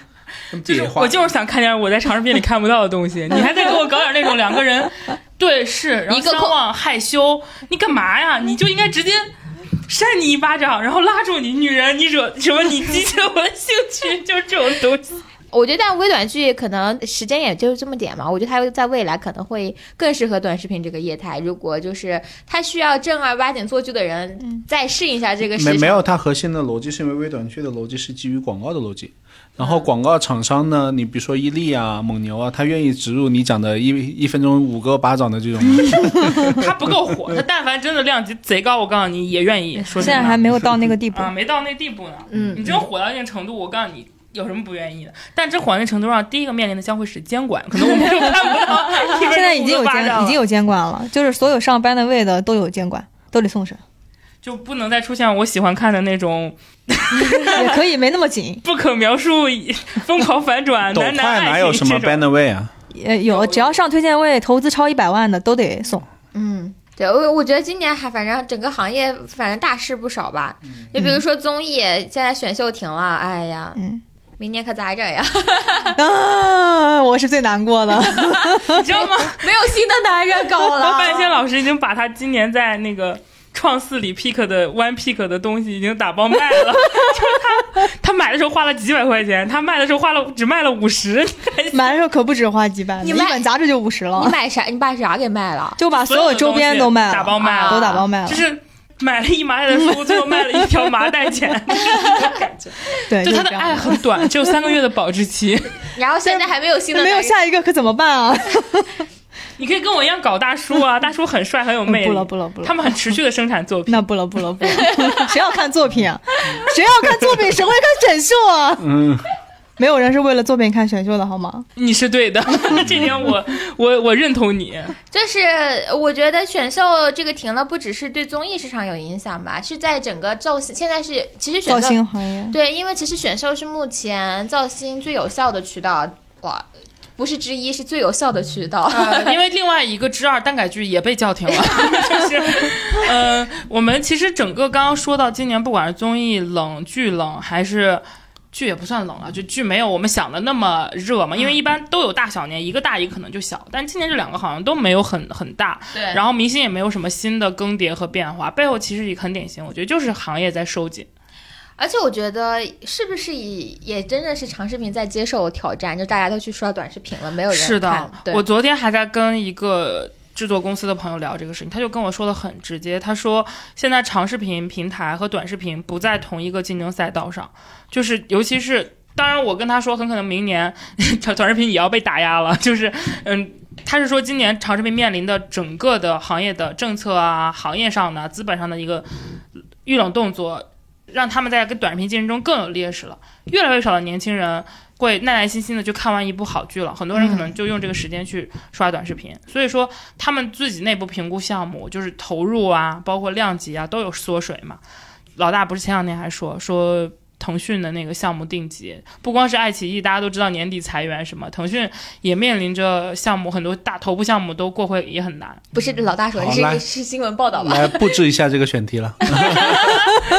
[SPEAKER 3] 很
[SPEAKER 2] 就是
[SPEAKER 3] 瘪化。
[SPEAKER 2] 我就是想看点我在长视频里看不到的东西，你还得给我搞点那种两个人对视，然后
[SPEAKER 1] 一个
[SPEAKER 2] 相
[SPEAKER 1] 空
[SPEAKER 2] 望害羞，你干嘛呀？你就应该直接扇你一巴掌，然后拉住你，女人，你惹什么？你激起了我的兴趣，就是这种东西。
[SPEAKER 1] 我觉得，但微短剧可能时间也就是这么点嘛。我觉得它在未来可能会更适合短视频这个业态。如果就是他需要正儿八经做剧的人再适应一下这个市
[SPEAKER 3] 没
[SPEAKER 1] 场，
[SPEAKER 3] 没有，它核心的逻辑是因为微短剧的逻辑是基于广告的逻辑，然
[SPEAKER 2] 嗯
[SPEAKER 3] 后广告厂商呢，你比如说伊利啊、蒙牛啊，他愿意植入你讲的一一分钟五个巴掌的这种，
[SPEAKER 2] 它不够火，它但凡真的量级贼高，我告诉你也愿意。说
[SPEAKER 4] 现
[SPEAKER 2] 真的
[SPEAKER 4] 在还没有到
[SPEAKER 2] *laughs*
[SPEAKER 4] 那个地步
[SPEAKER 2] 啊，。没到那地步呢。
[SPEAKER 1] 嗯
[SPEAKER 2] 你真火到一定程度，我告诉你。有什么不愿意的？但这火到那程度上，第一个面临的将会是监管，可能我们就看不到
[SPEAKER 4] *laughs*
[SPEAKER 2] 一分钟
[SPEAKER 4] 现在已经有
[SPEAKER 2] 五个巴掌
[SPEAKER 4] 监
[SPEAKER 2] 了
[SPEAKER 4] 已经有监管了，就是所有上班的位的都有监管，都
[SPEAKER 2] *laughs*
[SPEAKER 4] 得送审，
[SPEAKER 2] 就不能再出现我喜欢看的那种
[SPEAKER 4] 也可以没那么紧。
[SPEAKER 2] 不可描述、疯狂反转、
[SPEAKER 3] *laughs* 抖
[SPEAKER 2] 男男爱
[SPEAKER 3] 快
[SPEAKER 2] 情
[SPEAKER 3] 哪有什么
[SPEAKER 2] 这种
[SPEAKER 3] ban away 啊？
[SPEAKER 4] 呃，有只要上推荐位，投资超一百万的都得
[SPEAKER 2] *laughs*
[SPEAKER 4] 送。
[SPEAKER 1] 嗯，对我我觉得今年还反正整个行业反正大事不少吧。就比如说综艺，现在选秀停了，哎呀，
[SPEAKER 4] 嗯，
[SPEAKER 1] 明年可咋整呀？ *laughs*
[SPEAKER 4] 啊，我是最难过的。 *laughs*
[SPEAKER 2] 你知道吗？
[SPEAKER 1] 没有新的男人搞了。
[SPEAKER 2] *laughs* 何半仙老师已经把他今年在那个创四里 pick 的 one pick 的东西已经打包卖了， *laughs* 就是他他买的时候花了几百块钱，他卖的时候花了只卖了五
[SPEAKER 4] *laughs*
[SPEAKER 2] 十，
[SPEAKER 4] 买的时候可不止花几百，
[SPEAKER 1] 你
[SPEAKER 4] 一
[SPEAKER 1] 卖
[SPEAKER 4] 本杂志就五十
[SPEAKER 1] 你
[SPEAKER 4] 了，
[SPEAKER 1] 买啥？你把啥给卖了？
[SPEAKER 4] 就把有周边都卖了，啊
[SPEAKER 2] 所有的东西打包卖了
[SPEAKER 4] 都打包卖了。
[SPEAKER 2] 就是。买了一麻袋的书，最后卖了一条麻袋
[SPEAKER 4] *laughs*
[SPEAKER 2] 钱，
[SPEAKER 4] 对，
[SPEAKER 2] 就他
[SPEAKER 4] 就
[SPEAKER 2] 的
[SPEAKER 4] 是这样
[SPEAKER 2] 爱很短，只有三个月的保质期。
[SPEAKER 1] 然后现在还没有新的
[SPEAKER 4] 那没有
[SPEAKER 1] 男人
[SPEAKER 4] 下一个可怎么办啊？ *laughs*
[SPEAKER 2] 你可以跟我一样搞大叔 *laughs* 啊，大叔很帅，很有魅力。
[SPEAKER 4] 不了不了不了
[SPEAKER 2] 他，们很持续的生产作品。
[SPEAKER 4] 那不了不了不了， *laughs* 谁要看作
[SPEAKER 2] *laughs*
[SPEAKER 4] 品啊？谁要看作品？谁会看选秀啊？
[SPEAKER 3] 嗯，
[SPEAKER 4] 没有人是为了作品看选秀的好吗？
[SPEAKER 2] 你是对 *laughs* 的，这点我我我认同你。
[SPEAKER 1] 就是我觉得选秀这个停了，不只是对综艺市场有影响吧，是在整个造型现在是其实
[SPEAKER 4] 造
[SPEAKER 1] 选秀
[SPEAKER 4] 星行业，
[SPEAKER 1] 对，因为其实选秀是目前造星最有效的渠道，哇，不是之一，是最有效的渠道。 *laughs*
[SPEAKER 2] 呃，因为另外一个之二单改剧也被叫停了， *laughs* 就是，呃，我们其实整个刚刚说到今年，不管是综艺冷、剧冷，还是剧也不算冷了，啊就剧没有我们想的那么热嘛，因为一般都有大小年，一个大一个可能就小，但今年这两个好像都没有很很大，
[SPEAKER 1] 对
[SPEAKER 2] 然后明星也没有什么新的更迭和变化，背后其实也很典型，我觉得就是行业在收紧。
[SPEAKER 1] 而且我觉得是不是也也真的是长视频在接受挑战，就大家都去刷短视频了，没有人
[SPEAKER 2] 是的
[SPEAKER 1] 看，对
[SPEAKER 2] 我昨天还在跟一个制作公司的朋友聊这个事情，他就跟我说的很直接，他说现在长视频平台和短视频不在同一个竞争赛道上，就是尤其是。当然，我跟他说，很可能明年短短视频也要被打压了。就是，嗯，他是说今年长视频面临的整个的行业的政策啊、行业上的、资本上的一个遇冷动作，让他们在跟短视频竞争中更有劣势了。越来越少的年轻人会耐耐心心的去看完一部好剧了。很多人可能就用这个时间去刷短视频，所以说他们自己内部评估项目就是投入啊，包括量级啊都有缩水嘛。老大不是前两天还说说。腾讯的那个项目定级，不光是爱奇艺，大家都知道年底裁员什么，腾讯也面临着项目很多大头部项目都过会也很难。
[SPEAKER 1] 不是老大说
[SPEAKER 3] 好
[SPEAKER 1] 的，
[SPEAKER 3] 来
[SPEAKER 1] 是是新闻报道
[SPEAKER 2] 嗯
[SPEAKER 1] 吧？
[SPEAKER 3] 来布置一下这个选题了。 *laughs*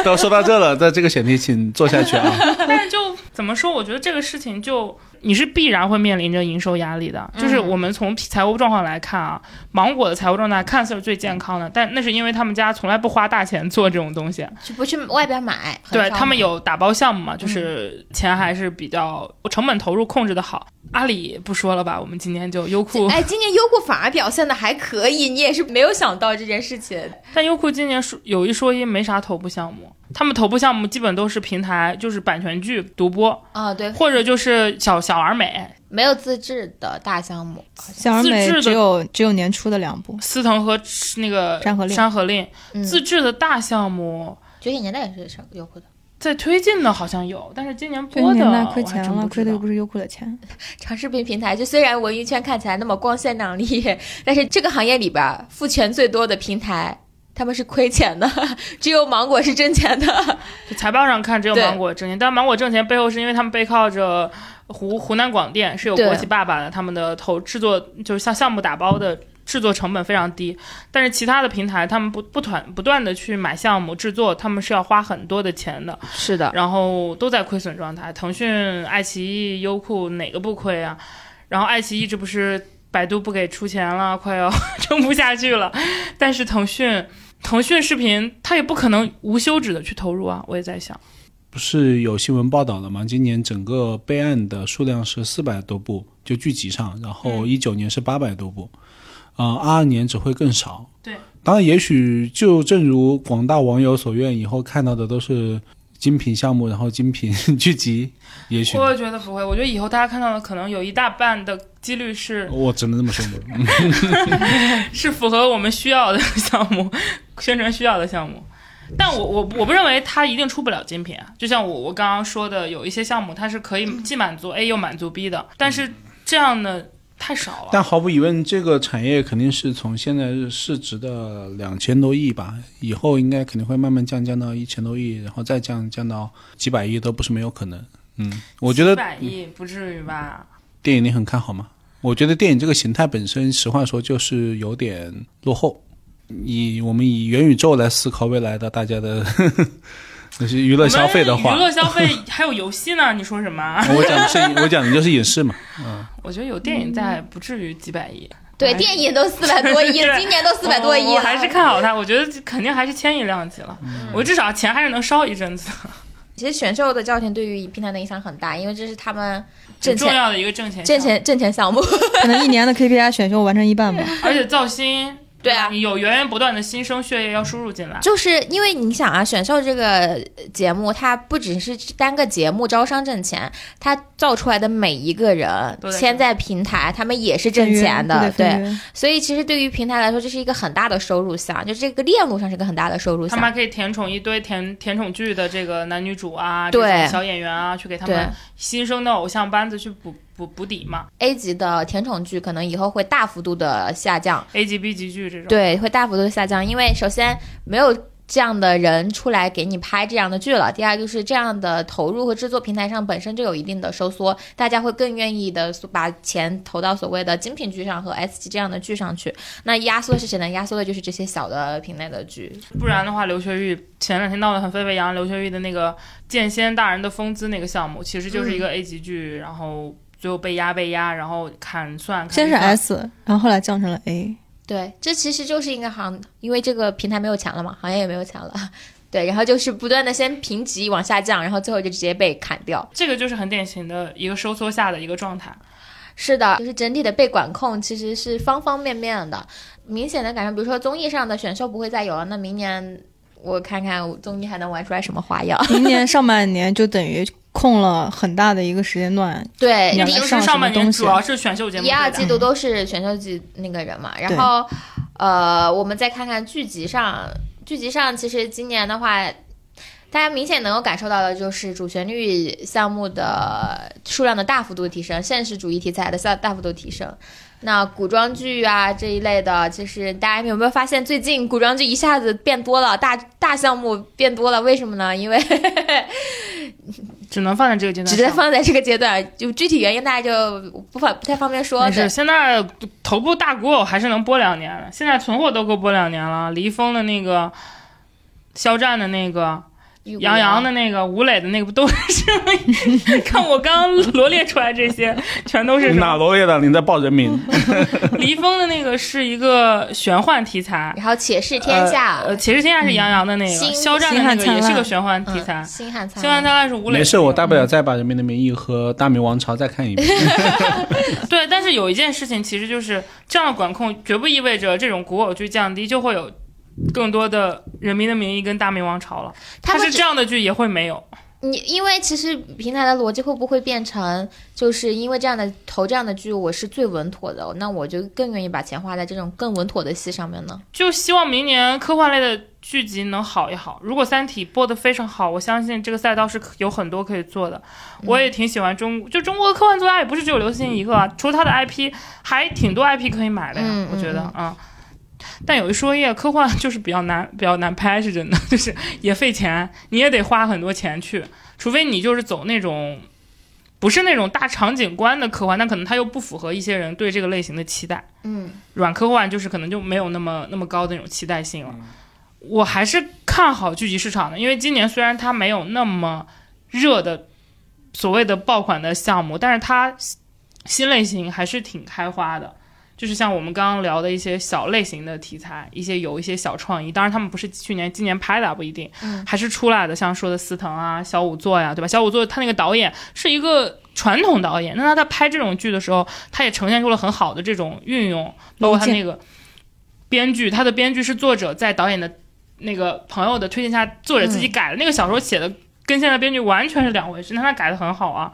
[SPEAKER 3] 都说到这了，在这个选题请做下去啊。
[SPEAKER 2] 但是就怎么说，我觉得这个事情就你是必然会面临着营收压力的。就是
[SPEAKER 4] 嗯
[SPEAKER 2] 我们从财务状况来看啊，芒果的财务状态看似是最健康的，但那是因为他们家从来不花大钱做这种东西，
[SPEAKER 1] 去不去外边买？很
[SPEAKER 2] 对
[SPEAKER 1] 少
[SPEAKER 2] 他们
[SPEAKER 1] 买
[SPEAKER 2] 有打包项目嘛，
[SPEAKER 4] 嗯
[SPEAKER 2] 就是钱还是比较成本投入控制的好。阿里不说了吧，我们今年就优酷，
[SPEAKER 1] 哎，今年优酷反而表现的还可以，你也是没有想到这件事情。
[SPEAKER 2] 但优酷今年说有一说一没啥头部项目，他们头部项目基本都是平台，就是版权剧、独播，
[SPEAKER 1] 啊、对，
[SPEAKER 2] 或者就是小小而美，
[SPEAKER 1] 没有自制的大项目，
[SPEAKER 4] 小而美
[SPEAKER 2] 自制的
[SPEAKER 4] 只有只有年初的两部，
[SPEAKER 2] 司藤和那个
[SPEAKER 4] 山河令
[SPEAKER 2] 山河令
[SPEAKER 1] 嗯，
[SPEAKER 2] 自制的大项目，
[SPEAKER 1] 九几年代也是优酷的。
[SPEAKER 2] 在推进的好像有，但是今年
[SPEAKER 4] 去
[SPEAKER 2] 播的啊
[SPEAKER 4] 年
[SPEAKER 2] 我
[SPEAKER 4] 代
[SPEAKER 2] 还
[SPEAKER 4] 亏钱
[SPEAKER 2] 真
[SPEAKER 4] 了，
[SPEAKER 2] 不知
[SPEAKER 4] 亏的
[SPEAKER 2] 道
[SPEAKER 4] 又不是优酷的钱。
[SPEAKER 1] 长视频平台，就虽然文娱圈看起来那么光鲜亮丽，但是这个行业里边儿付钱最多的平台，他们是亏钱的，只有芒果是挣钱的。
[SPEAKER 2] 就财报上看只有
[SPEAKER 1] 对
[SPEAKER 2] 芒果挣钱，但芒果挣钱背后是因为他们背靠着湖湖南广电是有
[SPEAKER 1] 对
[SPEAKER 2] 国企爸爸的，他们的投制作就是像项目打包的。制作成本非常低，但是其他的平台他们不不团不断的去买项目制作，他们是要花很多的钱的，
[SPEAKER 1] 是的，
[SPEAKER 2] 然后都在亏损状态。腾讯、爱奇艺、优酷哪个不亏啊？然后爱奇艺这不是百度不给出钱了，快要 *laughs* 撑不下去了。但是腾讯，腾讯视频它也不可能无休止的去投入啊。我也在想，
[SPEAKER 3] 不是有新闻报道了吗？今年整个备案的数量是四百多部，就剧集上，然后一九年是八百多部，呃，二二年只会更少。
[SPEAKER 2] 对，
[SPEAKER 3] 当然，也许就正如广大网友所愿，以后看到的都是精品项目，然后精品 *laughs* 剧集，也许
[SPEAKER 2] 我觉得不会，我觉得以后大家看到的可能有一大半的几率是
[SPEAKER 3] 我只能这么说了。嗯
[SPEAKER 2] 是符合我们需要的项目，宣传需要的项目。但我我我不认为它一定出不了精品啊，就像我我刚刚说的，有一些项目它是可以既满足 A 又满足 B 的，但是这样的太少了。
[SPEAKER 3] 但毫无疑问，这个产业肯定是从现在市值的两千多亿吧，以后应该肯定会慢慢降降到一千多亿，然后再降降到几百亿都不是没有可能。嗯，我觉
[SPEAKER 2] 一
[SPEAKER 3] 得
[SPEAKER 2] 百亿不至于吧？
[SPEAKER 3] 电影你很看好吗？我觉得电影这个形态本身，实话说就是有点落后。以我们以元宇宙来思考未来的大家的， *laughs* 就是娱乐消费的
[SPEAKER 2] 我
[SPEAKER 3] 话
[SPEAKER 2] 们娱，乐消费还有游戏呢，你说什么啊？
[SPEAKER 3] 我讲的是我讲的就是影视嘛。
[SPEAKER 2] 我觉得有电影在，不至于几百亿。
[SPEAKER 1] 对，
[SPEAKER 2] 还是
[SPEAKER 1] 电影都四百多
[SPEAKER 2] *laughs*
[SPEAKER 1] 亿了，
[SPEAKER 2] 对
[SPEAKER 1] 今年嗯都四百多亿
[SPEAKER 2] 哎哦我
[SPEAKER 1] 了，
[SPEAKER 2] 我还是看好它。我觉得肯定还是牵一量级了，
[SPEAKER 3] 嗯
[SPEAKER 2] 我至少钱还是能烧一阵子。
[SPEAKER 1] 其实选秀的教程对于平台的影响很大，因为这是他们挣
[SPEAKER 2] 很重
[SPEAKER 1] 钱、
[SPEAKER 2] 要的一个挣钱项
[SPEAKER 1] 挣
[SPEAKER 2] 目
[SPEAKER 1] 钱、挣钱项目。
[SPEAKER 4] 可能一年的 KPI 选秀完成一半吧。
[SPEAKER 2] 而且造星，
[SPEAKER 1] 啊对啊
[SPEAKER 2] 你有源源不断的新生血液要输入进来。
[SPEAKER 1] 就是因为你想啊，选秀这个节目，它不只是单个节目招商挣钱，它造出来的每一个人
[SPEAKER 2] 都在
[SPEAKER 1] 签在平台，他们也是挣钱的，
[SPEAKER 4] 对
[SPEAKER 1] 对。所以其实对于平台来说，这是一个很大的收入项，就这个链路上是个很大的收入
[SPEAKER 2] 他
[SPEAKER 1] 项
[SPEAKER 2] 们。还可以甜宠一堆甜甜宠剧的这个男女主啊，这种
[SPEAKER 1] 对
[SPEAKER 2] 小演员啊，去给他
[SPEAKER 1] 对
[SPEAKER 2] 们新生的偶像班子去补补补底嘛。
[SPEAKER 1] A 级的甜宠剧可能以后会大幅度的下降，
[SPEAKER 2] A 级 B 级剧这种，
[SPEAKER 1] 对，会大幅度下降，因为首先没有这样的人出来给你拍这样的剧了，第二就是这样的投入和制作平台上本身就有一定的收缩，大家会更愿意的把钱投到所谓的精品剧上和 S 级这样的剧上去。那压缩是谁呢？压缩的就是这些小的品类的剧。
[SPEAKER 2] 不然的话，刘学玉前两天闹得很沸沸扬扬，刘学玉的那个《剑仙大人的风姿》那个项目，其实
[SPEAKER 1] 嗯
[SPEAKER 2] 就是一个 A 级剧，然后最后被压被压，然后砍算，砍
[SPEAKER 4] 先是
[SPEAKER 2] 预算
[SPEAKER 4] S，然后后来降成了 A。
[SPEAKER 1] 对，这其实就是一个行，因为这个平台没有钱了嘛，行业也没有钱了。 *laughs* 对，然后就是不断的先评级往下降，然后最后就直接被砍掉。
[SPEAKER 2] 这个就是很典型的一个收缩下的一个状态。
[SPEAKER 1] 是的，就是整体的被管控其实是方方面面的，明显的感受，比如说综艺上的选秀不会再有了，那明年我看看我综艺还能玩出来什么花样。
[SPEAKER 4] 明年上半年就等于空了很大的一个时间段，
[SPEAKER 1] *laughs* 对，
[SPEAKER 4] 两
[SPEAKER 1] 第
[SPEAKER 4] 个
[SPEAKER 1] 一
[SPEAKER 2] 平
[SPEAKER 4] 上
[SPEAKER 2] 时
[SPEAKER 4] 什
[SPEAKER 2] 哎上
[SPEAKER 4] 么
[SPEAKER 2] 半年
[SPEAKER 4] 东西
[SPEAKER 2] 主要是选秀节目
[SPEAKER 1] 一二
[SPEAKER 2] 对的
[SPEAKER 1] 季度都是选秀季那个人嘛，然后呃，我们再看看剧集上，剧集上其实今年的话。大家明显能够感受到的就是主旋律项目的数量的大幅度提升，现实主义题材的大大幅度提升。那古装剧啊这一类的，就是大家有没有发现最近古装剧一下子变多了，大大项目变多了？为什么呢？因
[SPEAKER 2] *laughs*
[SPEAKER 1] 为
[SPEAKER 2] 只能放在这个阶段
[SPEAKER 1] 只
[SPEAKER 2] 上，
[SPEAKER 1] 能放在这个阶段，就具体原因大家就不方不太方便说。
[SPEAKER 2] 没
[SPEAKER 1] 对
[SPEAKER 2] 事，现在头部大古偶还是能播两年的，现在存货都够播两年了。李易峰的那个、肖战的那个、
[SPEAKER 1] 预估
[SPEAKER 2] 杨
[SPEAKER 1] 啊
[SPEAKER 2] 洋的那个、吴磊的那个，不都是吗？ *laughs* 看我刚刚罗列出来这些，全都是什
[SPEAKER 3] 哪
[SPEAKER 2] 么？
[SPEAKER 3] 罗也的，你在报人名？
[SPEAKER 2] 李易峰的那个是一个玄幻题材，
[SPEAKER 1] 然后《且试天下》
[SPEAKER 2] 呃，《且试天下》是杨洋的那个，
[SPEAKER 1] 嗯星
[SPEAKER 2] 肖战的那个也是个玄幻
[SPEAKER 1] 嗯
[SPEAKER 2] 题材，《
[SPEAKER 1] 星汉灿
[SPEAKER 2] 星汉灿烂》是吴磊的那个。
[SPEAKER 3] 没事，我大不
[SPEAKER 2] 嗯
[SPEAKER 3] 了再把《人民的名义》和《大明王朝》再看一遍。
[SPEAKER 2] 对，但是有一件事情，其实就是这样的管控，绝不意味着这种古偶剧降低，就会有更多的《人民的名义》跟《大明王朝》了。
[SPEAKER 1] 他
[SPEAKER 2] 它
[SPEAKER 1] 们
[SPEAKER 2] 是这样的剧也会没有，
[SPEAKER 1] 你因为其实平台的逻辑会不会变成，就是因为这样的投这样的剧，我是最稳妥的，那我就更愿意把钱花在这种更稳妥的戏上面呢？
[SPEAKER 2] 就希望明年科幻类的剧集能好一好。如果《三体》播得非常好，我相信这个赛道是有很多可以做的。
[SPEAKER 1] 嗯
[SPEAKER 2] 我也挺喜欢中，就中国的科幻作家也不是只有刘慈欣一个啊，除了他的 IP，还挺多 IP 可以买的呀，
[SPEAKER 1] 嗯
[SPEAKER 2] 我觉得
[SPEAKER 1] 嗯
[SPEAKER 2] 啊。但有一说一，啊科幻就是比较难，比较难拍，是真的， *laughs* 就是也费钱，你也得花很多钱去，除非你就是走那种不是那种大场景观的科幻，那可能它又不符合一些人对这个类型的期待。
[SPEAKER 1] 嗯，
[SPEAKER 2] 软科幻就是可能就没有那么那么高的那种期待性了。我还是看好剧集市场的，因为今年虽然它没有那么热的所谓的爆款的项目，但是它新类型还是挺开花的。就是像我们刚刚聊的一些小类型的题材，一些有一些小创意，当然他们不是去年、今年拍的啊不一定，还是出来的。像说的司藤啊、小仵作呀，对吧？小仵作他那个导演是一个传统导演，那他在拍这种剧的时候，他也呈现出了很好的这种运用，包括他那个编剧，他的编剧是作者在导演的那个朋友的推荐下，作者自己改的。那个小说写的跟现在编剧完全是两回事，那他改的很好啊。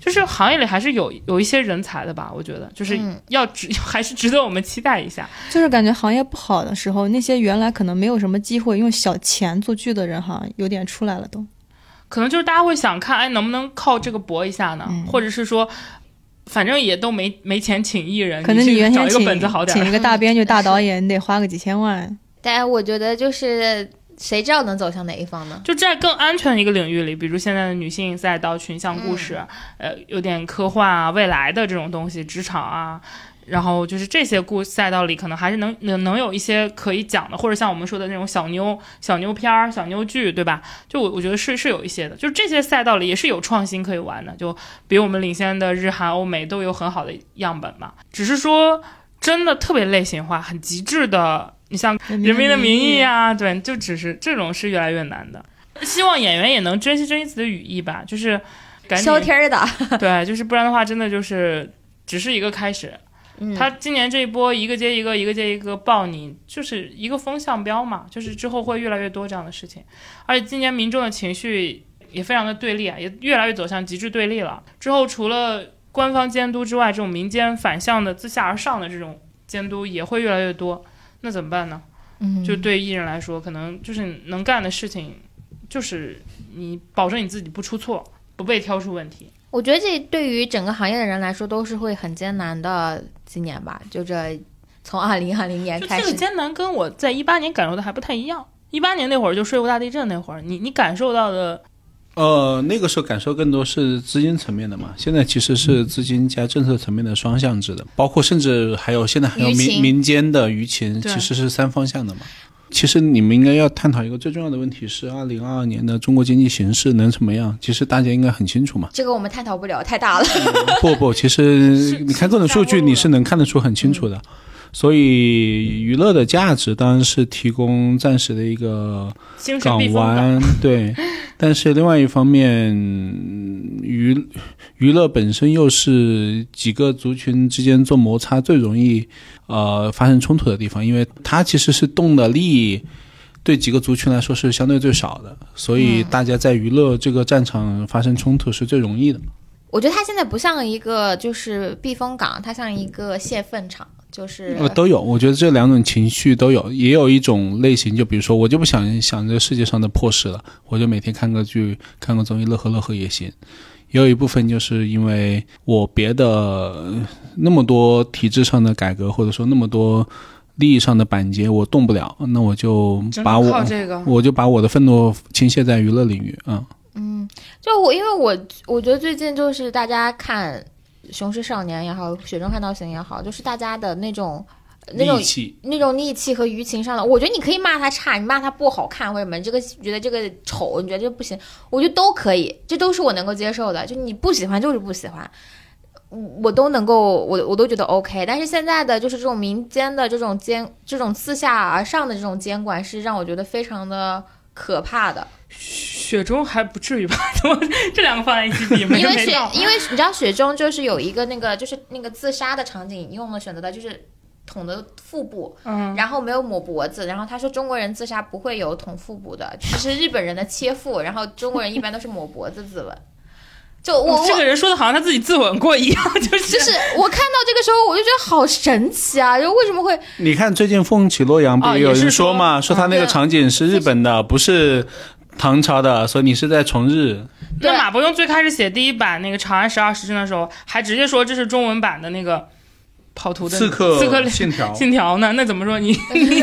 [SPEAKER 2] 就是行业里还是有有一些人才的吧，我觉得就是
[SPEAKER 1] 嗯
[SPEAKER 2] 要值、 *laughs* 还是值得我们期待一下。
[SPEAKER 4] 就是感觉行业不好的时候，那些原来可能没有什么机会用小钱做剧的人，哈，有点出来了都。
[SPEAKER 2] 可能就是大家会想看，哎，能不能靠这个搏一下呢？
[SPEAKER 4] 嗯
[SPEAKER 2] 或者是说，反正也都没没钱请艺人，
[SPEAKER 4] 可能
[SPEAKER 2] 哎你去
[SPEAKER 4] 原
[SPEAKER 2] 找
[SPEAKER 4] 先
[SPEAKER 2] 一个
[SPEAKER 4] 请
[SPEAKER 2] 本子好点
[SPEAKER 4] 请一
[SPEAKER 2] 儿。
[SPEAKER 4] 个大编剧、大导演，你得花个几
[SPEAKER 2] *laughs*
[SPEAKER 4] 千万。
[SPEAKER 1] 但我觉得就是谁知道能走向哪一方呢？
[SPEAKER 2] 就在更安全的一个领域里，比如现在的女性赛道、群像故事，呃，有点科幻啊、未来的这种东西、职场啊，然后就是这些故赛道里，可能还是能能能有一些可以讲的，或者像我们说的那种小妞、小妞片儿、小妞剧，对吧？就我我觉得是是有一些的，就是这些赛道里也是有创新可以玩的，就比我们领先的日韩、欧美都有很好的样本嘛。只是说真的特别类型化、很极致的，你像《人民的名义》
[SPEAKER 4] 啊，
[SPEAKER 2] 啊，对，就只是这种是越来越难的。希望演员也能珍惜珍惜自己的语义吧，就是赶紧
[SPEAKER 1] 消天儿的，
[SPEAKER 2] 对，就是不然的话，真的就是只是一个开始。
[SPEAKER 1] 嗯，
[SPEAKER 2] 他今年这一波一个接一个，一个接一个爆你，就是一个风向标嘛，就是之后会越来越多这样的事情。而且今年民众的情绪也非常的对立啊，也越来越走向极致对立了。之后除了官方监督之外，这种民间反向的自下而上的这种监督也会越来越多。那怎么办呢？
[SPEAKER 1] 嗯
[SPEAKER 2] 就对艺人来说，可能就是能干的事情，就是你保证你自己不出错，不被挑出问题。
[SPEAKER 1] 我觉得这对于整个行业的人来说都是会很艰难的几年吧，就这从二零二零年
[SPEAKER 2] 就
[SPEAKER 1] 哎开
[SPEAKER 2] 这个
[SPEAKER 1] 始，
[SPEAKER 2] 艰难跟我在一八年感受的还不太一样。一八年那会儿就睡过大地震，那会儿你你感受到的，
[SPEAKER 3] 呃，那个时候感受更多是资金层面的嘛，现在其实是资金加政策层面的双向制的，包括甚至还有现在还有
[SPEAKER 1] 舆情
[SPEAKER 3] 民民间的舆情，
[SPEAKER 2] 对
[SPEAKER 3] 其实是三方向的嘛。其实你们应该要探讨一个最重要的问题是，二零二二年的中国经济形势能怎么样？其实大家应该很清
[SPEAKER 2] *laughs*
[SPEAKER 3] 楚嘛。
[SPEAKER 1] 这个我们探讨不了，太大了。
[SPEAKER 3] 不不，其
[SPEAKER 2] 是
[SPEAKER 3] 实你看各种
[SPEAKER 2] 是
[SPEAKER 3] 数
[SPEAKER 2] 大
[SPEAKER 3] 据，
[SPEAKER 2] 陆的
[SPEAKER 3] 你是能看得出很清楚
[SPEAKER 2] 嗯
[SPEAKER 3] 的。所以娱乐的价值当然是提供暂时的一个
[SPEAKER 2] 精神
[SPEAKER 3] 港
[SPEAKER 2] 避风港。
[SPEAKER 3] 湾，
[SPEAKER 2] *laughs*
[SPEAKER 3] 对。但是另外一方面，娱娱乐本身又是几个族群之间做摩擦最容易呃发生冲突的地方，因为它其实是动的利益。对几个族群来说是相对最少的，所
[SPEAKER 2] 嗯
[SPEAKER 3] 以大家在娱乐这个战场发生冲突是最容易的。
[SPEAKER 1] 我觉得它现在不像一个就是避风港，它像一个泄愤场，就是
[SPEAKER 3] 呃，都有，我觉得这两种情绪都有，也有一种类型，就比如说，我就不想想这世界上的破事了，我就每天看个剧、看个综艺，乐呵乐呵也行。也有一部分就是因为我别的呃那么多体制上的改革，或者说那么多利益上的板结，我动不了，那我就
[SPEAKER 2] 真
[SPEAKER 3] 把
[SPEAKER 2] 的靠
[SPEAKER 3] 我
[SPEAKER 2] 这个，
[SPEAKER 3] 我就把我的愤怒倾泻在娱乐领域啊。
[SPEAKER 1] 就我，因为我我觉得最近就是大家看《雄狮少年》也好，《雪中悍刀行》也好，就是大家的那种那种
[SPEAKER 3] 气
[SPEAKER 1] 那种戾气和舆情上的，我觉得你可以骂他差，你骂他不好看或者什么，你这个觉得这个丑，你觉得这不行，我觉得都可以，这都是我能够接受的。就你不喜欢就是不喜欢，嗯我都能够，我我都觉得 OK。但是现在的就是这种民间的这种监，这种自下而上的这种监管，是让我觉得非常的可怕的。
[SPEAKER 2] 雪中还不至于吧？ *laughs* 怎么这两个放在一起比， *laughs* 没
[SPEAKER 1] 因为
[SPEAKER 2] 没
[SPEAKER 1] 雪
[SPEAKER 2] 到，
[SPEAKER 1] 因为你知道雪中就是有一个那个就是那个自杀的场景用了选择的就是捅的腹部，
[SPEAKER 2] 嗯，
[SPEAKER 1] 然后没有抹脖子，然后他说中国人自杀不会有捅腹部的，就是日本人的切腹，然后中国人一般都是抹脖子自刎。就我我
[SPEAKER 2] 哦这个人说的好像他自己自刎过一样，就是
[SPEAKER 1] 就是我看到这个时候我就觉得好神奇啊，就为什么
[SPEAKER 2] *laughs*
[SPEAKER 1] 会
[SPEAKER 3] 你看，最近凤起洛阳不
[SPEAKER 2] 啊
[SPEAKER 3] 有
[SPEAKER 2] 也是
[SPEAKER 3] 人说嘛，
[SPEAKER 2] 说啊
[SPEAKER 3] 说他那
[SPEAKER 1] 嗯
[SPEAKER 3] 个场景是日本的，不是唐朝的，所以你是在重日。
[SPEAKER 2] 那
[SPEAKER 1] 对
[SPEAKER 2] 马伯庸最开始写第一版那个《长安十二时辰》的时候，还直接说这是中文版的那个跑图的
[SPEAKER 3] 刺客
[SPEAKER 2] 刺客
[SPEAKER 3] 信 *laughs* 条
[SPEAKER 2] *laughs* 信条呢？那怎么说你你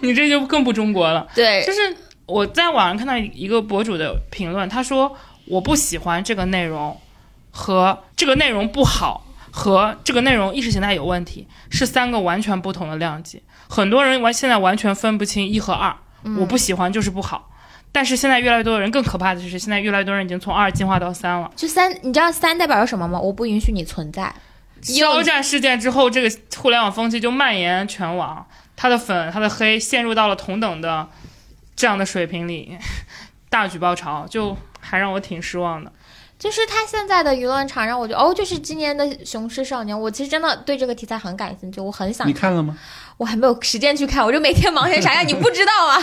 [SPEAKER 2] 你这就更不中国了。
[SPEAKER 1] 对
[SPEAKER 2] 就是我在网上看到一个博主的评论，他说我不喜欢这个内容和这个内容不好和这个内容意识形态有问题是三个完全不同的量级。很多人完现在完全分不清一和二，我不喜欢就是不好。但是现在越来越多的人，更可怕的是，现在越来越多人已经从二进化到三了。
[SPEAKER 1] 就三，你知道三代表是什么吗？我不允许你存在。
[SPEAKER 2] 肖战事件之后，这个互联网风气就蔓延全网，他的粉、他的黑陷入到了同等的这样的水平里， *laughs* 大举报潮，就还让我挺失望的。
[SPEAKER 1] 就是他现在的舆论场让我觉得，哦，就是今年的《雄狮少年》，我其实真的对这个题材很感兴趣，我很想
[SPEAKER 3] 你，看了吗？
[SPEAKER 1] 我还没有时间去看，我就每天忙成啥样，你不知道 *laughs* 啊？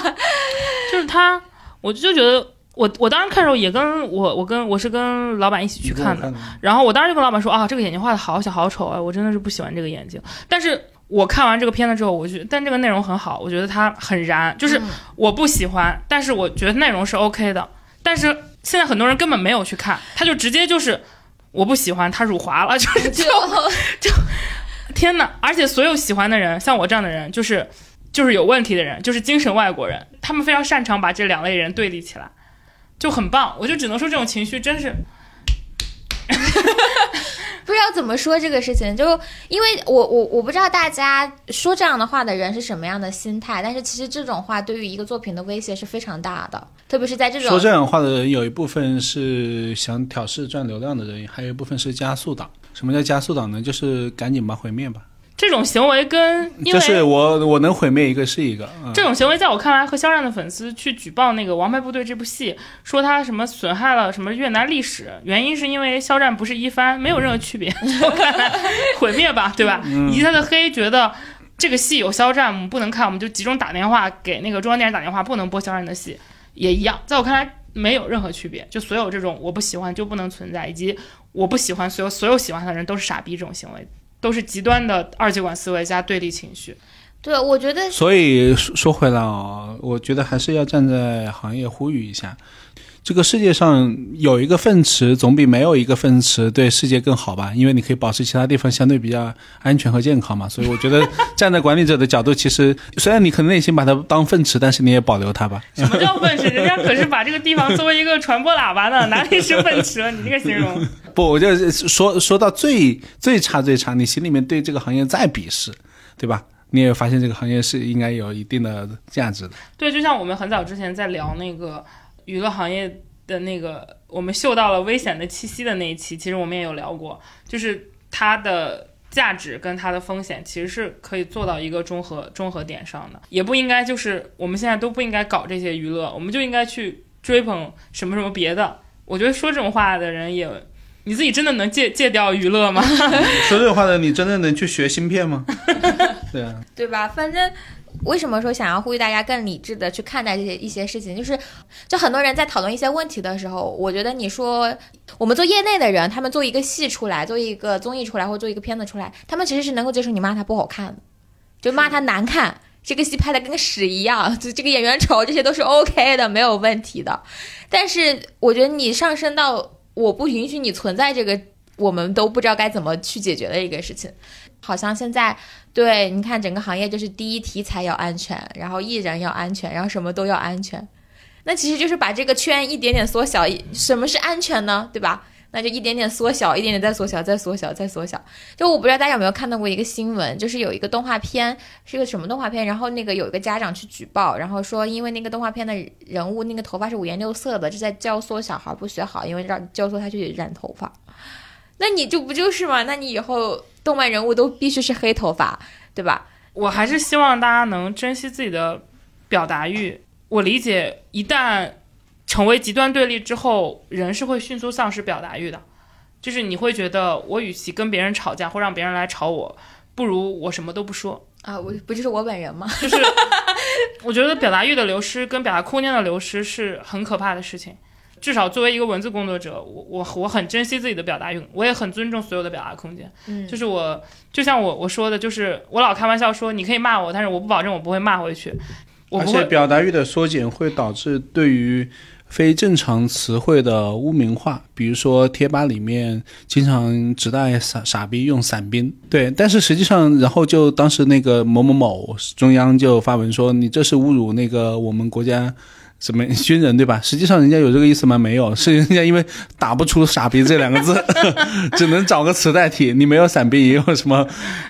[SPEAKER 2] 就是他，我就觉得我我当时看的时候也跟我我跟我是跟老板一起去看的，
[SPEAKER 5] 的，
[SPEAKER 2] 然后我当时就跟老板说啊，这个眼睛画的好小好丑啊，我真的是不喜欢这个眼睛。但是我看完这个片子之后，我觉得但这个内容很好，我觉得它很燃，就是
[SPEAKER 1] 嗯
[SPEAKER 2] 我不喜欢，但是我觉得内容是 OK 的。但是现在很多人根本没有去看，他就直接就是我不喜欢，他辱华了， *laughs* 就是
[SPEAKER 1] 就
[SPEAKER 2] 就天哪！而且所有喜欢的人，像我这样的人，就是就是有问题的人，就是精神外国人，他们非常擅长把这两类人对立起来，就很棒。我就只能说这种情绪真是
[SPEAKER 1] 不知道怎么说这个事情，就因为我我我不知道大家说这样的话的人是什么样的心态，但是其实这种话对于一个作品的威胁是非常大的，特别是在这种
[SPEAKER 3] 说这样话的人，有一部分是想挑事赚流量的人，还有一部分是加速党。什么叫加速党呢？就是赶紧吧，毁灭吧。
[SPEAKER 2] 这种行为跟因
[SPEAKER 3] 就
[SPEAKER 2] 为
[SPEAKER 3] 是我我能毁灭一个是一个。嗯、
[SPEAKER 2] 这种行为，在我看来，和肖战的粉丝去举报那个《王牌部队》这部戏，说他什么损害了什么越南历史，原因是因为肖战不是一番，没有任何区别。我看来毁灭吧，对吧？以及他的黑觉得这个戏有肖战，我们不能看，我们就集中打电话给那个中央电视打电话，不能播肖战的戏，也一样。在我看来，没有任何区别。就所有这种我不喜欢就不能存在，以及我不喜欢所有所有喜欢他的人都是傻逼这种行为。都是极端的二极管思维加对立情绪，
[SPEAKER 1] 对，我觉得
[SPEAKER 3] 所以说说回来啊，我觉得还是要站在行业呼吁一下，这个世界上有一个粪池总比没有一个粪池对世界更好吧？因为你可以保持其他地方相对比较安全和健康嘛。所以我觉 *laughs* 得站在管理者的角度，其实虽然你可能内心把它当粪池，但是你也保留它吧。
[SPEAKER 2] 什么叫粪池？人家可是把这个地方作为一个传播喇叭呢，哪里是粪池了？你这个形容，
[SPEAKER 3] 不，我就是说说到最最差最差，你心里面对这个行业再鄙视，对吧？你也发现这个行业是应该有一定的价值的。
[SPEAKER 2] 对，就像我们很早之前在聊那个娱乐行业的那个，我们嗅到了危险的气息的那一期，其实我们也有聊过，就是它的价值跟它的风险其实是可以做到一个中和中和点上的，也不应该就是我们现在都不应该搞这些娱乐，我们就应该去追捧什么什么别的。我觉得说这种话的人也，你自己真的能戒戒掉娱乐吗？
[SPEAKER 3] 说这话的，你真的能去学芯片吗？ *laughs* 对啊。
[SPEAKER 1] 对吧？反正为什么说想要呼吁大家更理智的去看待这些一些事情，就是就很多人在讨论一些问题的时候，我觉得你说我们做业内的人，他们做一个戏出来，做一个综艺出来，或者做一个片子出来，他们其实是能够接受你骂他不好看的，就骂他难看。这个戏拍的跟个屎一样，就这个演员丑，这些都是 OK 的，没有问题的。但是我觉得你上升到我不允许你存在这个，我们都不知道该怎么去解决的一个事情。好像现在对，你看整个行业就是第一题材要安全，然后艺人要安全，然后什么都要安全。那其实就是把这个圈一点点缩小。一什么是安全呢？对吧？那就一点点缩小，一点点再缩小，再缩小，再缩小。就我不知道大家有没有看到过一个新闻，就是有一个动画片，是个什么动画片？然后那个有一个家长去举报，然后说因为那个动画片的人物那个头发是五颜六色的，这在教唆小孩不学好，因为让教唆他去染头发。那你就不就是嘛？那你以后动漫人物都必须是黑头发，对吧？
[SPEAKER 2] 我还是希望大家能珍惜自己的表达欲。我理解，一旦成为极端对立之后，人是会迅速丧失表达欲的。就是你会觉得，我与其跟别人吵架，或让别人来吵我，不如我什么都不说。
[SPEAKER 1] 啊，我不就是我本人吗？
[SPEAKER 2] 就是我觉得表达欲的流失跟表达空间的流失是很可怕的事情。至少作为一个文字工作者，我我我很珍惜自己的表达欲，我也很尊重所有的表达空间。
[SPEAKER 1] 嗯
[SPEAKER 2] 就是我，就像我我说的，就是我老开玩笑说你可以骂我，但是我不保证我不会骂回去，我
[SPEAKER 3] 而
[SPEAKER 2] 不
[SPEAKER 3] 且
[SPEAKER 2] 会。
[SPEAKER 3] 表达欲的缩减会导致对于非正常词汇的污名化，比如说贴吧里面经常指代傻傻逼用伞兵，对，但是实际上，然后就当时那个某某某中央就发文说你这是侮辱那个我们国家。什么军人对吧？ *laughs* 实际上人家有这个意思吗？没有，是人家因为打不出“傻逼”这两个字，只能找个词代替。你没有伞兵，也有什么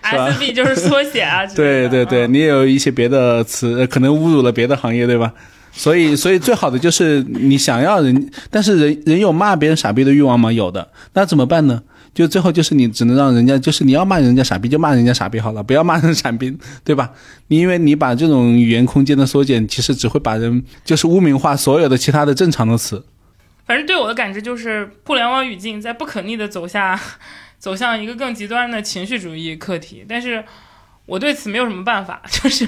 [SPEAKER 3] 是吧
[SPEAKER 2] S B 就是缩写啊，之类
[SPEAKER 3] 对
[SPEAKER 2] 的
[SPEAKER 3] 对对，
[SPEAKER 2] 嗯
[SPEAKER 3] 你也有一些别的词，呃可能侮辱了别的行业，对吧？所以，所以最好的就是你想要人，但是人人有骂别人傻逼的欲望吗？有的，那怎么办呢？就最后就是你只能让人家，就是你要骂人家傻逼就骂人家傻逼好了，不要骂人傻逼，对吧？你因为你把这种语言空间的缩减，其实只会把人就是污名化所有的其他的正常的词。
[SPEAKER 2] 反正对我的感知就是，互联网语境在不可逆的走下，走向一个更极端的情绪主义课题。但是我对此没有什么办法， *laughs* 就是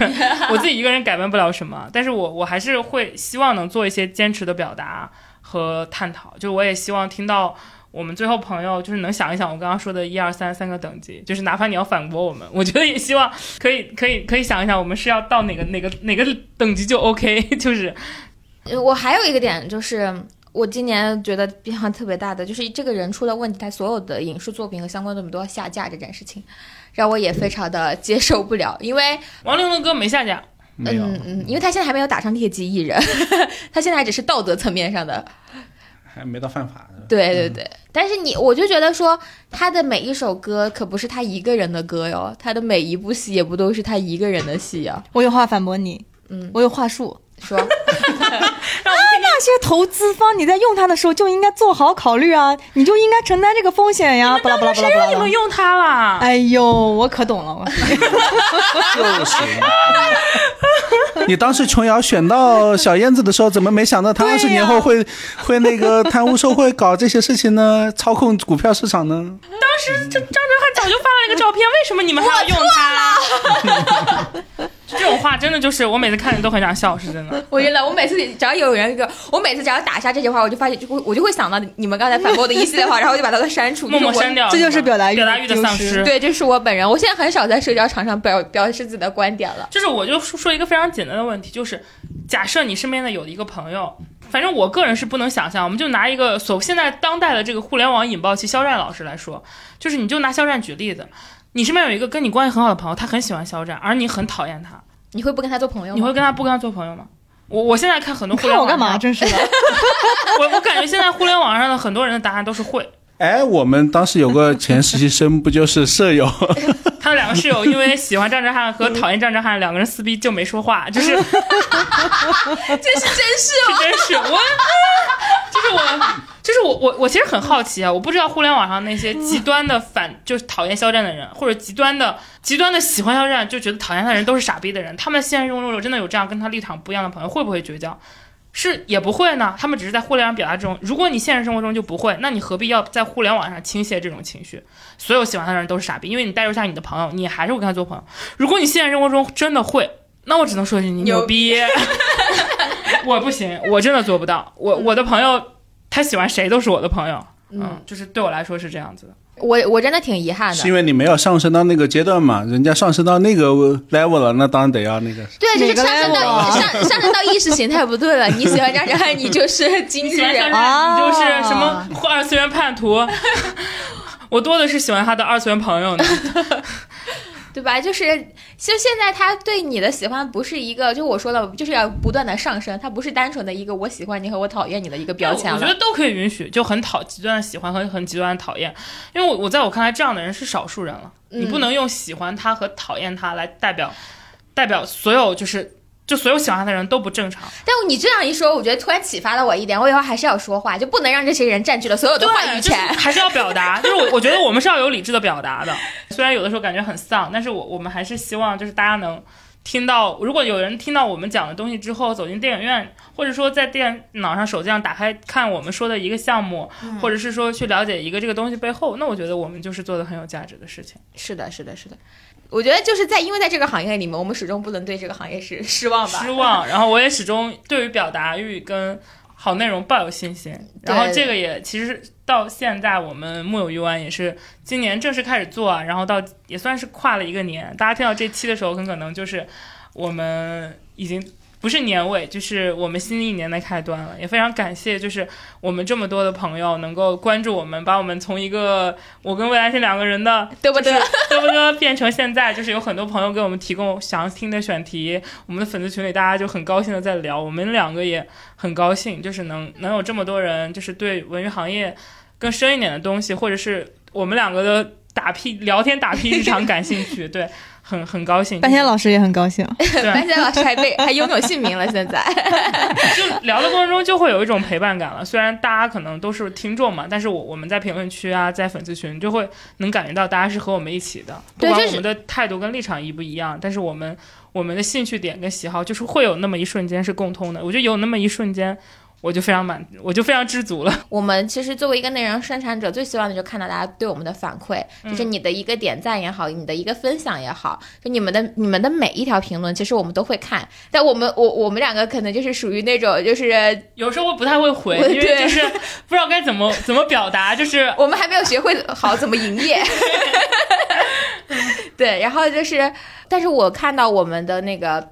[SPEAKER 2] 我自己一个人改变不了什么。但是我我还是会希望能做一些坚持的表达和探讨。就我也希望听到我们最后朋友就是能想一想我刚刚说的一二三三个等级，就是哪怕你要反驳我们，我觉得也希望可以可以可以想一想我们是要到哪个哪个哪个等级就 OK，就是
[SPEAKER 1] *laughs*
[SPEAKER 2] *laughs*
[SPEAKER 1] 呃我还有一个点就是，我今年觉得变化特别大的，就是这个人出了问题，他所有的影视作品和相关作品都要下架这件事情，让我也非常的接受不了，因为
[SPEAKER 2] 王力宏的歌没下架。
[SPEAKER 3] 没有，
[SPEAKER 1] 嗯嗯，因为他现在还没有打上劣迹艺人， *laughs* 他现在还只是道德层面上的
[SPEAKER 3] 还没到犯法。
[SPEAKER 1] 对
[SPEAKER 3] 嗯
[SPEAKER 1] 对对，但是你我就觉得说，他的每一首歌可不是他一个人的歌哟，他的每一部戏也不都是他一个人的戏呀。
[SPEAKER 4] 我有话反驳你，
[SPEAKER 1] 嗯
[SPEAKER 4] 我有话术。
[SPEAKER 1] 说
[SPEAKER 4] 那些投资方你在用它的时候就应该做好考虑啊，你就应该承担这个风险呀，巴拉巴拉巴拉
[SPEAKER 2] 啊你们
[SPEAKER 4] 巴拉。
[SPEAKER 2] 用它啦？
[SPEAKER 4] 哎呦，我可懂了，我
[SPEAKER 3] 就 *laughs* 行。你当时琼瑶选到小燕子的时候，怎么没想到她
[SPEAKER 4] 对呀
[SPEAKER 3] 二十年后会、会那个贪污受贿、搞这些事情 *laughs* 呢？操控股票市场呢？
[SPEAKER 2] 当时这张哲瀚早就发了一个照片，为什么你们还要用它？这种话真的 *laughs* 就是我每次看着都很想笑，是真
[SPEAKER 4] *laughs*
[SPEAKER 2] 的。
[SPEAKER 1] 我真的，我每次只要有人给我，我每次只要打下这句话，我就发现就会我就会想到你们刚才反驳我的一系列话，然后我就把它都删除，
[SPEAKER 2] *laughs* 默默删
[SPEAKER 1] 掉。
[SPEAKER 2] 掉，
[SPEAKER 4] 这就是表达欲
[SPEAKER 2] 表达欲的丧
[SPEAKER 4] 丢
[SPEAKER 2] 失。
[SPEAKER 4] 失
[SPEAKER 1] 对，这是我本人，我现在很少在社交场上表表示自己的观点了。
[SPEAKER 2] 就是我就说说一个非常简单的问题，就是假设你身边的有一个朋友，反正我个人是不能想象，我们就拿一个所现在当代的这个互联网引爆器肖战老师来说，就是你就拿肖战举例子，你身边有一个跟你关系很好的朋友，他很喜欢肖战，而你很讨厌他，
[SPEAKER 1] 你会不跟他做朋
[SPEAKER 4] 哎
[SPEAKER 1] 友吗？
[SPEAKER 2] 你会跟他不跟他做朋友吗？我我现在看很多互联
[SPEAKER 4] 看
[SPEAKER 2] 网
[SPEAKER 4] 我干
[SPEAKER 2] 上
[SPEAKER 4] 嘛？真是的，
[SPEAKER 2] 我我感觉现在互联网上的很多人的答案都是会。
[SPEAKER 3] 哎，我们当时有个前实习生，不就是舍友？
[SPEAKER 2] 他们两个室友因为喜欢战哲瀚和
[SPEAKER 4] 嗯
[SPEAKER 2] 讨厌战哲瀚，两个人撕逼就没说话，就是
[SPEAKER 4] *laughs*
[SPEAKER 2] *laughs* 是
[SPEAKER 1] 这是真事吗？
[SPEAKER 2] 真是我，就是我，就是我我我其实很好奇啊，我不知道互联网上那些极端的反就是讨厌肖战的人，或者极端的极端的喜欢肖战就觉得讨厌他的人都是傻逼的人，他们现实中如果真的有这样跟他立场不一样的朋友，会不会绝交？是也不会呢，他们只是在互联网表达中。如果你现实生活中就不会，那你何必要在互联网上倾泻这种情绪？所有喜欢他的人都是傻逼，因为你带入下你的朋友，你还是会跟他做朋友。如果你现实生活中真的会，那我只能说一句你
[SPEAKER 1] 牛
[SPEAKER 2] 牛逼。 *laughs* 我不行，我真的做不到。我我的朋友，他喜欢谁都是我的朋友。嗯，就是对我来说是这样子的。
[SPEAKER 1] 我我真的挺遗憾
[SPEAKER 3] 是
[SPEAKER 1] 的。
[SPEAKER 3] 因为你没有上升到那个阶段嘛？人家上升到那个 level 了，那当然得要那个。
[SPEAKER 1] 对，就是
[SPEAKER 4] 哪个
[SPEAKER 1] 上升
[SPEAKER 4] level
[SPEAKER 1] 到
[SPEAKER 4] 啊
[SPEAKER 1] 上上升到意识形态不对了。你喜欢张哲瀚，你就是金
[SPEAKER 2] 你
[SPEAKER 1] 之
[SPEAKER 2] 喜欢肖 *laughs*
[SPEAKER 1] 人。
[SPEAKER 2] 战，
[SPEAKER 4] 啊
[SPEAKER 2] 你就是什么二次元叛徒。 *laughs* 我多的是喜欢他的二次元朋友呢。
[SPEAKER 1] 对吧？就是，其实现在他对你的喜欢不是一个，就我说了，就是要不断的上升，它不是单纯的一个我喜欢你和我讨厌你的一个标签
[SPEAKER 2] 我觉得
[SPEAKER 1] 了。
[SPEAKER 2] 都可以允许，就很讨极端的喜欢和很极端的讨厌，因为我我在我看来这样的人是少数人了，
[SPEAKER 1] 嗯
[SPEAKER 2] 你不能用喜欢他和讨厌他来代表代表所有就是。就所有喜欢他的人都不正常，
[SPEAKER 1] 但你这样一说，我觉得突然启发了我一点，我以后还是要说话，就不能让这些人占据了所有的话语
[SPEAKER 2] 就是
[SPEAKER 1] 权。
[SPEAKER 2] 还是要表达。就
[SPEAKER 1] *laughs*
[SPEAKER 2] 是我我觉得我们是要有理智的表达的，虽然有的时候感觉很丧，但是我我们还是希望就是大家能听到，如果有人听到我们讲的东西之后走进电影院，或者说在电脑上、手机上打开看我们说的一个项目，
[SPEAKER 1] 嗯
[SPEAKER 2] 或者是说去了解一个这个东西背后，那我觉得我们就是做的很有价值的事情。
[SPEAKER 1] 是的，是的，是的。我觉得就是在因为在这个行业里面，我们始终不能对这个行业是失望吧。
[SPEAKER 2] 失望，然后我也始终对于表达欲跟好内容抱有信心。
[SPEAKER 1] 对
[SPEAKER 2] 然后这个也其实到现在我们木有鱼丸也是今年正式开始做啊，然后到也算是跨了一个年。大家听到这期的时候，很可能就是我们已经。不是年尾，就是我们新的一年的开端了，也非常感谢，就是我们这么多的朋友能够关注我们，把我们从一个我跟未来是两个人的
[SPEAKER 1] 对不对
[SPEAKER 2] 就是嘚不嘚变成现在，就是有很多朋友给我们提供想要听的选题，我们的粉丝群里大家就很高兴的在聊，我们两个也很高兴，就是能能有这么多人，就是对文娱行业更深一点的东西，或者是我们两个的打屁聊天打屁日常感兴趣，对，很很高兴。
[SPEAKER 4] *laughs* 半天老师也很高兴，
[SPEAKER 1] 白姐老师还被还拥有姓名了，现在
[SPEAKER 2] 就聊的过程中就会有一种陪伴感了。虽然大家可能都是听众嘛，但是我我们在评论区啊，在粉丝群就会能感觉到大家是和我们一起的，不
[SPEAKER 1] 对
[SPEAKER 2] 管
[SPEAKER 1] 这
[SPEAKER 2] 我
[SPEAKER 1] 是
[SPEAKER 2] 们的态度跟立场一不一样，但是我们我们的兴趣点跟喜好就是会有那么一瞬间是共通的。我觉得有那么一瞬间。我就非常满，我就非常知足了。
[SPEAKER 1] 我们其实作为一个内容生产者，最希望的就是看到大家对我们的反馈，就是你的一个点赞也好，你的一个分享也好，就你们的你们的每一条评论，其实我们都会看。但我们我我们两个可能就是属于那种，就是
[SPEAKER 2] 有时候我不太会回，
[SPEAKER 1] 对
[SPEAKER 2] 因为就是不知道该怎么怎么表达，就是
[SPEAKER 1] 我们还没有学会好怎么营业。对，然后就是，但是我看到我们的那个。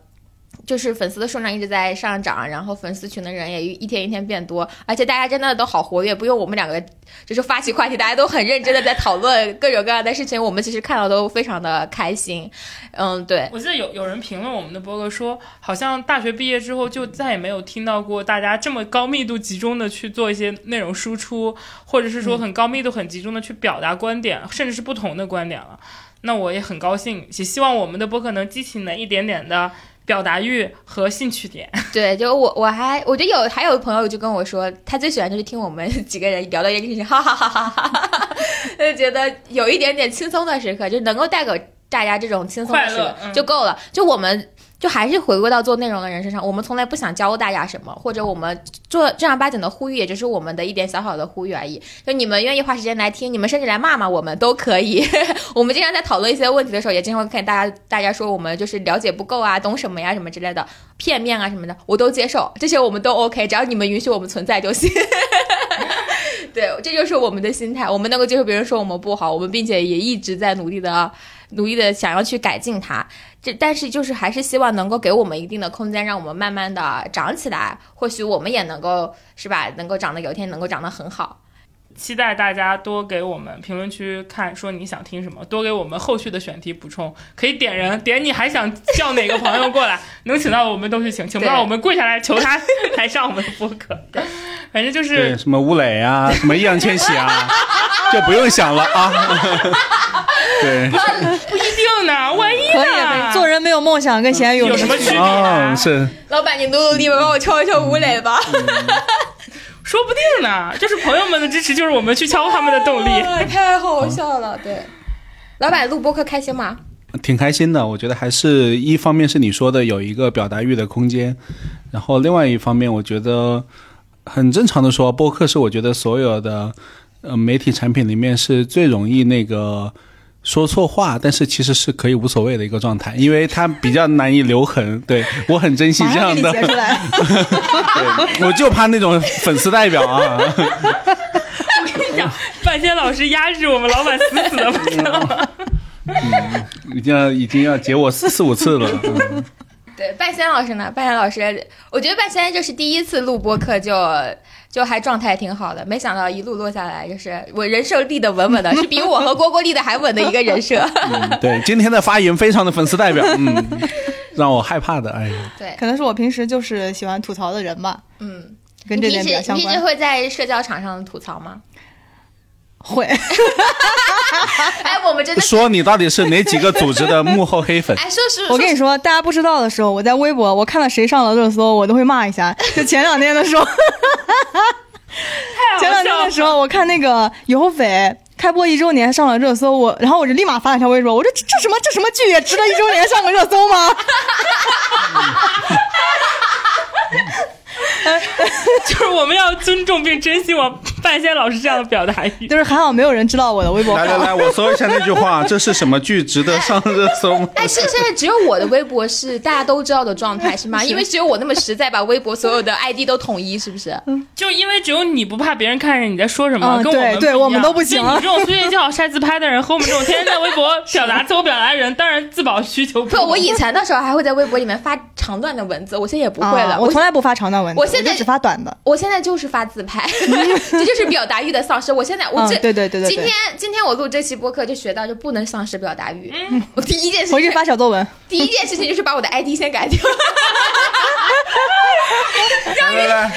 [SPEAKER 1] 就是粉丝的数量一直在上涨，然后粉丝群的人也一天一天变多，而且大家真的都好活跃，不用我们两个就是发起话题，大家都很认真的在讨论各种各样的事情，我们其实看到都非常的开心。嗯，对，
[SPEAKER 2] 我记得有有人评论我们的博客说，好像大学毕业之后就再也没有听到过大家这么高密度集中的去做一些内容输出，或者是说很高密度、很集中的去表达观点，啊甚至是不同的观点了。那我也很高兴，也希望我们的播客能激起你的一点点的表达欲和兴趣点。
[SPEAKER 1] *laughs* 对，就我我还我觉得有还有朋友就跟我说，他最喜欢就是听我们几个人聊到一个事情，哈哈哈哈哈哈，就觉得有一点点轻松的时刻，就能够带给大家这种轻松的时
[SPEAKER 2] 快
[SPEAKER 1] 刻
[SPEAKER 2] 乐嗯
[SPEAKER 1] 就够了。就我们就还是回归到做内容的人身上，我们从来不想教大家什么，或者我们做正儿八经的呼吁，也只是我们的一点小小的呼吁而已。就你们愿意花时间来听，你们甚至来骂骂我们都可以。 *laughs* 我们经常在讨论一些问题的时候，也经常会看大家大家说我们就是了解不够啊，懂什么呀什么之类的，片面啊什么的，我都接受，这些我们都 OK，只要你们允许我们存在就行。 *laughs* 对，这就是我们的心态，我们能够接受别人说我们不好，我们并且也一直在努力的、努力的想要去改进它。这但是就是还是希望能够给我们一定的空间，让我们慢慢的长起来，或许我们也能够是吧，能够长得有一天能够长得很好。
[SPEAKER 2] 期待大家多给我们评论区看，说你想听什么，多给我们后续的选题补充，可以点人点你还想叫哪个朋友过来，
[SPEAKER 4] *laughs*
[SPEAKER 2] 能请到我们都去请，请不到
[SPEAKER 1] 对
[SPEAKER 2] 我们跪下来求他来上我们的播客。反正就
[SPEAKER 3] 对，
[SPEAKER 2] 是
[SPEAKER 3] 什么吴磊啊，什么易烊千玺啊，就不用想了啊。对，
[SPEAKER 2] 不一定呢，万一
[SPEAKER 4] 可以啊可
[SPEAKER 2] 呢？
[SPEAKER 4] 以，做人没有梦想跟咸鱼
[SPEAKER 2] 有什
[SPEAKER 4] 什么
[SPEAKER 2] 么
[SPEAKER 4] 区
[SPEAKER 2] 区
[SPEAKER 4] 别？
[SPEAKER 2] 别啊
[SPEAKER 3] 哦，是
[SPEAKER 1] 老板，你努努力吧，帮我敲一敲吴磊吧。
[SPEAKER 2] 嗯说不定呢，就是朋友们的支持，就是我们去敲他们的
[SPEAKER 1] *laughs*
[SPEAKER 4] *laughs*
[SPEAKER 2] 动力。
[SPEAKER 1] 太好笑了，
[SPEAKER 2] *laughs*
[SPEAKER 1] 对。老板录播客开心吗？
[SPEAKER 3] 挺开心的。我觉得还是一方面是你说的有一个表达欲的空间，然后另外一方面，我觉得很正常的说，播客是我觉得所有的呃媒体产品里面是最容易那个。说错话，但是其实是可以无所谓的一个状态，因为它比较难以留痕。对我很珍惜
[SPEAKER 4] 马
[SPEAKER 3] 这
[SPEAKER 4] 上
[SPEAKER 3] 样
[SPEAKER 4] 给你
[SPEAKER 3] 的，
[SPEAKER 4] 截出来，
[SPEAKER 3] 对 *laughs* 我就怕那种粉丝代表啊。 *laughs*
[SPEAKER 2] 半仙老师压制我们老板死死的，
[SPEAKER 4] *laughs*
[SPEAKER 2] 半仙老板
[SPEAKER 3] 已经要已经要截我四四五次了，嗯
[SPEAKER 1] 对，半仙老师呢？半仙老师，我觉得半仙就是第一次录播客就就还状态挺好的，没想到一路落下来，就是我人设立的稳稳
[SPEAKER 4] *laughs*
[SPEAKER 1] 的，是比我和郭郭立的还稳的一个人设。
[SPEAKER 3] 嗯对，今天的发言非常的粉丝代表，嗯，让我害怕的，哎呀，
[SPEAKER 1] *laughs* 对，
[SPEAKER 4] 可能是我平时就是喜欢吐槽的人吧，
[SPEAKER 1] 嗯，
[SPEAKER 4] 跟这
[SPEAKER 1] 你平
[SPEAKER 4] 点比较
[SPEAKER 1] 时
[SPEAKER 4] 相
[SPEAKER 1] 你平时
[SPEAKER 4] 关。
[SPEAKER 1] 会在社交场上吐槽吗？
[SPEAKER 4] 会，
[SPEAKER 1] 哎，我们真的，
[SPEAKER 3] 说你到底是哪几个组织的幕后黑粉？
[SPEAKER 1] 哎，说实，
[SPEAKER 4] 我跟你说，大家不知道的时候，我在微博，我看到谁上了热搜，我都会骂一下。就前两天的时候，前
[SPEAKER 2] 太好笑
[SPEAKER 4] 两天
[SPEAKER 2] 了
[SPEAKER 4] 的时候，我看那个有匪开播一周年上了热搜，我然后我就立马发了条微博，我说这这什么这什么剧啊也值得一周年上个热搜吗？ *laughs*
[SPEAKER 2] 就是我们要尊重并珍惜我半仙老师这样的表达欲。
[SPEAKER 4] 就是还好没有人知道我的微博号
[SPEAKER 3] *laughs* 来。来来，我搜一下那句 *laughs* 话，这是什么剧值得上热搜 *laughs* 吗？
[SPEAKER 1] 哎，现现在只有我的微博是大家都知道的状态是
[SPEAKER 4] *laughs*
[SPEAKER 1] 吗？因为只有我那么实在，把微博所有的 ID 都统一，是不是？
[SPEAKER 2] 就因为只有你不怕别人看见你在说什么，
[SPEAKER 4] 嗯
[SPEAKER 2] 跟我们
[SPEAKER 4] 对
[SPEAKER 2] 不
[SPEAKER 4] 对
[SPEAKER 2] 一样
[SPEAKER 4] 我们都不行
[SPEAKER 2] 就你这种睡睡觉、晒自拍的人和我们这种天天在微博表达自我表达的人，当然自保需求不
[SPEAKER 1] 不，我以前的时候还会在微博里面发长段的文字，我现在也不会了。
[SPEAKER 4] 啊我
[SPEAKER 1] 我
[SPEAKER 4] 从来不发长段文字，
[SPEAKER 1] 我现在
[SPEAKER 4] 就只发短的。
[SPEAKER 1] 我现在就是发自拍， *laughs* 这就是表达欲的丧失。我现在我
[SPEAKER 4] 嗯
[SPEAKER 1] 这、
[SPEAKER 4] 对对对对对
[SPEAKER 1] 今天今天我录这期播客就学到，就不能丧失表达欲。
[SPEAKER 4] 嗯
[SPEAKER 1] *laughs* 我 *laughs* 第一件事
[SPEAKER 4] 回去
[SPEAKER 1] 情，
[SPEAKER 4] 发小作文，
[SPEAKER 1] 第一件事情就是把我的 ID 先改掉。
[SPEAKER 5] 来来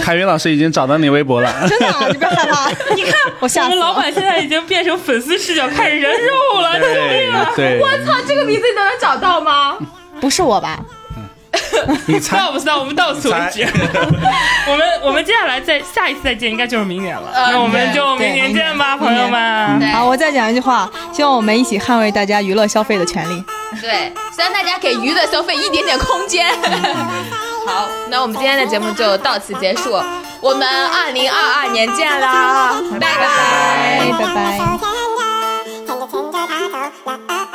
[SPEAKER 5] 来，海云老师已经找到你微博了。
[SPEAKER 4] 真的、啊，你不要害 *laughs* 怕。你看，我
[SPEAKER 2] 我
[SPEAKER 4] 吓死
[SPEAKER 2] 们
[SPEAKER 4] 了。
[SPEAKER 2] 老板现在已经变成粉丝视角看人肉了，救命
[SPEAKER 3] 哎
[SPEAKER 2] 啊！
[SPEAKER 5] 对，
[SPEAKER 1] 操， *laughs* 这个名字你都能找到吗？
[SPEAKER 4] 不是我吧？
[SPEAKER 5] 你
[SPEAKER 2] 那
[SPEAKER 5] 猜
[SPEAKER 2] 我们那我们到此为止。 *laughs* 我们我们接下来再下一次再见，应该就是明年了。
[SPEAKER 1] 呃
[SPEAKER 2] 那我们
[SPEAKER 1] 对
[SPEAKER 2] 就
[SPEAKER 4] 对
[SPEAKER 2] 明年
[SPEAKER 4] 明年
[SPEAKER 2] 见吧，朋友
[SPEAKER 4] 明
[SPEAKER 2] 们。
[SPEAKER 1] 对
[SPEAKER 4] 嗯好，我再讲一句话，希望我们一起捍卫大家娱乐消费的权利。
[SPEAKER 1] 对，希望大家给鱼的消费一点点空
[SPEAKER 4] *laughs*
[SPEAKER 1] 间。好，那我们今天的节目就到此结束，我们二零二二年见啦，拜拜
[SPEAKER 4] 拜拜
[SPEAKER 6] 拜拜。